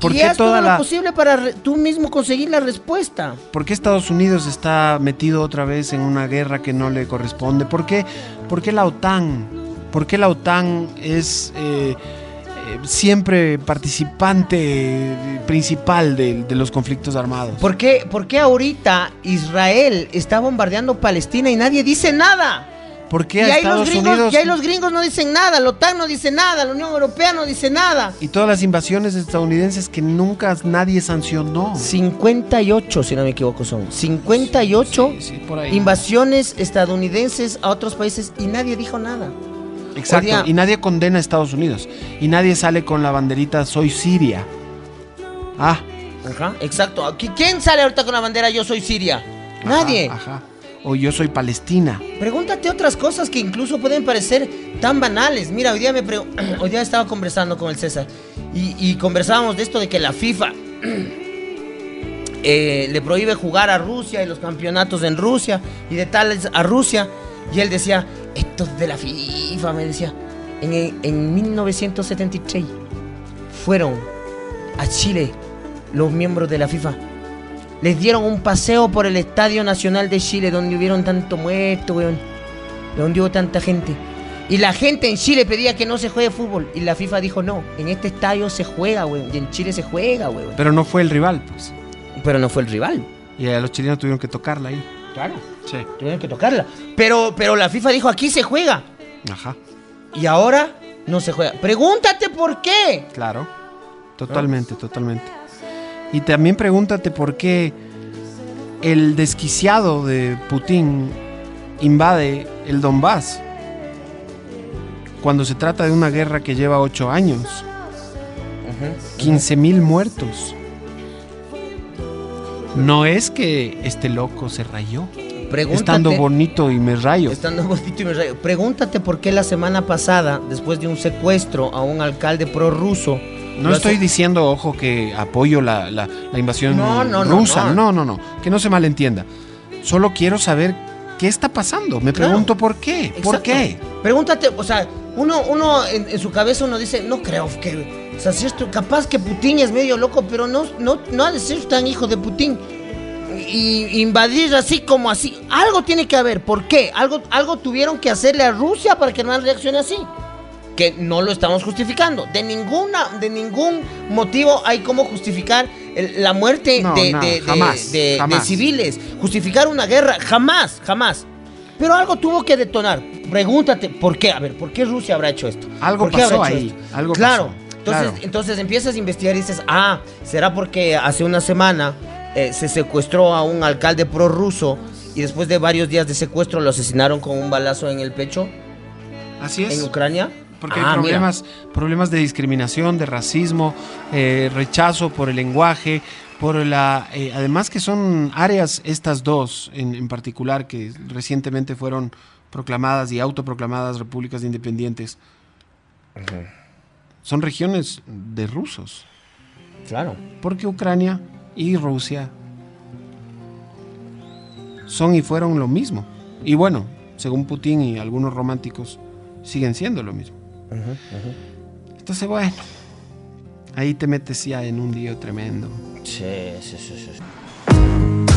Speaker 5: ¿Por
Speaker 4: y
Speaker 5: qué
Speaker 4: haz
Speaker 5: toda
Speaker 4: todo
Speaker 5: la-
Speaker 4: lo posible para re- tú mismo conseguir la respuesta.
Speaker 5: ¿Por qué Estados Unidos está metido otra vez en una guerra que no le corresponde? ¿Por qué, por qué la OTAN? ¿Por qué la OTAN es eh, eh, siempre participante eh, principal de, de los conflictos armados?
Speaker 4: ¿Por qué, por qué ahorita Israel está bombardeando Palestina y nadie dice nada?
Speaker 5: ¿Por
Speaker 4: Y
Speaker 5: qué a
Speaker 4: ahí, los
Speaker 5: Estados
Speaker 4: gringos,
Speaker 5: Unidos
Speaker 4: y ahí los gringos no dicen nada, la OTAN no dice nada, la Unión Europea no dice nada.
Speaker 5: y todas las invasiones estadounidenses que nunca nadie sancionó?
Speaker 4: 58, si no me equivoco, son 58
Speaker 5: Sí, sí, por ahí.
Speaker 4: invasiones estadounidenses a otros países y nadie dijo nada.
Speaker 5: Exacto.
Speaker 4: Odia-
Speaker 5: Y nadie condena a Estados Unidos. Y nadie sale con la banderita Soy Siria. Ah.
Speaker 4: Ajá, exacto. Aquí, ¿Quién sale ahorita con la bandera Yo soy Siria?
Speaker 5: ajá,
Speaker 4: Nadie.
Speaker 5: Ajá. O yo soy Palestina.
Speaker 4: Pregúntate otras cosas que incluso pueden parecer tan banales. Mira, hoy día, me pregu- hoy día estaba conversando con el César y, y conversábamos de esto de que la FIFA eh, le prohíbe jugar a Rusia y los campeonatos en Rusia y de tales a Rusia. Y él decía, esto es de la FIFA, me decía. En, en 1973 fueron a Chile los miembros de la FIFA les dieron un paseo por el Estadio Nacional de Chile, donde hubieron tanto muerto, weón. Donde hubo tanta gente. Y la gente en Chile pedía que no se juegue fútbol. Y la FIFA dijo, no, en este estadio se juega, weón. Y en Chile se juega, weón.
Speaker 5: Pero no fue el rival, pues.
Speaker 4: Pero no fue el rival.
Speaker 5: Y a los chilenos tuvieron que tocarla ahí.
Speaker 4: Claro.
Speaker 5: Sí.
Speaker 4: Tuvieron que tocarla. Pero, pero la FIFA dijo, aquí se juega.
Speaker 5: Ajá.
Speaker 4: Y ahora no se juega. Pregúntate por qué.
Speaker 5: Claro. Totalmente, totalmente. Y también pregúntate por qué el desquiciado de Putin invade el Donbass cuando se trata de una guerra que lleva ocho años. 15.000 muertos. No es que este loco se rayó.
Speaker 4: Pregúntate.
Speaker 5: Estando bonito y me rayo.
Speaker 4: Estando bonito y me rayo. Pregúntate por qué la semana pasada, después de un secuestro a un alcalde prorruso.
Speaker 5: No
Speaker 4: lo
Speaker 5: estoy
Speaker 4: hace-
Speaker 5: diciendo, ojo, que apoyo la, la- la invasión
Speaker 4: No, no, no,
Speaker 5: rusa.
Speaker 4: no.
Speaker 5: No. no, no, Que no se malentienda. Solo quiero saber qué está pasando. Me
Speaker 4: Claro.
Speaker 5: pregunto por qué. ¿Por
Speaker 4: Exacto.
Speaker 5: qué?
Speaker 4: Pregúntate, o sea, uno, uno en, en su cabeza uno dice, no creo que. O sea, si esto- capaz que Putin es medio loco, pero no, no, no ha de ser tan hijo de Putin. y invadir así como así. Algo tiene que haber. ¿Por qué? Algo, algo tuvieron que hacerle a Rusia para que Hernán reaccione así. Que no lo estamos justificando. De ninguna, de ningún motivo hay como justificar el- la muerte
Speaker 5: No,
Speaker 4: de,
Speaker 5: no,
Speaker 4: de- de-
Speaker 5: jamás,
Speaker 4: de- de
Speaker 5: jamás.
Speaker 4: civiles. Justificar una guerra. Jamás, jamás. Pero algo tuvo que detonar. Pregúntate, ¿por qué? A ver, ¿por qué Rusia habrá hecho esto?
Speaker 5: Algo
Speaker 4: ¿Por qué habrá
Speaker 5: pasó
Speaker 4: hecho
Speaker 5: ahí,
Speaker 4: esto?
Speaker 5: algo
Speaker 4: claro.
Speaker 5: pasó,
Speaker 4: Entonces,
Speaker 5: claro.
Speaker 4: entonces empiezas a investigar y dices, ah, será porque hace una semana eh, se secuestró a un alcalde prorruso y después de varios días de secuestro lo asesinaron con un balazo en el pecho
Speaker 5: Así
Speaker 4: en
Speaker 5: es.
Speaker 4: Ucrania.
Speaker 5: Porque
Speaker 4: Ah,
Speaker 5: hay
Speaker 4: mira.
Speaker 5: problemas, problemas de discriminación, de racismo, eh, rechazo por el lenguaje, por la. eh, además que son áreas estas dos en, en particular que recientemente fueron proclamadas y autoproclamadas repúblicas independientes. Son regiones de rusos.
Speaker 4: Claro.
Speaker 5: Porque Ucrania y Rusia son y fueron lo mismo. Y bueno, según Putin y algunos románticos, siguen siendo lo mismo. Entonces, bueno, ahí te metes ya en un lío tremendo.
Speaker 4: Sí, sí, sí, sí. sí.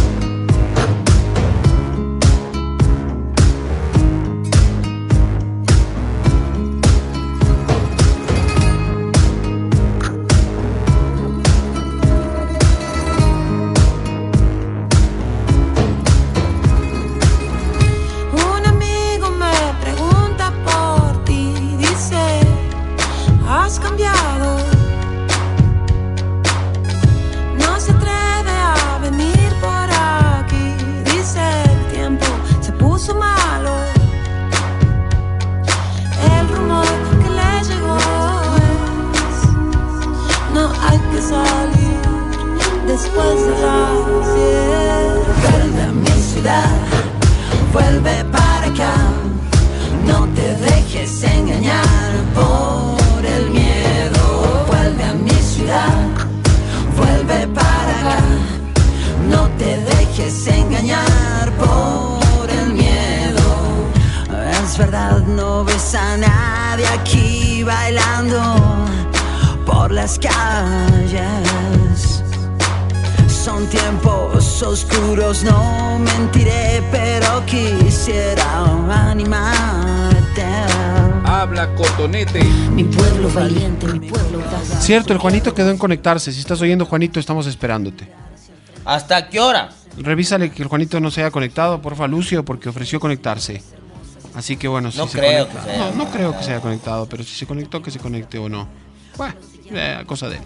Speaker 10: Un amigo me pregunta por ti, dice, has cambiado. No se atreve a venir por aquí, dice, el tiempo se puso malo. El rumor que le llegó es, no hay que salir después de las 10. Vuelve a mi ciudad. Vuelve para acá, no te dejes engañar por el miedo. Vuelve a mi ciudad, vuelve para acá, no te dejes engañar por el miedo. Es verdad, no ves a nadie aquí bailando por las calles. Son tiempos oscuros, no mentiré, pero quisiera animarte.
Speaker 11: Habla cotonete.
Speaker 10: Mi pueblo valiente, mi pueblo valiente.
Speaker 5: Cierto, el Juanito quedó en conectarse. Si estás oyendo, Juanito, estamos esperándote.
Speaker 4: ¿Hasta qué hora?
Speaker 5: Revísale que el Juanito no se haya conectado, porfa, Lucio, porque ofreció conectarse. Así que bueno, si
Speaker 4: No
Speaker 5: se
Speaker 4: creo
Speaker 5: conecta-
Speaker 4: que se haya
Speaker 5: no, no creo que se haya conectado, pero si se conectó, que se conecte o no. Bueno, eh, cosa de él.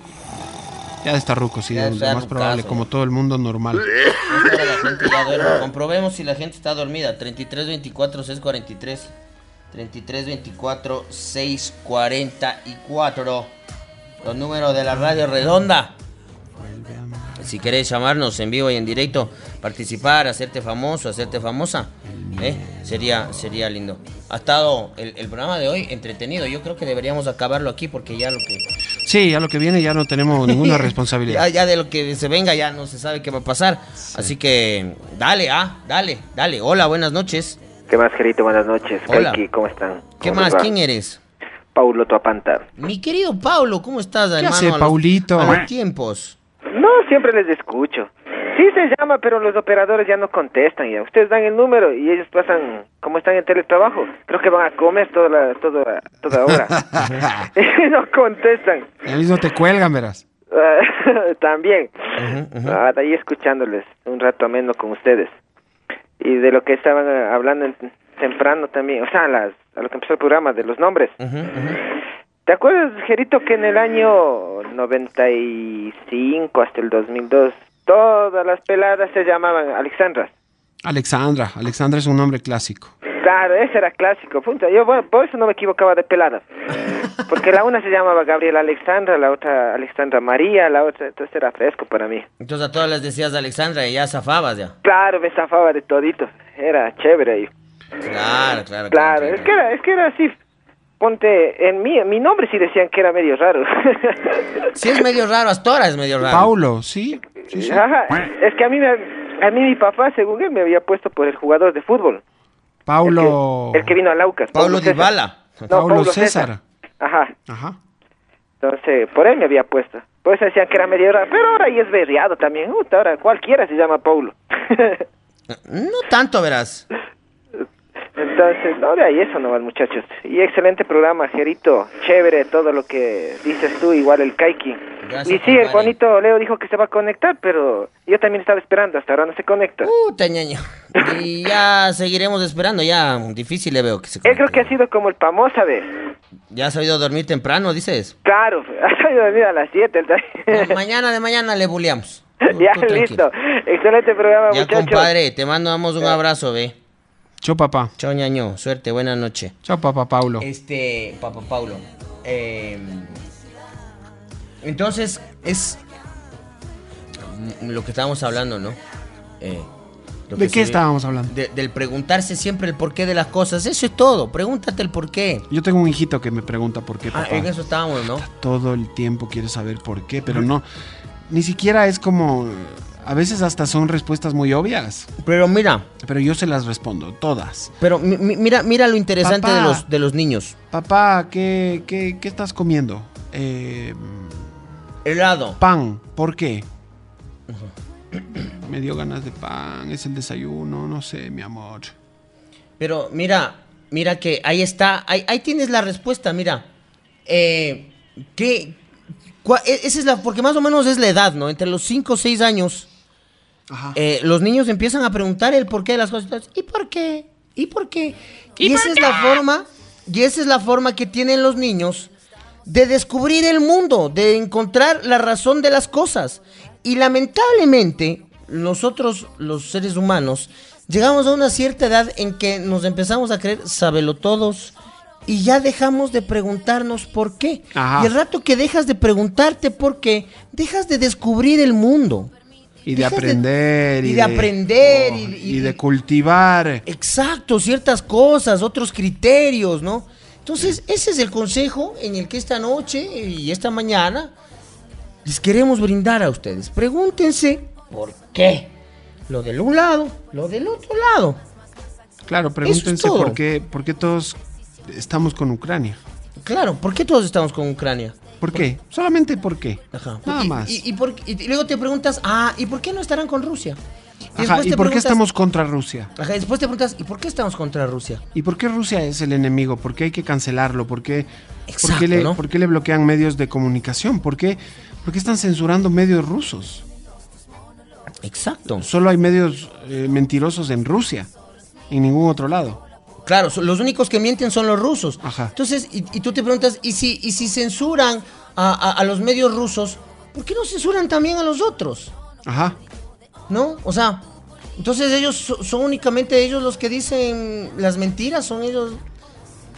Speaker 5: Ya está ruco, sí,
Speaker 4: Ya
Speaker 5: lo
Speaker 4: está
Speaker 5: más probable,
Speaker 4: rucazo.
Speaker 5: como todo el mundo normal.
Speaker 4: Hasta ahora la gente ya duerme. Comprobemos si la gente está dormida. 33 24 6 43. 33 24 6 44. Los números de la radio redonda. Si querés llamarnos en vivo y en directo, participar, hacerte famoso, hacerte famosa, ¿eh? sería, sería lindo. Ha estado el, el programa de hoy entretenido. Yo creo que deberíamos acabarlo aquí porque ya lo que
Speaker 5: Sí, ya lo que viene ya no tenemos ninguna responsabilidad.
Speaker 4: ya, ya de lo que se venga ya no se sabe qué va a pasar. Así que dale, ah, dale, dale. Hola, buenas noches.
Speaker 12: ¿Qué más, Gerito? Buenas noches.
Speaker 4: Hola.
Speaker 12: Kaiki, ¿cómo están?
Speaker 4: ¿Qué
Speaker 12: ¿Cómo les
Speaker 4: más?
Speaker 12: va?
Speaker 4: ¿Quién eres?
Speaker 12: Paulo Tuapanta.
Speaker 4: Mi querido Paulo, ¿cómo estás, hermano?
Speaker 12: hace,
Speaker 4: A los-
Speaker 12: Paulito?
Speaker 4: A los tiempos.
Speaker 12: No, siempre les escucho. Sí se llama, pero los operadores ya no contestan ya. Ustedes dan el número y ellos pasan, como están en teletrabajo, creo que van a comer toda la, toda, toda hora. no contestan.
Speaker 5: Ya mismo te cuelgan, verás.
Speaker 12: Ah, También. Ah, de ahí escuchándoles un rato ameno con ustedes. Y de lo que estaban ah, hablando en- temprano también, o sea, a las, a lo que empezó el programa, de los nombres. ¿Te acuerdas, Gerito, que en el año 95 hasta el 2002 todas las peladas se llamaban Alexandras?
Speaker 5: Alexandra, Alexandra es un nombre clásico.
Speaker 12: Claro, ese era clásico. Punta. Yo bueno, por eso no me equivocaba de peladas. Porque la una se llamaba Gabriela Alexandra, la otra Alexandra María, la otra, entonces era fresco para mí.
Speaker 4: Entonces a todas les decías de Alexandra y ya zafabas ya.
Speaker 12: Claro, me zafaba de todito. Era chévere ahí.
Speaker 4: Claro,
Speaker 5: Ah,
Speaker 4: claro.
Speaker 12: Claro, es que era, es que era así. Ponte, en mi, mi nombre sí decían que era medio raro.
Speaker 4: Sí es medio raro, hasta ahora es medio raro.
Speaker 5: Paulo, sí. sí, sí.
Speaker 12: Ajá, es que a mí, me, a mí mi papá, según él, me había puesto por el jugador de fútbol.
Speaker 5: Paulo.
Speaker 12: El que vino a Laucas.
Speaker 4: Paulo
Speaker 12: César.
Speaker 4: Dybala.
Speaker 12: No,
Speaker 5: Paulo
Speaker 12: Paulo
Speaker 5: César.
Speaker 12: Ajá.
Speaker 5: Ajá.
Speaker 12: Entonces, por él me había puesto. Por eso decían que era media hora, pero ahora ya es berriado también. Uta, ahora cualquiera se llama Paulo.
Speaker 4: No tanto, verás.
Speaker 12: Entonces, no, de ahí eso nomás, muchachos. Y excelente programa, Jerito. Chévere todo lo que dices tú, igual el Kaiki.
Speaker 4: Gracias,
Speaker 12: y sí, el
Speaker 4: compadre.
Speaker 12: bonito Leo dijo que se va a conectar, pero yo también estaba esperando, hasta ahora no se conecta.
Speaker 4: Puta, ñaño. Y ya seguiremos esperando, ya difícil le veo que se...
Speaker 12: Él creo que ha sido como el famosa de...
Speaker 4: Ya has sabido dormir temprano, dices.
Speaker 12: Claro, ha salido de a las 7.
Speaker 4: mañana de mañana le buleamos.
Speaker 12: ya,
Speaker 4: tú tranquilo.
Speaker 12: listo. Excelente programa,
Speaker 4: Ya,
Speaker 12: muchachos.
Speaker 4: compadre, te mandamos un abrazo, ve.
Speaker 5: Chau, papá.
Speaker 4: Chau, ñaño. Suerte, buena noche.
Speaker 5: Chao, papá Paulo.
Speaker 4: Este, papá Paulo. eh, entonces, es mm, lo que estábamos hablando, ¿no? Eh, lo
Speaker 5: ¿De
Speaker 4: que
Speaker 5: qué
Speaker 4: se-
Speaker 5: estábamos hablando?
Speaker 4: de- del preguntarse siempre el porqué de las cosas. Eso es todo. Pregúntate el porqué.
Speaker 5: Yo tengo un hijito que me pregunta por qué,
Speaker 4: Ah,
Speaker 5: papá.
Speaker 4: en eso estábamos, ¿no?
Speaker 5: Todo el tiempo quiere saber por qué, pero no. Ni siquiera es como. A veces hasta son respuestas muy obvias.
Speaker 4: Pero mira.
Speaker 5: Pero yo se las respondo, todas.
Speaker 4: Pero mi- mi- mira, mira lo interesante
Speaker 5: Papá.
Speaker 4: de los, de los niños.
Speaker 5: Papá, ¿qué, qué, qué estás comiendo? Eh,
Speaker 4: Helado.
Speaker 5: pan, ¿por qué? Me dio ganas de pan, es el desayuno, no sé, mi amor.
Speaker 4: Pero mira, mira que ahí está, ahí, ahí tienes la respuesta, mira. Eh, ¿qué, cua- e- esa es la, porque más o menos es la edad, ¿no? Entre los 5 o 6 años, eh, los niños empiezan a preguntar el porqué de las cosas. Entonces, ¿Y por qué? ¿Y por qué? Y, esa es la forma, y esa es la forma que tienen los niños de descubrir el mundo, de encontrar la razón de las cosas. Y lamentablemente, nosotros, los seres humanos, llegamos a una cierta edad en que nos empezamos a creer sabelotodos y ya dejamos de preguntarnos por qué.
Speaker 5: Ajá.
Speaker 4: Y el rato que dejas de preguntarte por qué, dejas de descubrir el mundo.
Speaker 5: Y de
Speaker 4: Dejas de-
Speaker 5: aprender. oh,
Speaker 4: y de aprender, y-
Speaker 5: y de cultivar.
Speaker 4: Exacto, ciertas cosas, otros criterios, ¿no? Entonces, ese es el consejo en el que esta noche y esta mañana les queremos brindar a ustedes. Pregúntense por qué. Lo del un lado, lo del otro lado.
Speaker 5: Claro, pregúntense
Speaker 4: todo.
Speaker 5: por qué, por qué todos estamos con Ucrania.
Speaker 4: Claro, ¿por qué todos estamos con Ucrania?
Speaker 5: ¿Por qué? Solamente por qué.
Speaker 4: Ajá.
Speaker 5: Nada
Speaker 4: y,
Speaker 5: más.
Speaker 4: Y, y por- y- y luego te preguntas, ah, ¿y por qué no estarán con Rusia?
Speaker 5: Ajá,
Speaker 4: después
Speaker 5: ¿Y
Speaker 4: te
Speaker 5: por qué
Speaker 4: preguntas-
Speaker 5: estamos contra Rusia?
Speaker 4: Ajá, después te preguntas, ¿y por qué estamos contra Rusia?
Speaker 5: ¿Y por qué Rusia es el enemigo? ¿Por qué hay que cancelarlo? ¿Por qué, por
Speaker 4: Exacto,
Speaker 5: qué, le,
Speaker 4: ¿no?
Speaker 5: por qué le bloquean medios de comunicación? ¿Por qué, por qué están censurando medios rusos?
Speaker 4: Exacto.
Speaker 5: Solo hay medios eh, mentirosos en Rusia, en ningún otro lado.
Speaker 4: Claro, so- los únicos que mienten son los rusos.
Speaker 5: Ajá.
Speaker 4: Entonces, y, y tú te preguntas, ¿y si, y si censuran a, a- a los medios rusos, ¿por qué no censuran también a los otros?
Speaker 5: Ajá.
Speaker 4: ¿No? O sea, entonces ellos so- son únicamente ellos los que dicen las mentiras, son ellos,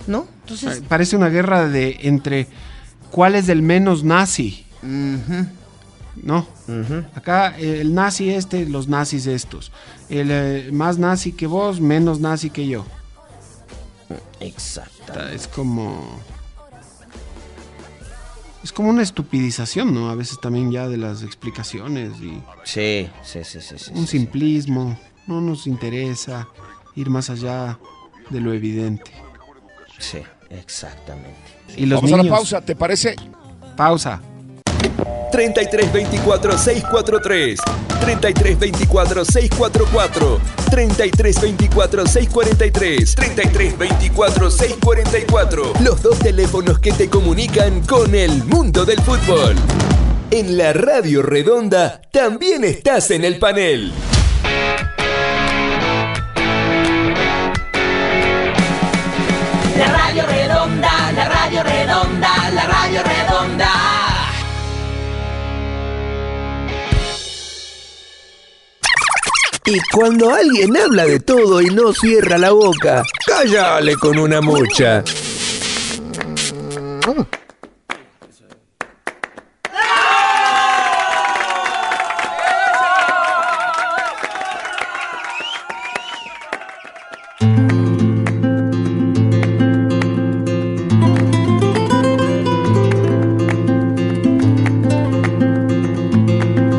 Speaker 4: ¿no? Entonces,
Speaker 5: Pa- Parece una guerra de entre cuál es el menos nazi. No. Acá eh, el nazi este, los nazis estos. El eh, más nazi que vos, menos nazi que yo.
Speaker 4: exacto.
Speaker 5: Ta- Es como. Es como una estupidización, ¿no? A veces también ya de las explicaciones y
Speaker 4: Sí, sí, sí, sí. sí,
Speaker 5: un
Speaker 4: sí.
Speaker 5: simplismo. No nos interesa ir más allá de lo evidente.
Speaker 4: Sí, exactamente.
Speaker 5: Y los
Speaker 11: Vamos a la
Speaker 5: niños-
Speaker 11: pausa, ¿te parece?
Speaker 5: Pausa.
Speaker 8: 3324 643 3324 644 3324 643 3324 644 Los dos teléfonos que te comunican con el mundo del fútbol. En la radio redonda también estás en el panel.
Speaker 10: La radio redonda, la radio redonda, la radio redonda.
Speaker 8: Y cuando alguien habla de todo y no cierra la boca, cállale con una mucha.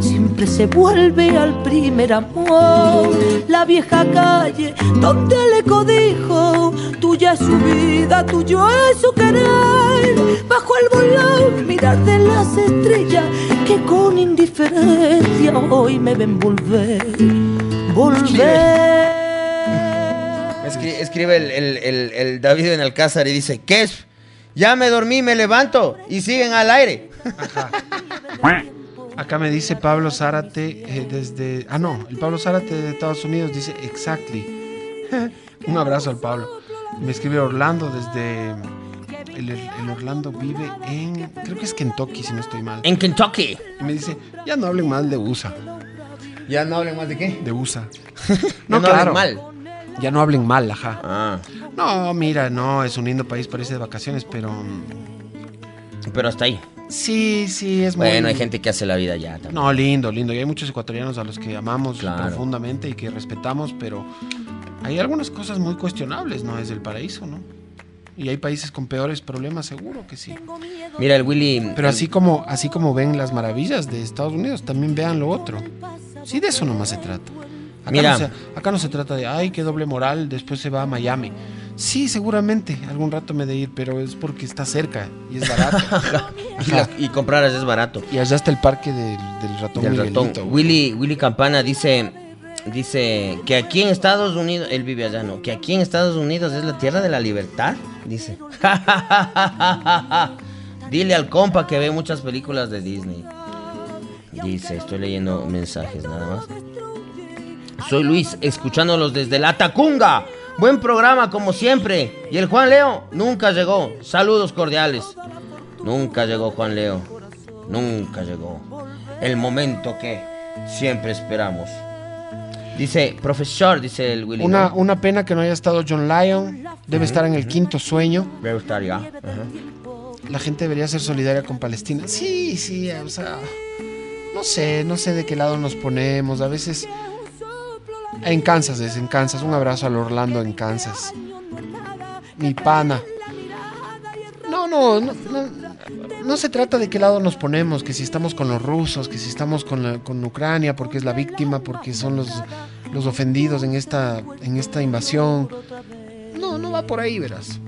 Speaker 13: siempre se vuelve al primer amor. La vieja calle donde el eco dijo, tuya es su vida, tuyo es su querer. Bajo el volón, mirar de las estrellas que con indiferencia hoy me ven volver. Volver.
Speaker 4: Escri- escribe el, el- el- el David en Alcázar y dice, ¿qué es? Ya me dormí, me levanto y siguen al aire.
Speaker 5: Acá me dice Pablo Zárate eh, desde. Ah, no, el Pablo Zárate de Estados Unidos dice exactly. Un abrazo al Pablo. Me escribe Orlando desde. El, el Orlando vive en. Creo que es Kentucky, si no estoy mal.
Speaker 4: En Kentucky.
Speaker 5: Y me dice: Ya no hablen mal de USA.
Speaker 4: ¿Ya no hablen más de qué?
Speaker 5: De USA.
Speaker 4: no hablen mal.
Speaker 5: Ya no hablen mal, ajá.
Speaker 4: Ah,
Speaker 5: No, mira, no, es un lindo país para irse de vacaciones, pero. mm,
Speaker 4: Pero hasta ahí.
Speaker 5: Sí, sí, es muy.
Speaker 4: Bueno, hay gente que hace la vida ya también.
Speaker 5: No, lindo, lindo. Y hay muchos ecuatorianos a los que amamos profundamente y que respetamos, pero hay algunas cosas muy cuestionables, ¿no? Es el paraíso, ¿no? Y hay países con peores problemas, seguro que sí.
Speaker 4: Mira, el Willy...
Speaker 5: Pero
Speaker 4: el-
Speaker 5: así como, así como ven las maravillas de Estados Unidos, también vean lo otro. Sí, de eso nomás se trata. Acá,
Speaker 4: Mira.
Speaker 5: No se, acá no se trata de, ay, qué doble moral, después se va a Miami. Sí, seguramente, algún rato me he de ir, pero es porque está cerca y es barato.
Speaker 4: Y, las- y comprar allá es barato.
Speaker 5: Y allá está el parque del, del ratón
Speaker 4: Del ratón.
Speaker 5: Miguelito, güey.
Speaker 4: Willy, Willy Campana dice, dice que aquí en Estados Unidos, él vive allá, ¿no? Que aquí en Estados Unidos es la tierra de la libertad, dice. Dile al compa que ve muchas películas de Disney. Dice, estoy leyendo mensajes nada más. Soy Luis, escuchándolos desde la Tacunga. Buen programa como siempre. Y el Juan Leo nunca llegó. Saludos cordiales. Nunca llegó Juan Leo. Nunca llegó. El momento que siempre esperamos. Dice, profesor, dice el Willy.
Speaker 5: Una,
Speaker 4: ¿no?
Speaker 5: una pena que no haya estado John Lyon.
Speaker 4: Ujú,
Speaker 5: Debe estar en el quinto sueño.
Speaker 4: Debe estar ya. Ajá.
Speaker 5: La gente debería ser solidaria con Palestina. Sí, sí, o sea. No sé, no sé de qué lado nos ponemos. A veces. En Kansas es, en Kansas. Un abrazo al Orlando en Kansas. Mi pana. No, no, no. no. no se trata de qué lado nos ponemos, que si estamos con los rusos, que si estamos con, la- con Ucrania, porque es la víctima, porque son los, los ofendidos en esta, en esta invasión. No, no va por ahí, verás.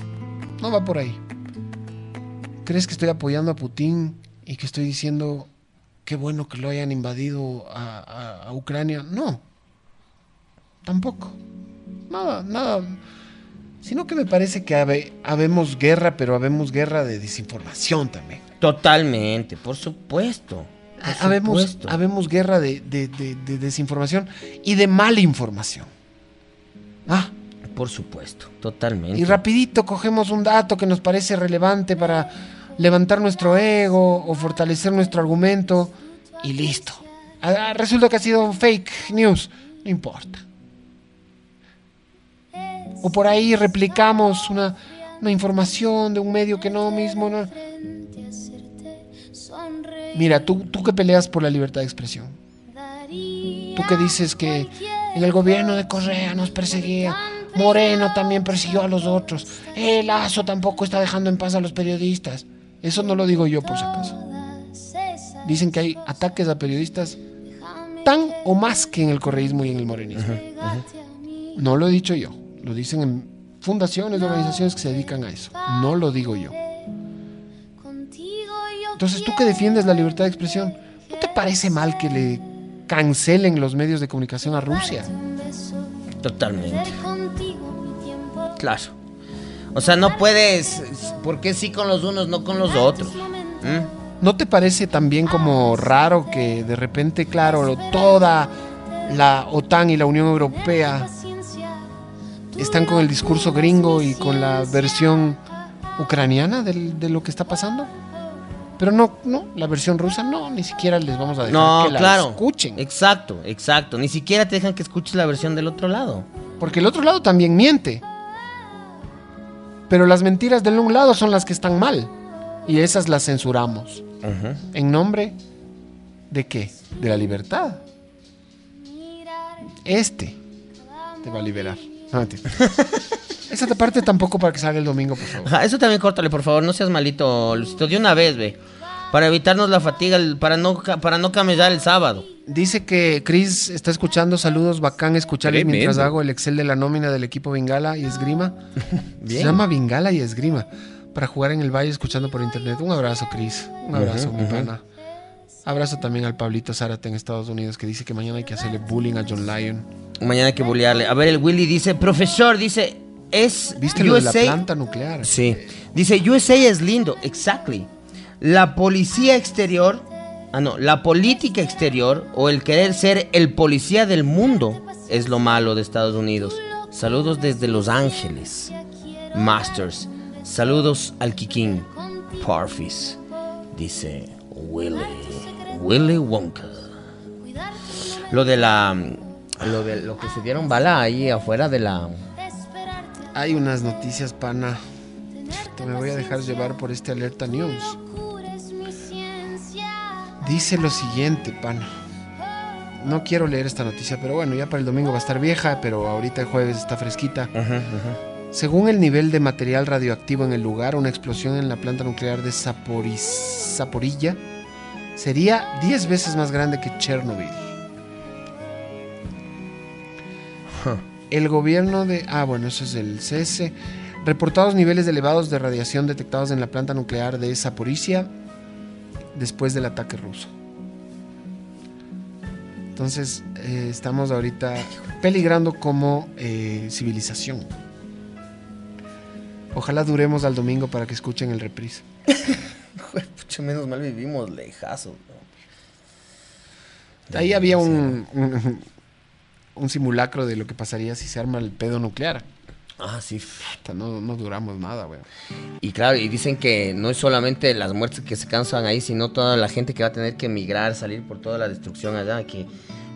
Speaker 5: No va por ahí. ¿Crees que estoy apoyando a Putin y que estoy diciendo qué bueno que lo hayan invadido a, a- a Ucrania? No. Tampoco. Nada, nada. Sino que me parece que habe- habemos guerra, pero habemos guerra de desinformación también.
Speaker 4: Totalmente, por supuesto. Por
Speaker 5: Habemos,
Speaker 4: supuesto.
Speaker 5: habemos guerra de, de- de- de desinformación y de mala información. Ah,
Speaker 4: Por supuesto, totalmente.
Speaker 5: Y rapidito cogemos un dato que nos parece relevante para levantar nuestro ego o fortalecer nuestro argumento y listo. Ah, Resulta que ha sido fake news, no importa. O por ahí replicamos una, una información de un medio que no mismo... no- Mira, tú, tú que peleas por la libertad de expresión. Tú que dices que en el gobierno de Correa nos perseguía. Moreno también persiguió a los otros. El Lazo tampoco está dejando en paz a los periodistas. Eso no lo digo yo por si acaso. Dicen que hay ataques a periodistas tan o más que en el correísmo y en el morenismo. No lo he dicho yo. Lo dicen en fundaciones, organizaciones que se dedican a eso. No lo digo yo. Entonces, tú que defiendes la libertad de expresión, ¿no te parece mal que le cancelen los medios de comunicación a Rusia?
Speaker 4: Totalmente. Claro. O sea, no puedes. ¿Por qué sí con los unos, no con los otros? ¿Mm?
Speaker 5: ¿No te parece también como raro que de repente, claro, lo- toda la OTAN y la Unión Europea están con el discurso gringo y con la versión ucraniana del- de lo que está pasando? Pero no, no, la versión rusa no, ni siquiera les vamos a dejar
Speaker 4: No,
Speaker 5: Pues, que la
Speaker 4: claro.
Speaker 5: escu-
Speaker 4: Exacto, exacto. Ni siquiera te dejan que escuches la versión del otro lado.
Speaker 5: Porque el otro lado también miente. Pero las mentiras del un lado son las que están mal. Y esas las censuramos. ¿En nombre de qué? De la libertad. Este te va a liberar. No, mentira. Esa parte tampoco para que salga el domingo, por favor.
Speaker 4: Ajá, eso también córtale, por favor, no seas malito, Lucito, de una vez, ve. Para evitarnos la fatiga, el- para no, ca- para no camellar el sábado.
Speaker 5: Dice que Chris está escuchando, saludos, bacán escucharles
Speaker 4: Tremendo.
Speaker 5: mientras hago el Excel de la nómina del equipo Bengala y Esgrima. Se llama Bengala y Esgrima, para jugar en el valle escuchando por internet. Un abrazo, Chris. Un abrazo,
Speaker 4: Ujú,
Speaker 5: mi
Speaker 4: ujú.
Speaker 5: pana. Abrazo también al Pablito Zárate en Estados Unidos, que dice que mañana hay que hacerle bullying a John Lyon.
Speaker 4: Mañana hay que bullearle. A ver, el Willy dice, profesor, dice, es
Speaker 5: ¿Viste lo de la planta nuclear?
Speaker 4: Sí. Dice, USA es lindo, exactly. La policía exterior, ah no, la política exterior o el querer ser el policía del mundo es lo malo de Estados Unidos. Saludos desde Los Ángeles. Masters. Saludos al Kikín. Parfis. Dice Willy. Willy Wonka. Lo de la lo de lo que se dieron bala ahí afuera de la
Speaker 5: Hay unas noticias, pana. Te me voy a dejar llevar por este alerta news. Dice lo siguiente, pana. No quiero leer esta noticia, pero bueno, ya para el domingo va a estar vieja, pero ahorita el jueves está fresquita. Según el nivel de material radioactivo en el lugar, una explosión en la planta nuclear de Zaporiz- Zaporilla sería 10 veces más grande que Chernobyl. El gobierno de... Ah, bueno, eso es el CS. Reportados niveles elevados de radiación detectados en la planta nuclear de Zaporizhia después del ataque ruso. Entonces, eh, estamos ahorita peligrando como eh, civilización. Ojalá duremos al domingo para que escuchen el reprise.
Speaker 4: Pucha, menos mal vivimos lejazo.
Speaker 5: Ahí había un, un, un simulacro de lo que pasaría si se arma el pedo nuclear.
Speaker 4: Ah, sí.
Speaker 5: No, no duramos nada, weón.
Speaker 4: Y claro, y dicen que no es solamente las muertes que se cansan ahí, sino toda la gente que va a tener que emigrar, salir por toda la destrucción allá, que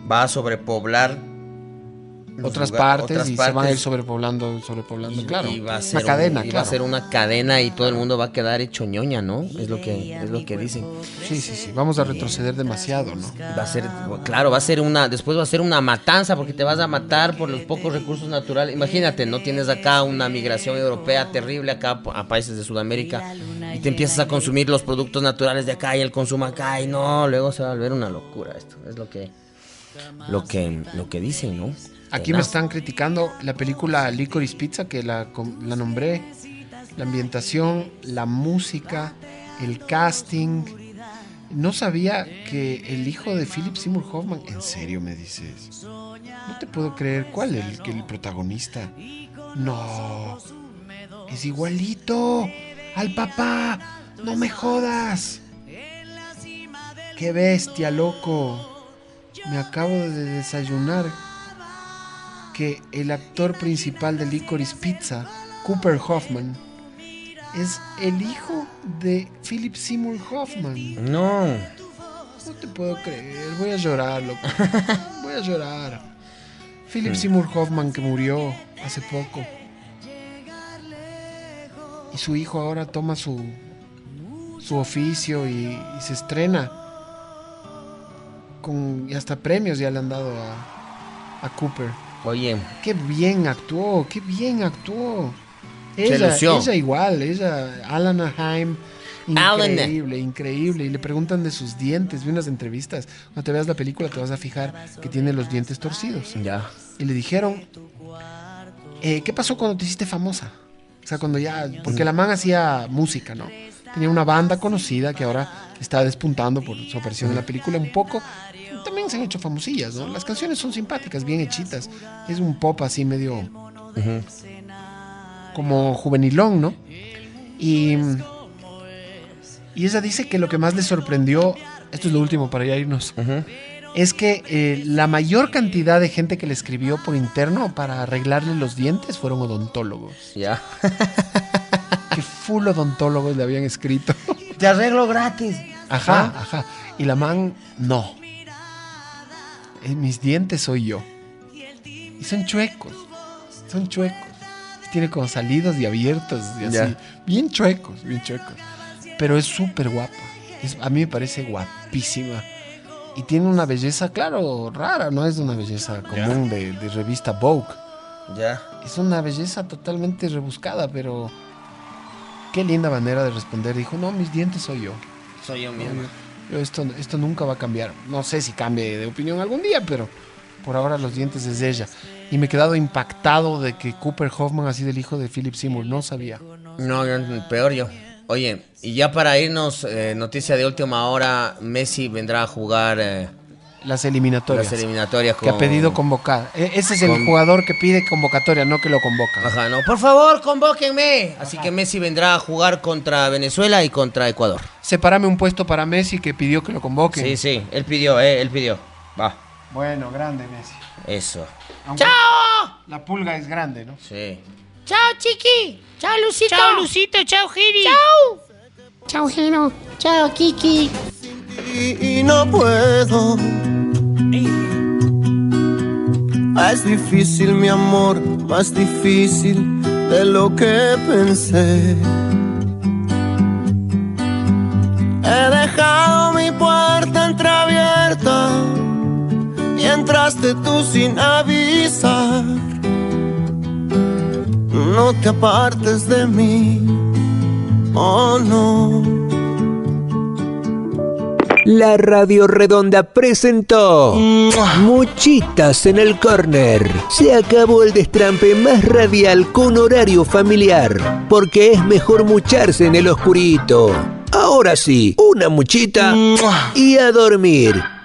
Speaker 4: va a sobrepoblar los
Speaker 5: Otras
Speaker 4: lugar-
Speaker 5: partes
Speaker 4: otras
Speaker 5: y se van a ir sobrepoblando, sobrepoblando.
Speaker 4: y-
Speaker 5: claro,
Speaker 4: y va a ser
Speaker 5: una cadena,
Speaker 4: un- y va a
Speaker 5: claro.
Speaker 4: ser una cadena y todo el mundo va a quedar hecho ñoña, ¿no? Es lo que es lo que dicen.
Speaker 5: Sí, sí, sí. Vamos a retroceder demasiado, ¿no?
Speaker 4: Va a ser, claro, va a ser una, después va a ser una matanza porque te vas a matar por los pocos recursos naturales. Imagínate, no tienes acá una migración europea terrible acá po- a países de Sudamérica y te empiezas a consumir los productos naturales de acá y el consumo acá y no, luego se va a volver una locura esto. Es lo que, lo que, lo que dicen, ¿no?
Speaker 5: Aquí me están criticando la película Licorice Pizza, que la, com- la nombré. La ambientación, la música, el casting. No sabía que el hijo de Philip Seymour Hoffman, en serio me dices. No te puedo creer cuál es el, que el protagonista. No. Es igualito al papá. No me jodas. Qué bestia, loco. Me acabo de desayunar que el actor principal de Licorice Pizza, Cooper Hoffman, es el hijo de Philip Seymour Hoffman.
Speaker 4: No.
Speaker 5: No te puedo creer, voy a llorar, loco. Voy a llorar. Philip
Speaker 4: Hmm.
Speaker 5: Seymour Hoffman que murió hace poco. Y su hijo ahora toma su, su oficio y, y se estrena. Con, y hasta premios ya le han dado a, a Cooper.
Speaker 4: Oye,
Speaker 5: Qué bien actuó, qué bien actuó.
Speaker 4: Se
Speaker 5: Ella,
Speaker 4: lució.
Speaker 5: ella igual, ella, Alana Haim.
Speaker 4: Alana.
Speaker 5: Increíble, increíble. Y le preguntan de sus dientes, vi unas entrevistas. Cuando te veas la película te vas a fijar que tiene los dientes torcidos.
Speaker 4: Ya.
Speaker 5: Y le dijeron, eh, ¿qué pasó cuando te hiciste famosa? O sea, cuando ya, porque la man hacía música, ¿no? Tenía una banda conocida que ahora está despuntando por su aparición en la película un poco. También se han hecho famosillas, ¿no? Las canciones son simpáticas, bien hechitas. Es un pop así medio como juvenilón, ¿no? Y, y ella dice que lo que más le sorprendió, esto es lo último para ya irnos, es que eh, la mayor cantidad de gente que le escribió por interno para arreglarle los dientes fueron odontólogos.
Speaker 4: Ya.
Speaker 5: que full odontólogos le habían escrito.
Speaker 4: Te arreglo gratis.
Speaker 5: Ajá, Ah, ajá. Y la man, no. En mis dientes soy yo. Y son chuecos. Son chuecos. Tiene como salidos y abiertos y así.
Speaker 4: Ya.
Speaker 5: Bien chuecos, bien chuecos. Pero es súper guapa. Es- a mí me parece guapísima. Y tiene una belleza, claro, rara, no es una belleza común de, de revista Vogue.
Speaker 4: Ya.
Speaker 5: Es una belleza totalmente rebuscada, pero qué linda manera de responder. Dijo, no, mis dientes soy yo.
Speaker 4: Soy yo mismo.
Speaker 5: Yo esto, esto nunca va a cambiar. No sé si cambie de opinión algún día, pero por ahora los dientes es ella. Y me he quedado impactado de que Cooper Hoffman ha sido el hijo de Philip Seymour. No sabía.
Speaker 4: No, yo- peor yo. Oye, y ya para irnos, eh, noticia de última hora, Messi vendrá a jugar eh,
Speaker 5: Las eliminatorias.
Speaker 4: las eliminatorias con...
Speaker 5: Que ha pedido convocar. E- Ese es el
Speaker 4: Con-
Speaker 5: jugador que pide convocatoria, no que lo convocan.
Speaker 4: Ajá, no. Por favor, convóquenme. Así que Messi vendrá a jugar contra Venezuela y contra Ecuador.
Speaker 5: Sepárame un puesto para Messi que pidió que lo convoquen.
Speaker 4: Sí, sí, él pidió, eh, él pidió. Va,
Speaker 5: Bueno, grande Messi.
Speaker 4: eso.
Speaker 5: ¡Chao! La pulga es grande, ¿no?
Speaker 4: Sí.
Speaker 3: Chao, chiqui. Chao, Lucito.
Speaker 9: Chao,
Speaker 3: Lucito. Chao, Giri. Chao. Chao, Giro. Chao, Kiki.
Speaker 14: y no puedo. Ah, Es difícil, mi amor, más difícil de lo que pensé. He dejado mi puerta entreabierta y entraste tú sin avisar. No te apartes de mí, oh no.
Speaker 8: La Radio Redonda presentó Mochitas en el Corner. Se acabó el destrampe más radial con horario familiar, porque es mejor mucharse en el oscurito. Ahora sí, una muchita y a dormir.